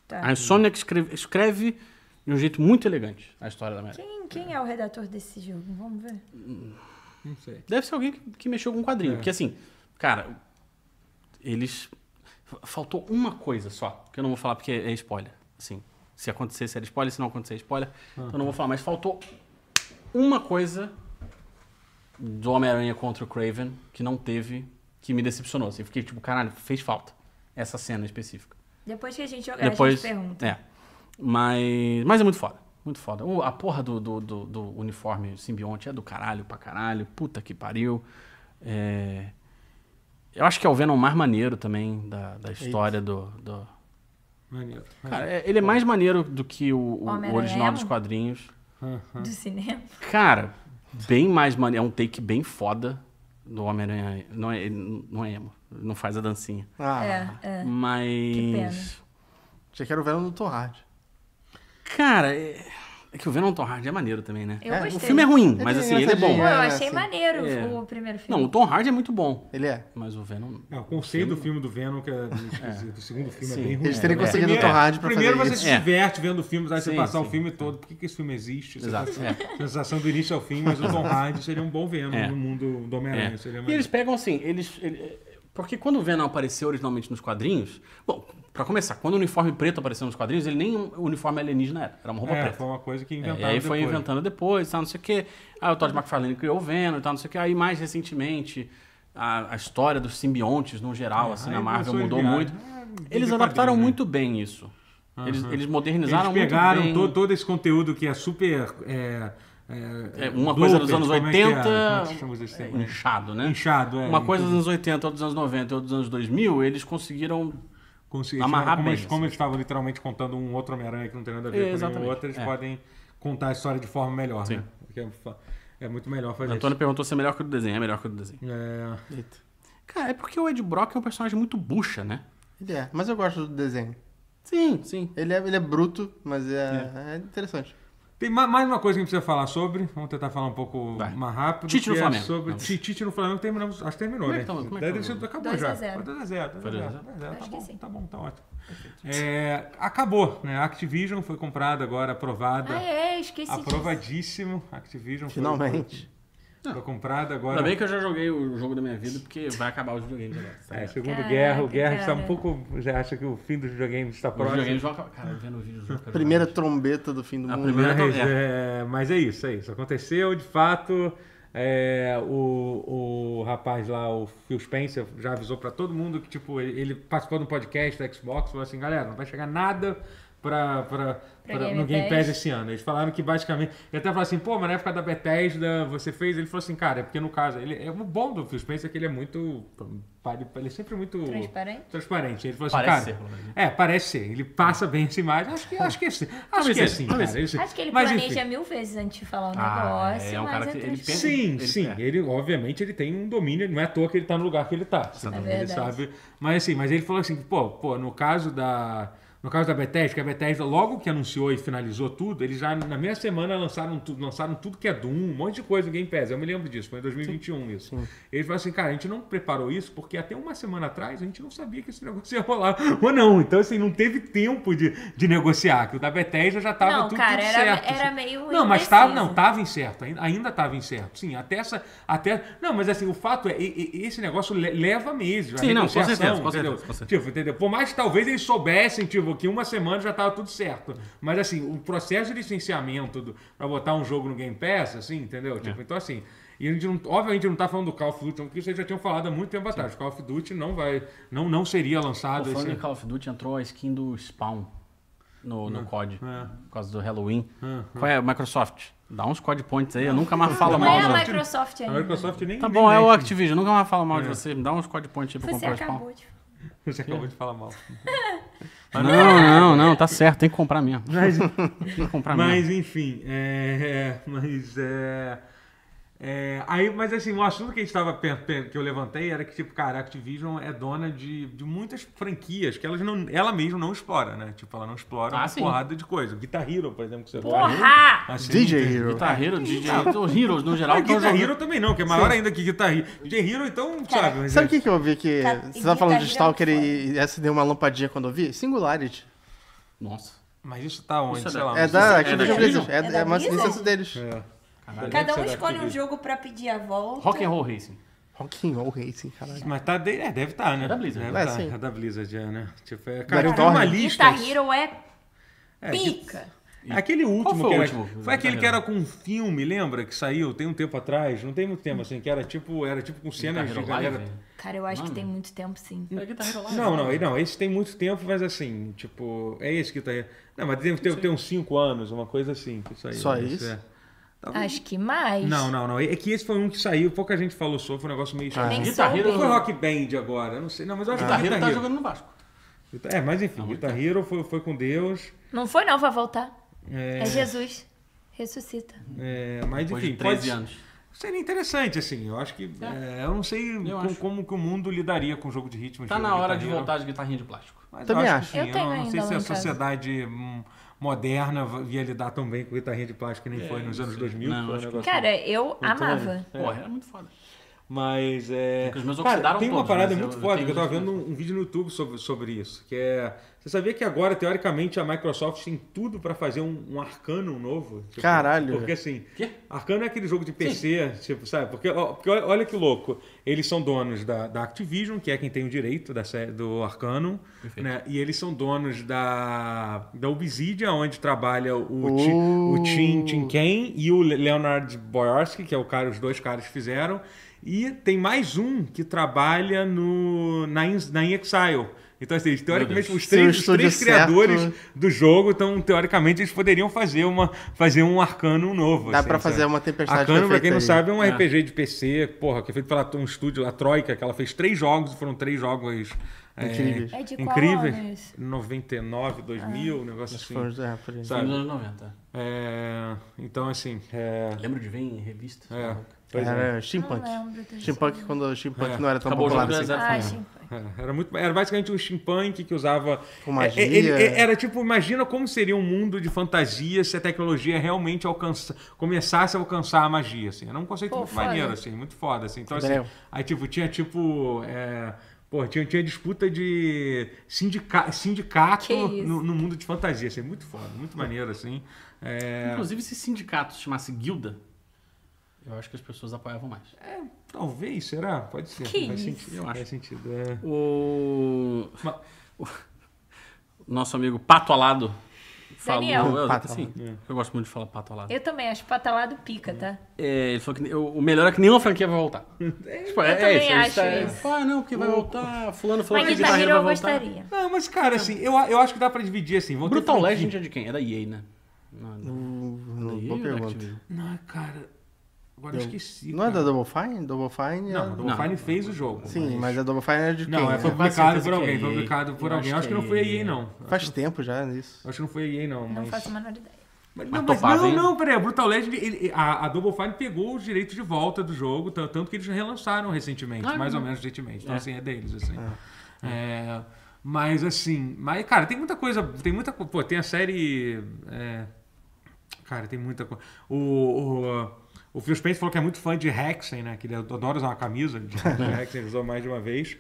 Tá.
A insônia que escreve, escreve de um jeito muito elegante a história da América.
Quem, quem é o redator desse jogo? Vamos ver.
Não sei.
Deve ser alguém que, que mexeu com um quadrinho. Porque assim, cara, eles. f- Faltou uma coisa só, que eu não vou falar porque é spoiler. Assim, se acontecesse era spoiler, se não acontecer é spoiler. Então eu não vou falar, mas faltou uma coisa do Homem-Aranha contra o Craven que não teve, que me decepcionou. Assim, fiquei tipo, caralho, fez falta essa cena específica.
Depois que a gente jogar, a
Depois.
gente pergunta.
É. Mas, mas é muito foda. Muito foda. O- a porra do, do, do- do uniforme simbionte é do caralho pra caralho. Puta que pariu. É, Eu acho que é o Venom mais maneiro também da, da história do, do-
Maneiro.
Cara, é- ele é mais maneiro do que o, o- o
Homem-Aranha? é
original dos quadrinhos.
Aham.
Ah.
Do cinema.
Cara, bem mais maneiro. É um take bem foda do Homem-Aranha. Não é, não é emo. Não faz a dancinha.
ah
É, é.
Mas.
pena.
já quero ver no Torrad.
Cara, é- É que o Venom Tom Hardy é maneiro também, né?
Eu
É, o
gostei.
O filme é ruim, mas
Ele é
assim, ele é bom.
Pô,
engraçadinho.
eu
É,
achei
assim.
maneiro
É.
o primeiro filme.
Não, o Tom Hardy é muito bom.
Ele é.
Mas o Venom.
É, o conceito do filme do Venom, que é esquisito. O segundo filme é
Sim.
bem ruim.
Eles terem
É.
conseguido o
Primeiro-
Tom Hardy pra
Primeiro
fazer
você
isso.
se
É.
diverte vendo o filme, aí você
Sim,
passar o
sim.
filme todo. Por que, que esse filme existe? Você
Exato,
passa Sensação do início ao fim, mas o Tom Hardy seria um bom Venom
É.
no mundo do Homem-Aranha.
É.
seria
E
maneiro.
eles pegam assim, eles. ele- porque quando o Venom apareceu originalmente nos quadrinhos. Bom, pra começar, quando o uniforme preto apareceu nos quadrinhos, ele nem um uniforme alienígena era. Era uma roupa
É,
preta.
foi uma coisa que
É,
inventaram
e aí foi
depois. É.
inventando depois, tal, não sei o quê. Aí o Todd McFarlane criou o Venom e tal, não sei o quê. Aí mais recentemente, a, a história dos simbiontes no geral, assim,
É, aí
na Marvel
começou a
mudou
enviar.
muito.
Ah,
Eles
de
adaptaram
quadrinho, né?
muito bem isso. Eles, eles modernizaram
Eles pegaram
muito bem.
todo, todo esse conteúdo que é super. é, é,
É, uma coisa dos
bloopers,
anos
como é que é?
80,
Como é que chama isso?
é, inchado, né?
Inchado, é.
Uma coisa dos anos 80, ou dos anos 90, ou dos anos 2000, eles conseguiram...
Consegui, né?
amarrar
como,
bem,
eles, como
assim.
eles estavam literalmente contando um outro Homem-Aranha que não tem nada a ver
É,
com nenhum
exatamente,
outro, eles
é.
podem contar a história de forma melhor,
Sim.
né? Porque é, fa- é muito melhor fazer
Antônio perguntou se é melhor que o do desenho. É melhor que o do desenho.
isso. É,
Eita.
Cara, é porque o Ed Brock é um personagem muito bucha, né?
Ele é. Mas eu gosto do desenho.
Sim, sim.
Ele é, ele é bruto, mas é, é interessante.
Tem ma- mais uma coisa que a gente precisa falar sobre. Vamos tentar falar um pouco
Vai.
mais rápido.
Tite no
que é
Flamengo.
Sobre...
Vamos.
Ti- Tite no Flamengo terminamos. Acho que terminou,
Como é
né?
que tá, como é que
Deve
tá?
ter sido- acabou
Dois
já.
a zero.
Foi 2x0. 2x0.
Foi dois
Tá
Acho que
bom,
sim.
tá bom, tá ótimo. É, acabou, né? A Activision foi comprada agora, aprovada.
Ah, é, esqueci disso.
Aprovadíssimo. Activision foi-
Finalmente.
Foi, foi comprada agora.
Ainda bem que eu já joguei o jogo da minha vida, porque vai acabar os videogames agora. tá
É,
ligado?
segundo
Caraca,
Guerra, o Guerra está um
cara.
pouco. Já acha que o fim dos videogames está
Os
próximo.
videogames vão acabar. Cara, vendo o vídeo jogo. cara,
Primeira trombeta do fim do
A
mundo.
primeira-
Mas é, mas é isso, é isso. Aconteceu, de fato. é, o, o rapaz lá, o Phil Spencer, já avisou para todo mundo que, tipo, ele, ele participou de um podcast da Xbox, falou assim, galera, não vai chegar nada pra, pra, pra-
Game
no Game Pass
Pass.
esse ano. Eles falaram que basicamente. Ele até falou assim, pô, mas na época da Bethesda você fez. Ele falou assim, cara, é porque no caso, ele é o bom do Phil Spencer é que ele é muito. Ele é sempre muito.
Transparente?
Transparente. Ele falou assim,
Parece
cara.
ser, pelo menos, né?
É, parece ser. Ele passa bem essa imagem. Acho que, acho que é assim. Acho
Talvez
que é
seja,
assim,
talvez
cara. Ele-
Acho que ele
mas,
planeja
enfim.
mil vezes antes de falar um
Ah,
negócio,
é, é um
mas
cara
é
que ele
transparente.
pensa-
Sim,
Ele-
sim.
é.
Ele, obviamente, ele tem um domínio, não é à toa que ele tá no lugar que ele tá. sabe?
É
ele
verdade.
sabe. Mas assim, mas ele falou assim, pô, pô, no caso da. No caso da Bethesda, que a Bethesda, logo que anunciou e finalizou tudo, eles já na mesma semana lançaram tudo, lançaram tudo que é Doom, um monte de coisa no Game Pass. Eu me lembro disso, foi em 2021 isso. Eles falaram assim, cara, a gente não preparou isso porque até uma semana atrás a gente não sabia que esse negócio ia rolar ou não. Então, assim, não teve tempo de, de negociar, que o da Bethesda já tava
Não,
tudo,
cara,
tudo
era-
certo.
era
assim.
meio
Não, mas tava,
indeciso.
não, Tava incerto, ainda- ainda estava incerto. Sim, até essa. Até, não, mas assim, o fato é, e- e- esse negócio le- leva meses. a
Sim, não, com
negociação,
certeza, com
entendeu?
certeza, com certeza.
Tipo, entendeu? Por mais que talvez eles soubessem, tipo, que uma semana já estava tudo certo. Mas assim, o processo de licenciamento do, pra botar um jogo no Game Pass, assim, entendeu? Tipo,
É.
então assim. E a gente não, obviamente não tá falando do Call of Duty, porque vocês já tinham falado há muito tempo atrás. Call of Duty não vai. Não, não seria
Pô,
lançado esse.
Falando em Call of Duty, entrou a skin do Spawn no, no COD,
é.
por causa do Halloween.
Hum,
Qual é? Microsoft. Dá uns COD points aí, eu nunca mais falo
Não
mal.
é
Não.
a Microsoft
A
ainda.
Microsoft nem.
Tá
nem
bom, é o
mexe.
Activision, nunca mais falo mal
É.
de você. Me dá uns COD points aí pra eu
Você
comprar o Spawn.
acabou de falar.
Você acabou de falar mal.
Não, não, não, tá certo, tem que comprar mesmo. Tem que comprar mesmo.
Mas enfim, é, é, mas é, é, aí, mas assim, o assunto que a gente tava pe- pe- que eu levantei era que tipo, cara, a Activision é dona de, de muitas franquias que elas não, ela mesma não explora, né? Tipo, ela não explora
Ah,
uma
sim.
porrada de coisa. Guitar Hero, por exemplo, que você
Porra!
Assim,
DJ
tem-
Hero.
Guitar Hero, DJ, os Heroes no
Ah,
geral. tão
Guitar
jogando-
Hero também não, que é maior ainda que Guitar Hero. DJ Hero, então, sabe? mas é-
Sabe o que, que eu ouvi que.
Tá-
Você tá falando de
Guitar Hero
Stalker e e essa deu uma lampadinha quando eu vi? Singularity.
Nossa.
Mas isso tá onde?
Isso é
sei
da-
lá.
É
mas-
da
da
Activision
Activision?
Blizzard. É,
É da
é uma
Blizzard?
licença deles.
É.
Cada um
Deve ser da
escolhe um
Activision.
jogo pra pedir a volta.
Rock and Roll Racing.
Rock and Roll Racing, caralho.
Mas tá, de- é, deve estar, né?
É da Blizzard.
Deve
É,
tá,
sim.
é da Blizzard, é, né? Tipo, é, cara, eu
Black
tenho uma
Thorn.
lista.
Guitar Hero é
É,
pica.
Aquele último
foi o
que era, tipo,
último?
Foi aquele que era com um filme, lembra? Que saiu tem um tempo atrás, não tem muito tempo assim, que era tipo, era tipo com
tá
cenas de galera.
Cara, eu acho que tem muito tempo, sim.
É Guitar Hero Live.
Não, não, e não, esse tem muito tempo, mas assim, tipo, é esse que tá aí. Não, mas deve ter, ter uns 5 anos, uma coisa assim que saiu.
Só
né?
isso?
É.
Acho que mais.
Não, não, não. É que esse foi um que saiu, pouca gente falou sobre, foi um negócio meio
Nem
estranho.
Guitar Hero
soube.
Foi Rock Band agora, eu não sei. Não, mas eu acho que
Guitar
foi
Hero
Ah, Guitar
tá
Hero.
jogando no Vasco.
É, mas enfim, Guitar Hero foi, foi com Deus.
Não foi não, vai voltar.
É,
É Jesus. Ressuscita.
é, mas
Depois
enfim,
de 13 anos.
Seria interessante, assim. Eu acho que. é, eu não sei com-
Tá. acho.
como que o mundo lidaria com o jogo de ritmo.
Tá
jogo
na hora
Guitar
de
Hero,
voltar as guitarrinhas de plástico.
mas
Também
eu
acho.
que sim,
Eu
eu
tenho
não sei
ainda
se
lá
a
em casa.
sociedade hum, moderna ia lidar tão bem com guitarrinha de plástico que nem
É,
foi nos
não
anos
sei.
2000.
Não,
foi um
acho que-
negócio-
Cara, eu amava.
É.
Porra, era muito foda.
Mas é.
Porque os meus
Cara,
oxidaram
tem uma
todos,
parada
mas
muito
eu- eu
foda
tenho
que eu tava
os
vendo um, um vídeo no YouTube sobre, sobre isso. Que é. Você sabia que agora, teoricamente, a Microsoft tem tudo pra fazer um, um arcano novo? Tipo,
Caralho.
Porque assim.
Quê?
Arcano é aquele jogo de PC, tipo, sabe? Porque, ó, porque olha- olha que louco. Eles são donos da, da Activision, que é quem tem o direito da série, do Arcano. Né? E eles são donos da, da Obsidian, onde trabalha o, Ti-
Oh.
o Tim, Tim Ken e o Leonard Boyarsky, que é o cara, os dois caras fizeram. E tem mais um que trabalha no, na, In, na In Exile. Então, assim, teoricamente, os
Seu
três, os
estúdio
três criadores
certo.
do jogo, então, teoricamente, eles poderiam fazer, uma, fazer um arcano novo.
Dá
assim,
pra fazer
sabe?
uma tempestade
Arcano, pra quem não
perfeita aí.
sabe, é um
É.
RPG de PC, porra, que é feito pela um estúdio, a Troika, que ela fez três jogos, e foram três jogos é,
Incríveis.
É de qual
incríveis.
ano isso? Ah.
99, 2000, um negócio assim.
Foi uns- é, por aí.
Foi nos
Sabe?
anos 90.
É, então, assim, é...
Lembro de ver em revista.
É,
sabe?
pois é.
Era
Não
steampunk.
lembro desse
Steampunk
nome.
quando o steampunk
É.
não era tão
Acabou o
popular
jogo
assim.
do
Ah,
Exato.
steampunk.
É, Era, muito, era basicamente um steampunk que usava.
Ah.
Com
é,
magia.
é, é, era tipo, imagina como seria um mundo de fantasia se a tecnologia realmente alcança, começasse a alcançar a magia. Assim. Era um conceito
Pô,
muito
foda.
maneiro, assim, muito foda. Assim. Então, assim,
Daniel.
aí tipo, tinha tipo. é, pô, tinha, tinha disputa de sindica- sindicato
Que isso.
no, no mundo de fantasia. Assim, muito foda, muito maneiro, assim. É,
Inclusive, se sindicato se chamasse guilda, eu acho que as pessoas apoiavam mais.
É.
talvez, será? Pode ser.
Que
faz
isso.
sentido.
Eu
faz
acho.
sentido. é.
O...
Ma-
o nosso amigo Pato Alado falou...
Daniel.
Eu,
Pato
assim, eu gosto muito de falar Pato Alado.
Eu também acho patalado pica, tá?
É, ele falou que ne- o melhor é que nenhuma franquia vai voltar.
Hum.
Tipo,
eu também
ele
acho
tá-
isso.
Ah, não, porque vai voltar, fulano falou
Mas é
que
Guitar Hero eu
vai voltar.
gostaria.
Não, mas cara, assim, eu, eu acho que dá pra dividir assim. vão ter
Brutal
franquia.
Legend é de quem? É da EA, né? Não, não.
Hum,
Da
não,
EA
Boa
ou da
pergunta.
Activision?
Não, cara. Agora eu esqueci.
Não é da
cara.
Double Fine? Double Fine é...
Não, a Double
Não.
Fine fez o jogo.
Sim, mas a Double Fine é de quem?
Não, é, foi
né?
Quase
publicado
certeza
por
que é
alguém.
EA.
Foi publicado por
Eu
alguém.
acho
Acho que
que
não foi a
é
EA,
EA.
não.
Faz tempo já nisso.
Acho que não foi a EA, não.
Não
Mas...
faço a menor ideia.
Mas,
Mas
não, mas
topava,
não,
hein?
não, peraí. A Brutal Legend, ele- a, a Double Fine pegou o direito de volta do jogo, tan- tanto que eles relançaram recentemente,
Ah,
mais ou
não.
menos recentemente. Então,
É.
assim, é deles, assim. É, mas, assim, mas, cara, tem muita coisa, tem muita co- Pô, tem a série. é, cara, tem muita coisa. O, o, o Phil Spencer falou que é muito fã de Hexen, né? Que ele adora usar uma camisa de Hexen, ele usou mais de uma vez.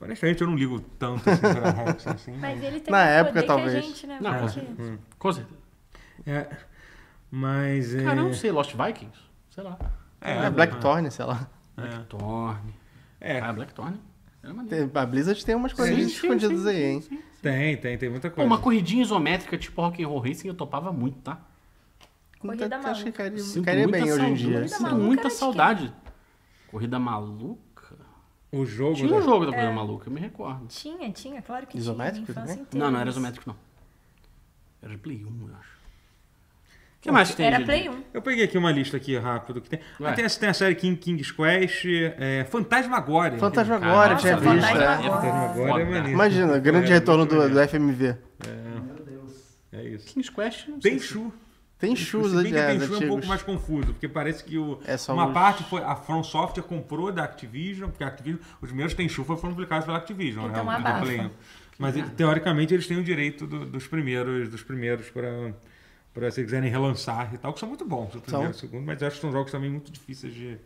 Honestamente, eu não ligo tanto assim, pra Hexen, assim.
Mas ele tem
Na
mais
época,
poder que a
talvez.
gente, né?
Não, com
Porque-
certeza. Com certeza.
É, mas é.
Cara, eu não sei, Lost Vikings? Sei lá.
é,
É, Blackthorn, sei lá.
Blackthorn.
É,
Ah, Blackthorn. Era maneiro.
Tem- A Blizzard tem umas coisinhas
sim,
escondidas
sim,
aí, hein?
tem, tem, tem muita
Pô,
coisa.
uma corridinha isométrica tipo Rock'n'Roll Racing eu topava muito, tá?
Corrida
Então, acho que
maluca.
cairia,
Sinto
cairia
muita
bem hoje em
saudade.
dia.
Corrida
Sinto
maluca
muita
era de
saudade. Corrida maluca?
O jogo.
Tinha
da-
um jogo da
É.
Corrida Maluca, eu me recordo.
Tinha, tinha, claro que
Isométrico
tinha. na infância inteira
Não, não era
isso.
isométrico, não. Era de Play 1, eu acho. O que mais que tem?
Era
de-
Play 1.
Eu peguei aqui uma lista aqui rápido que tem.
Vai.
Ah, tem, essa- tem a série King King's Quest, é, Fantasmagoria.
Fantasmagoria,
Caraca,
tinha
Fantasma-
visto. é.
Fantasma-
Fantasmagoria é
Foda.
maneiro.
Imagina, o grande
É,
retorno
muito
do, do
maneiro.
FMV.
Meu Deus.
É isso.
King's Quest. não sei
Tem
se-
Shu.
Tem shoes
Se bem
ali,
que
é,
tem Shu é um
antigos.
pouco mais confuso, porque parece que o,
É só
uma
os-
parte foi. A From Software comprou da Activision, porque a Activision. Os primeiros Tem Shu foram publicados pela Activision,
Então
né? o- do
abafa.
Play. Mas ele- teoricamente eles têm o direito do- dos primeiros, dos primeiros para. Pra se quiserem relançar e tal, que são muito bons, o primeiro e o segundo, mas acho que são jogos também muito difíceis de,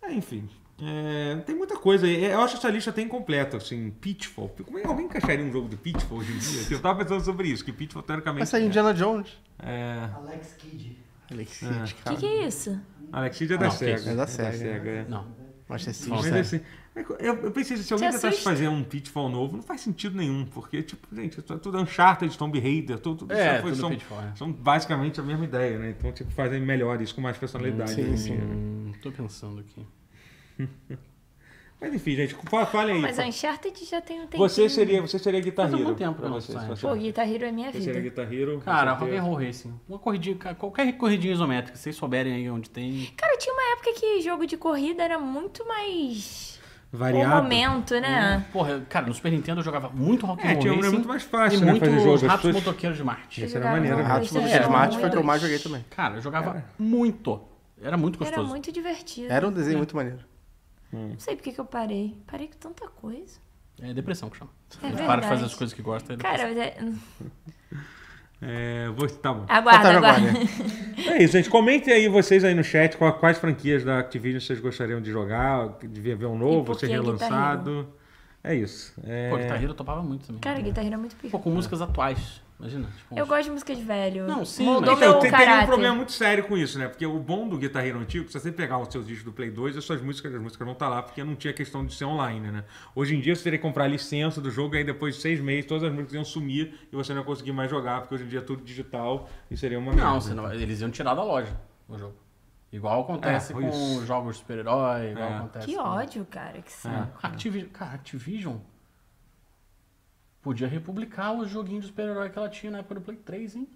É, enfim. É, tem muita coisa aí. Eu acho essa lista até incompleta, assim, Pitfall. Como é que alguém encaixaria um jogo do Pitfall hoje em dia? Eu tava pensando sobre isso, que Pitfall teoricamente. né?
Essa é Indiana Jones.
É,
Alex Kidd.
Alex
O
Ah.
que, que é isso?
Alex Kidd é da
Não,
SEGA.
que
é da SEGA.
é.
Não.
Master
Mas
System.
assim, é que eu, eu pensei, se alguém
Te
tentasse
assusta.
fazer um Pitfall novo, não faz sentido nenhum, porque, tipo, gente, é tudo Uncharted, Tomb Raider, tudo, tudo
É,
isso foi-
tudo
são,
Pitfall, é.
são basicamente a mesma ideia, né? Então, tipo, fazem melhor isso, com mais personalidade.
Sim,
hoje em
sim.
dia, né?
Hum, tô pensando aqui.
Mas enfim, gente, fa- falem aí.
Mas
fa-
Uncharted já tem um tempinho.
você, seria, você seria
Faz algum
guitarreiro.
tempo
pra
que eu não
você,
saio.
Pô, Guitar Hero é minha
Você era
vida.
Guitar Hero? com
Cara,
certeza.
Rock'n'Roll Racing. Uma corridinha, ca- qualquer corridinha isométrica, se vocês souberem aí onde tem.
Cara, tinha uma época que jogo de corrida era muito mais...
variado.
O momento, né?
Porra, eu- cara, no Super Nintendo eu jogava muito
É,
Rock'n'Roll
tinha
Racing.
era muito mais fácil,
e
né,
muito
fazer jogo.
os
As
ratos
pessoas-
motoqueiros de Marte.
Essa era
Jogava
maneira,
no
né?
Ratos do
PlayStation
Smart
um,
foi o que eu
dois.
mais joguei
é-
também.
Cara, eu jogava muito. Era muito
Era
gostoso.
muito divertido.
Era um
É.
desenho muito maneiro.
Não sei por que que eu parei. Parei com tanta coisa.
É depressão que chama.
É
A gente para de
verdade. é-
fazer as coisas que gosta. e depois-
Cara, mas é-
É, vou, tá bom.
Aguarda,
Fantasma
aguarda.
É isso, gente. Comentem aí vocês aí no chat qual- quais franquias da Activision vocês gostariam de jogar, devia ver um
E
novo,
por
ser
que tá Guitar
relançado. É isso. É,
Pô, tá Guitar Hero eu topava muito também.
Cara, guitarra é muito
Pô,
pica.
com Um músicas atuais. Imagina. Tipo,
Eu
uns-
gosto de música de velho.
Não, sim,
Mudou
mas-
Então,
meu
tem, teria um
caráter.
problema muito sério com isso, né? Porque o bom do Guitar Hero antigo, se você pegar os seus discos do Play 2, as suas músicas, as músicas vão estar lá, porque não tinha questão de ser online, né? Hoje em dia você teria que comprar a licença do jogo, e aí depois de seis meses todas as músicas iam sumir e você não ia conseguir mais jogar, porque hoje em dia é tudo digital e seria uma merda.
Não, senão eles iam tirar da loja o jogo. Igual acontece
É,
com
isso.
jogos de super-herói, igual
É.
acontece
Que
com-
ódio, cara.
Ah,
Que saco.
Activision, cara, Activision podia republicar os joguinhos de super-herói que ela tinha na época do Play 3, hein?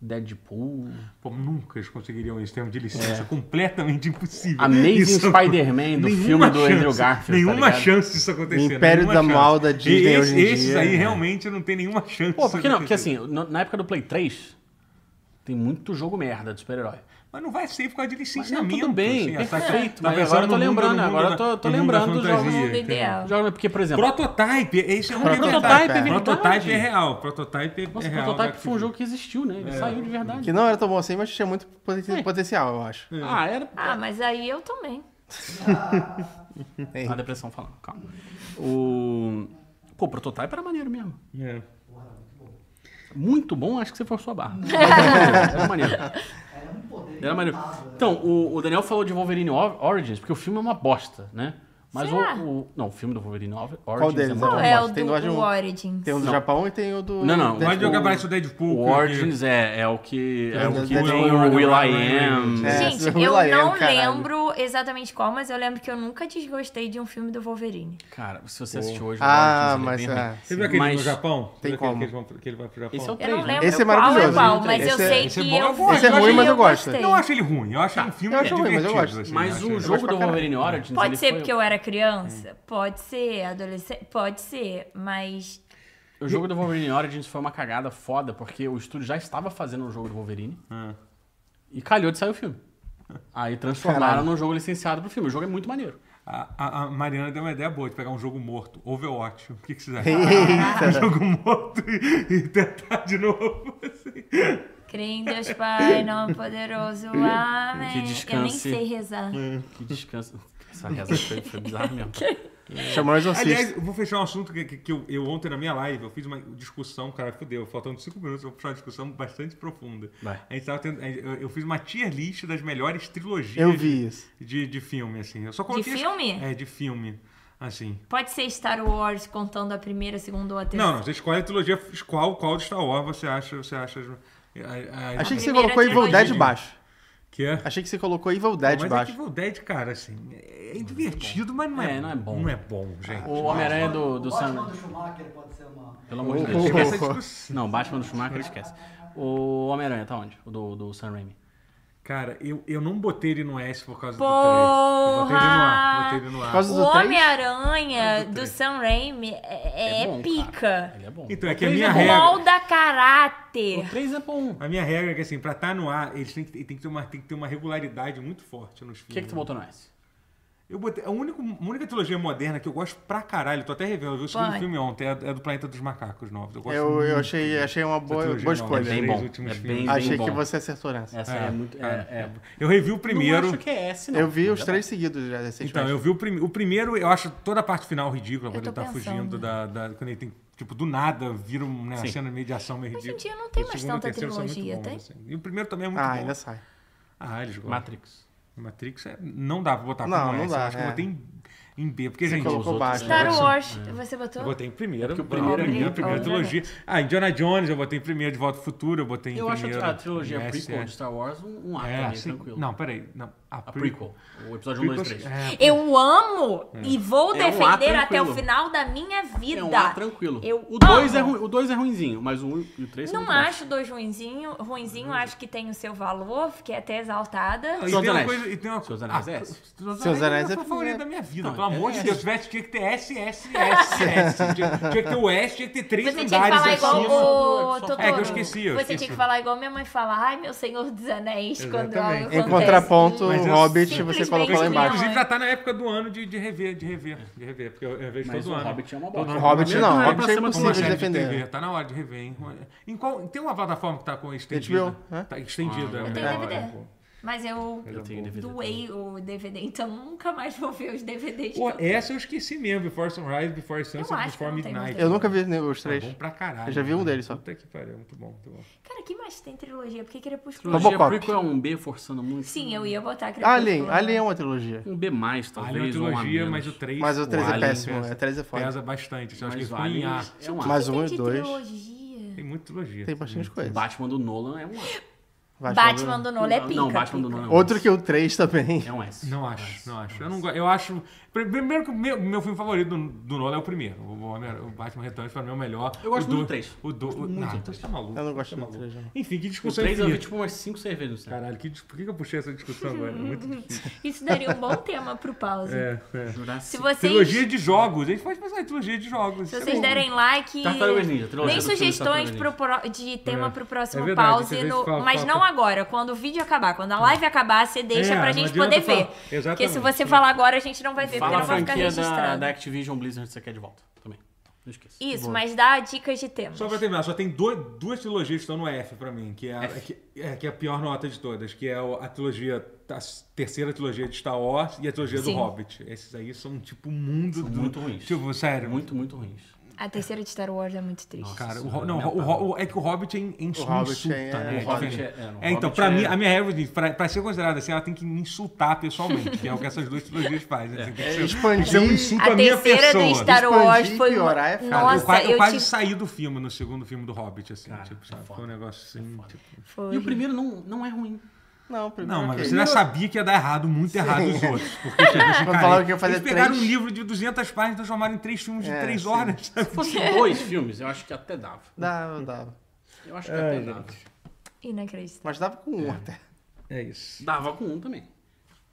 Deadpool,
Pô, nunca eles conseguiriam esse termo de licença, é. completamente impossível.
Amazing
Isso é uma
Spider-man do
Nenhuma
filme do Andrew
chance,
Garfield, tá
Nenhuma
ligado?
chance disso acontecer.
O Império
nenhuma
da
chance.
Mal da Disney
E
hoje em
Esses
dia,
aí
é.
realmente não tem nenhuma chance.
né? Pô, por que não? Porque
disso acontecer.
assim, no- na época do Play 3, tem muito jogo merda de super-herói.
Mas não vai ser por causa de
Mas não,
licenciamento.
tudo
assim,
bem,
essa-
perfeito.
tá
Mas
pensando
agora eu
no
tô
mundo-
lembrando,
no mundo
agora
da-
eu tô, tô
no mundo
lembrando
da
dos jogos.
fantasia,
Mundo
entendeu?
ideal.
Jogos, porque, por exemplo,
Prototype, esse é um
Prototype,
prototype,
é
verdade.
prototype é real. Prototype é
nossa,
real.
Prototype
né?
foi um jogo que existiu, né? Ele saiu de verdade.
Que não era tão bom assim, mas tinha muito poten-
É.
potencial, eu acho.
Hum.
Ah, era.
Ah, mas aí eu também.
A depressão falando, calma. O. Pô, o prototype era maneiro mesmo.
É.
Muito bom, acho que você forçou a barra. Era maneiro.
Era um poder.
Era maneiro. Então, o, o Daniel falou de Wolverine O- Origins, porque o filme é uma bosta, né? Mas o,
Será?
o- Não, o filme do Wolverine O- Origins.
deles?
é muito
Não,
Qual
bom.
eu
é
gosto.
o
Tem
do
duas de um-
o Origins?
Tem o do
Não.
Japão e tem o do.
Não, não,
Vai
Deadpool.
jogar mais o Deadpool.
O
porque-
Origins é, é o que. É o que
É,
tem o Will I Am.
É,
Gente,
Will
eu
I Am,
não
caralho.
lembro exatamente qual, mas eu lembro que eu nunca desgostei de um filme do Wolverine.
Cara, se você assistiu hoje. o Origins,
Ah,
ele é
mas.
bem ruim.
ah,
Você viu aquele
Mas-
no Japão? Você
Tem
viu aquele
como.
Que, eles vão- que ele vai pro Japão?
Esse é o
Eu não
três, né?
lembro
Esse é
qual é
maravilhoso,
qual,
hein?
mas eu
Esse é-
sei
esse é
que
bom, eu
eu
gosto.
Esse é
eu
ruim, mas eu gosto.
gostei.
Eu acho ele ruim. Eu acho um filme
Tá. Eu acho ruim, mas eu
divertido.
gosto.
assim,
Mas
acho
o
ele-
jogo
pra
do
caralho.
Wolverine Origins. ele
Pode ser
foi-
porque eu era
É.
criança, pode ser adolescente, pode ser, mas
O jogo do Wolverine Origins foi uma cagada foda, porque o estúdio já estava fazendo um jogo do Wolverine
Ah.
e calhou de sair o filme. Aí transformaram
Caralho.
num jogo licenciado pro filme. O jogo é muito maneiro.
A, a- a Mariana deu uma ideia boa de pegar um jogo morto, Overwatch. O que, que vocês acham? um
Eita.
jogo morto e, e tentar de novo. assim.
crê em Deus Pai, não poderoso, amém.
Que
Eu nem
descanse.
sei rezar.
Que descanso. Essa reza foi, foi bizarra mesmo.
Chamou é. o
Aliás,
Exorcista.
eu vou fechar um assunto que, que- que eu, eu ontem na minha live, eu fiz uma discussão, cara, fudeu, faltando cinco minutos, eu vou puxar uma discussão bastante profunda.
Vai.
A gente tava tendo, a gente- eu, eu fiz uma tier list das melhores trilogias
Eu vi isso.
De, de, de filme, assim. Eu só coloquei as-
filme?
É, de filme. Assim.
Pode ser Star Wars contando a primeira, a segunda ou a terceira.
Não, não, você escolhe a trilogia, qual, qual de Star Wars você acha. Você acha as- a- a-
Achei que você
primeira
colocou Evil
trilogia.
Dead baixo.
que é.
Achei que você colocou Evil Dead
mas
baixo.
é que Evil Dead, cara, assim, é é divertido, mas não é,
É, não é bom.
Não é bom, gente.
O Homem-Aranha É do, do
O
Sam né?
Batman
Raimi.
do Schumacher pode ser uma.
Pelo amor de
Oh,
Deus.
oh,
Esquece
Esquece.
a discussão.
Não, Batman do Schumacher, esquece. O Homem-Aranha tá onde? O do, do Sam Raimi.
Cara, eu, eu não botei ele no S por causa do 3. Eu botei ele no
Porra!
A. Botei ele no
Por
A.
causa
O
do três?
Homem-Aranha
do
do
três.
Sam Raimi é, é
bom, cara.
pica.
Ele é bom.
Então, é que
O
a
três
minha
é bom.
regra-
Molda caráter.
O 3 é bom.
A minha regra é que, assim, pra estar no A, eles têm que, tem, que ter uma, tem que ter uma regularidade muito forte nos
O
filmes.
que, que tu botou no S?
Eu botei, a, única, a única trilogia moderna que eu gosto pra caralho, tô até revendo, eu vi o segundo
Vai.
filme ontem, é, é do Planeta dos Macacos Novos. Eu gosto
Eu,
muito.
eu achei, achei uma boa,
trilogia
boa
não,
escolha.
é
Bem
três
bom.
últimos
É
filmes.
bem, bem
Achei
bom.
que você acertou nessa.
Essa é, muito. É,
cara,
é...
Eu revi o
Não
primeiro.
acho que é S, não.
Eu vi os
Mas é
três seguidos já recentemente.
Então, eu vi o, prime- o primeiro, eu acho toda a parte final ridícula, quando
tô
ele tá
pensando.
fugindo da, da- Quando ele tem, tipo, do nada, vira um, né, uma
Sim.
cena meio de ação meio
Hoje em
ridícula.
dia não tem
O
mais
segundo e o
tanta
terceiro são muito
trilogia,
bons,
tem?
assim. E o primeiro também é muito
Ah,
bom.
ainda sai.
Ah, eles gostam.
bom. Matrix.
Matrix é- não dá pra botar
Não,
como
não
S,
dá,
eu acho que eu
é.
botei em, em B, porque, gente...
colocou
os outros,
baixo.
né?
Star
Sim.
Wars, você botou?
Eu botei em primeiro.
porque o
primeiro,
primeiro é
primeiro,
bem-
primeiro trilogia.
obviamente.
Ah, Indiana Jones eu botei em primeiro, De Volta ao Futuro eu botei em
Eu acho
primeiro.
a trilogia
em S,
prequel
é.
de Star Wars um, um arco
É,
meio
assim,
tranquilo.
Não, peraí. Não, Ah, a,
A prequel. O episódio 1, 2, 3.
É,
Eu amo e vou
É um
defender
ar
até
tranquilo.
o final da minha vida.
É um ar tranquilo.
Eu
o 2 é,
amo.
ruim, o dois é ruinzinho, mas o 1 e o 3 são
Não
muito bons.
acho dois ruinzinho, ruinzinho, acho que tem o seu valor, fiquei até exaltada.
e
Seus
tem uma
Anéis.
coisa. E tem uma... Ah,
Seus Anéis é S.
Seus
Seus Anéis é
foi o favorito
primeiro.
da minha vida,
Não, é
pelo amor de Deus, se tivesse, tinha que ter S, S, S, S. Tinha, tinha que ter o S, tinha que ter três
Você tinha que
andares
falar igual
acima.
do-
o
só-
Totoro.
É, assim, que eu esqueci, eu
Você
esqueci.
tinha que falar igual minha mãe fala, ai, meu Senhor dos Anéis, quando algo
Exatamente.
acontece.
Em contraponto,
Mas
o
eu
Hobbit
simplesmente
você colocou lá
não.
embaixo.
Inclusive já tá na época do ano de, de rever, de rever, de rever, porque eu, eu vejo
Mas
todo
o
ano.
Hobbit é uma bosta.
Todo
O Hobbit
ano.
não, o
Uma
Hobbit é
série
impossível de
série de
defender.
TV, tá na hora de rever, hein? Em qual, tem uma plataforma que tá com estendida?
HBO, né?
Tá estendida.
Eu
né?
tenho DVD.
É.
Mas eu
Eu tenho DVD.
doei o DVD, então nunca mais vou ver os DVDs. que
Pô,
eu tenho.
essa eu esqueci mesmo. Before Sunrise, Before Sunset,
acho que
Before
não tem
Midnight.
mais
Eu nunca vi né, os
É
três.
bom pra caralho.
Eu já vi um deles só.
Puta que pariu, muito bom, muito bom.
Cara, que mais tem trilogia? Por que que era
Trilogia
Robocop.
prequel é um B forçando muito.
Sim, eu ia botar Crepúsculo. né?
Alien, Alien é uma trilogia.
Um B mais,
Alien é uma
talvez. ou um a
trilogia,
menos.
mas o 3...
Mas o 3 é
Alien
péssimo,
pesa,
né? O 3 é foda.
Pesa bastante. Eu acho que
Mas
foi
o
em
Alien
A.
é um A.
Mas um
tem
e
de
dois.
trilogia?
Tem muito trilogia. Hum.
Tem bastante
O
coisa.
Batman do Nolan é um A.
Vai,
Batman
fala.
do Nolan é pica.
Não, Batman do
pica.
Nolan é um
Outro
S.
que o 3 também.
É um S.
Não acho, não acho. Eu, não, go- eu acho. pr- Primeiro que o meu, meu filme favorito do, do Nolan é o primeiro. O, Homem- o Batman Returns pra mim é o melhor.
Eu
o
gosto muito
do-
do três.
O do. O, não, o três tá maluco.
Eu não
o três
gosto do
tá maluco.
três, não.
Enfim, que
O
discussão
3 eu vi
infinita.
tipo umas 5 cervejas. Cara.
Caralho, que, dis- por que que eu puxei essa discussão agora? É Muito difícil.
Isso daria um bom tema pro pause.
É, é.
Se
Jurassic.
vocês,
Trilogia de jogos. A gente pode pensar em trilogia de jogos. Isso
se
é
vocês
bom.
derem like,
Tartarugas Ninja, trilogia
nem
do filme
sugestões
Tartarugas
pro pro- de tema
É.
pro próximo
É verdade, às
pause,
vezes
no-
falta-
mas não
falta-
agora, quando o vídeo acabar, quando a live acabar, você deixa
É,
pra
não
gente
adianta
poder
falar.
ver. Porque
Exatamente.
se você falar agora, a gente não vai ver, porque
Fala a
não vai ficar
franquia da,
registrado.
da Activision Blizzard que você quer de volta também. Não esqueça.
Isso, mas dá dicas de temas.
Só pra terminar, só tem dois- duas trilogias que estão no F pra mim, que é, a-
F.
que, é, que é a pior nota de todas, que é o- a trilogia, a terceira trilogia de Star Wars e a trilogia
Sim.
do Hobbit. Esses aí são tipo o mundo do...
muito ruins.
Tipo, sério.
É Muito, muito ruins.
A terceira de Star Wars é muito triste.
Cara, o,
Nossa,
Ho- não, o, Ho- o- é que o Hobbit é em, em,
O Hobbit
insulta,
é-
né?
o
É
Hobbit
diferente.
é- é, não, o
É, então,
Hobbit
pra
é-
mim, a minha regra, de- pra, pra ser considerada assim, ela tem que me insultar pessoalmente, que é o que essas duas trilogias fazem. assim, tem que ser-
Expandir.
isso é um insulto
A
à minha
terceira
pessoa.
do Star
Expandir
Wars
e
foi.
piorar é
uma-
foda.
Cara, eu, qua-
Nossa,
eu
eu
quase
te.
saí do filme no segundo filme do Hobbit, assim,
Cara,
tipo,
é
sabe? Foi um
foda.
negócio assim, tipo...
Foi.
E o primeiro não, não é ruim.
Não, primeiro.
Não, mas
ok.
você já sabia que ia dar errado, muito errado os outros. Porque tipo, assim,
Quando
cara,
falaram que ia fazer
eles pegaram
três.
um livro de 200 páginas e transformaram em três filmes de
É,
três
sim.
horas.
Se fossem dois filmes, eu acho que até dava.
Dava, dava.
Eu acho que até dava.
Inacreditável.
Mas dava com um até.
É isso.
Dava com um também.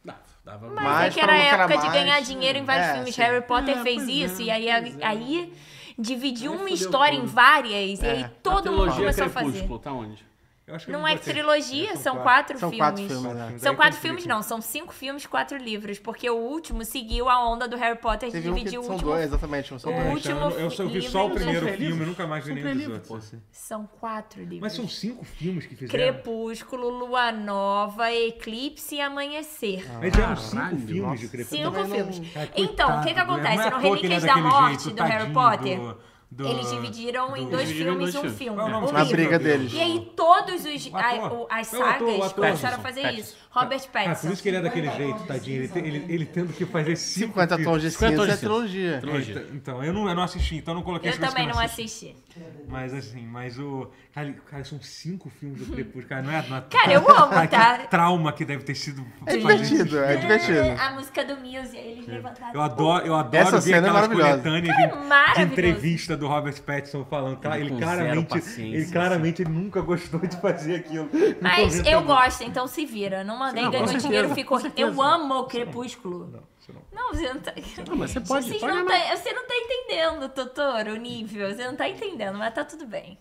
Dava, dava com
Mas,
Mas
é que era
pra
a
não lucrar
época de
mais,
ganhar dinheiro em vários
é,
filmes.
sim.
Harry Potter
É,
fez
pois é,
isso, e aí,
pois é.
aí dividiu
Aí
uma
fudeu
história em
tudo.
várias, e
É,
aí
um.
a
A
todo mundo
trilogia
começou a fazer.
Crepúsculo, tá onde?
Eu acho que eu
Não é
botei.
trilogia,
É,
são quatro
São
filmes.
quatro filmes, né?
São
Daí
quatro
complica.
filmes, não, são cinco filmes, quatro livros, porque o último seguiu a onda do Harry Potter de
Teve um que
dividir o
são
último.
dois, exatamente, um são
O
É,
dois.
então,
último é um
eu, eu só vi
livro
só o
são
primeiro
três
filme, eu
livros.
nunca mais vi
São
nenhum
três
dos
livros,
outros. assim.
São quatro livros.
Mas são né? cinco filmes que fizeram.
Crepúsculo, Lua Nova, Eclipse e Amanhecer.
Mas eram cinco
Caralho,
filmes de
nossa.
Crepúsculo.
Cinco
também não-
filmes.
Cara,
Então, o que que
coitado,
acontece?
não é à
No
toa que ele é
Relíquias da
daquele
Morte,
jeito,
do Harry
tadinho,
Potter,
do- do-
Eles dividiram em
do-
dois
Eles dividiram em
filmes e um
dois
filme.
filmes.
Qual é o nome
Um
do
Na
livro.
briga deles.
E aí todos os
O ator?
a- o- as
É o ator, o
sagas
ator.
começaram a
Pattinson,
fazer isso.
Pattinson.
Robert
Cara, por isso que
Pattinson.
ele é daquele jeito, tadinho. Ele, tem- ele, ele tendo que fazer cinco
50
filmes.
tons de
50
cinza é
tons de
trilogia.
Cinza.
Então, então, eu não, eu não assisti, então eu não coloquei
Eu
essa
também não
classificação.
assisti.
Mas assim, mas o. Cara, cara, são cinco filmes do Crepúsculo, cara, não é? Não é
Cara, eu amo, tá?
que trauma que deve ter sido. fazer
É divertido,
esses
é
filmes.
divertido.
A música do Muse, eles levantaram.
Eu adoro, eu adoro
Essa
ver
cena é
aquelas
maravilhosa.
coletâneas
Cara,
de, de
É maravilhoso.
entrevista do Robert Pattinson falando. Cara, ele
Ele com zero
claramente,
paciência, assim.
ele claramente nunca gostou de fazer aquilo.
Mas
Não
eu
comenta
gosto, então se vira. Não mandei,
Não, com
ganhou
certeza,
dinheiro,
com
ficou. Eu
certeza.
amo o Crepúsculo.
muito. Isso não.
Não, você não tá.
Não, mas você pode,
Vocês
pode
não
amar.
tá- Você não tá entendendo, Totoro, o nível. Você não tá entendendo, mas tá tudo bem.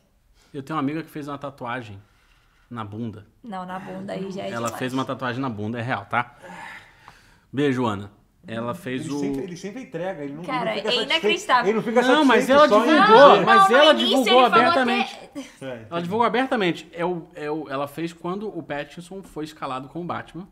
Eu tenho uma amiga que fez uma tatuagem na bunda.
Não, na bunda aí já é
Ela
demais.
fez uma tatuagem na bunda, é real, tá? Beijo, Ana. Ela fez
Ele,
o.
sempre, ele sempre entrega, ele não ele não
Cara,
fica
é
satisfeito.
inacreditável.
Ele não fica
Não, mas
satisfeito
ela
só em
divulgou,
dizer.
mas
no
ela
início
divulgou
ele falou
abertamente.
até-
É.
Ela divulgou abertamente. É o, é o, ela fez quando o Pattinson foi escalado com o Batman.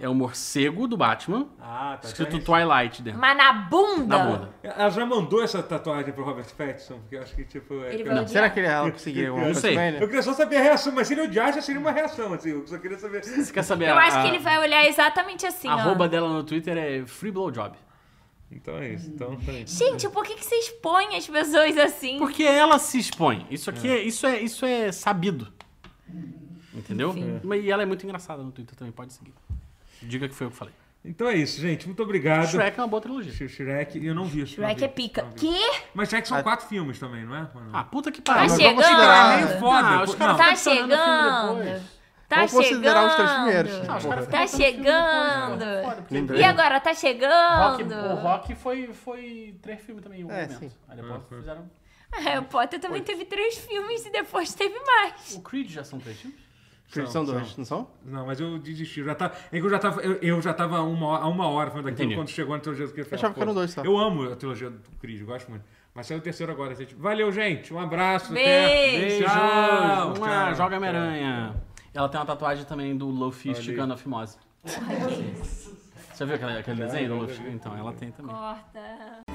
É o morcego do Batman.
Ah, tá.
escrito
então
Twilight dentro.
Mas na bunda.
Na bunda.
é- Ela já mandou essa tatuagem pro Robert Pattinson, que eu acho que tipo. é-
Ele vai
Será que ele ela conseguiria alguma
Eu
coisa
sei.
com ele?
Eu queria só saber a reação, mas se ele odiar, já seria uma reação, assim. Eu só queria saber.
Você quer saber
Eu
a,
acho que ele vai olhar exatamente assim,
a Ah, arroba
ó.
dela no Twitter é Free Blowjob.
Então é isso, então tá isso.
Gente, por que, que você expõe as pessoas assim?
Porque ela se expõe. Isso aqui é, isso é, isso é sabido. Entendeu? Mas- E ela é muito engraçada no Twitter também, pode seguir. Diga que foi eu que falei.
Então é isso, gente. Muito obrigado.
Shrek é uma boa trilogia.
Sh- Shrek, eu não vi. não
Shrek
vi,
é pica.
não vi.
Que?
Mas Shrek são quatro filmes também, não é? Mano?
Ah, puta que
Tá
pariu.
mas vamos
chegando.
considerar, né?
meio foda.
Ah,
pô.
os caras
Não.
Tá
estão adicionando filme
chegando.
depois.
Tá
Vamos considerar os três primeiros.
chegando.
Não, Ah, os caras
Tá chegando.
Lembrei.
E agora, tá
Rock,
chegando.
o Rock foi, foi três filmes também em algum
É,
momento.
sim.
Aí depois
Ah, foi.
fizeram.
É, Harry Potter também teve três filmes e depois teve mais.
O Creed já são três filmes?
Creed
São,
são dois, não são?
Não, mas eu desisti. Eu já tá, é que eu já tava, eu, eu já tava a uma hora, a uma hora falando daquilo
Entendi.
quando chegou na trilogia do Creed.
achava que eram dois só.
Eu amo a trilogia do Creed, eu gosto muito. Mas saiu o terceiro agora. gente. Valeu, gente. Um abraço.
Beijo.
Até.
Beijos!
Tchau.
Uma
tchau,
joga
tchau.
Homem-Aranha. Ela tem uma tatuagem também do Luffy
Olha aí.
esticando a fimose. Você viu aquele, aquele desenho do
já
Luffy? Então, ela tem também.
Corta.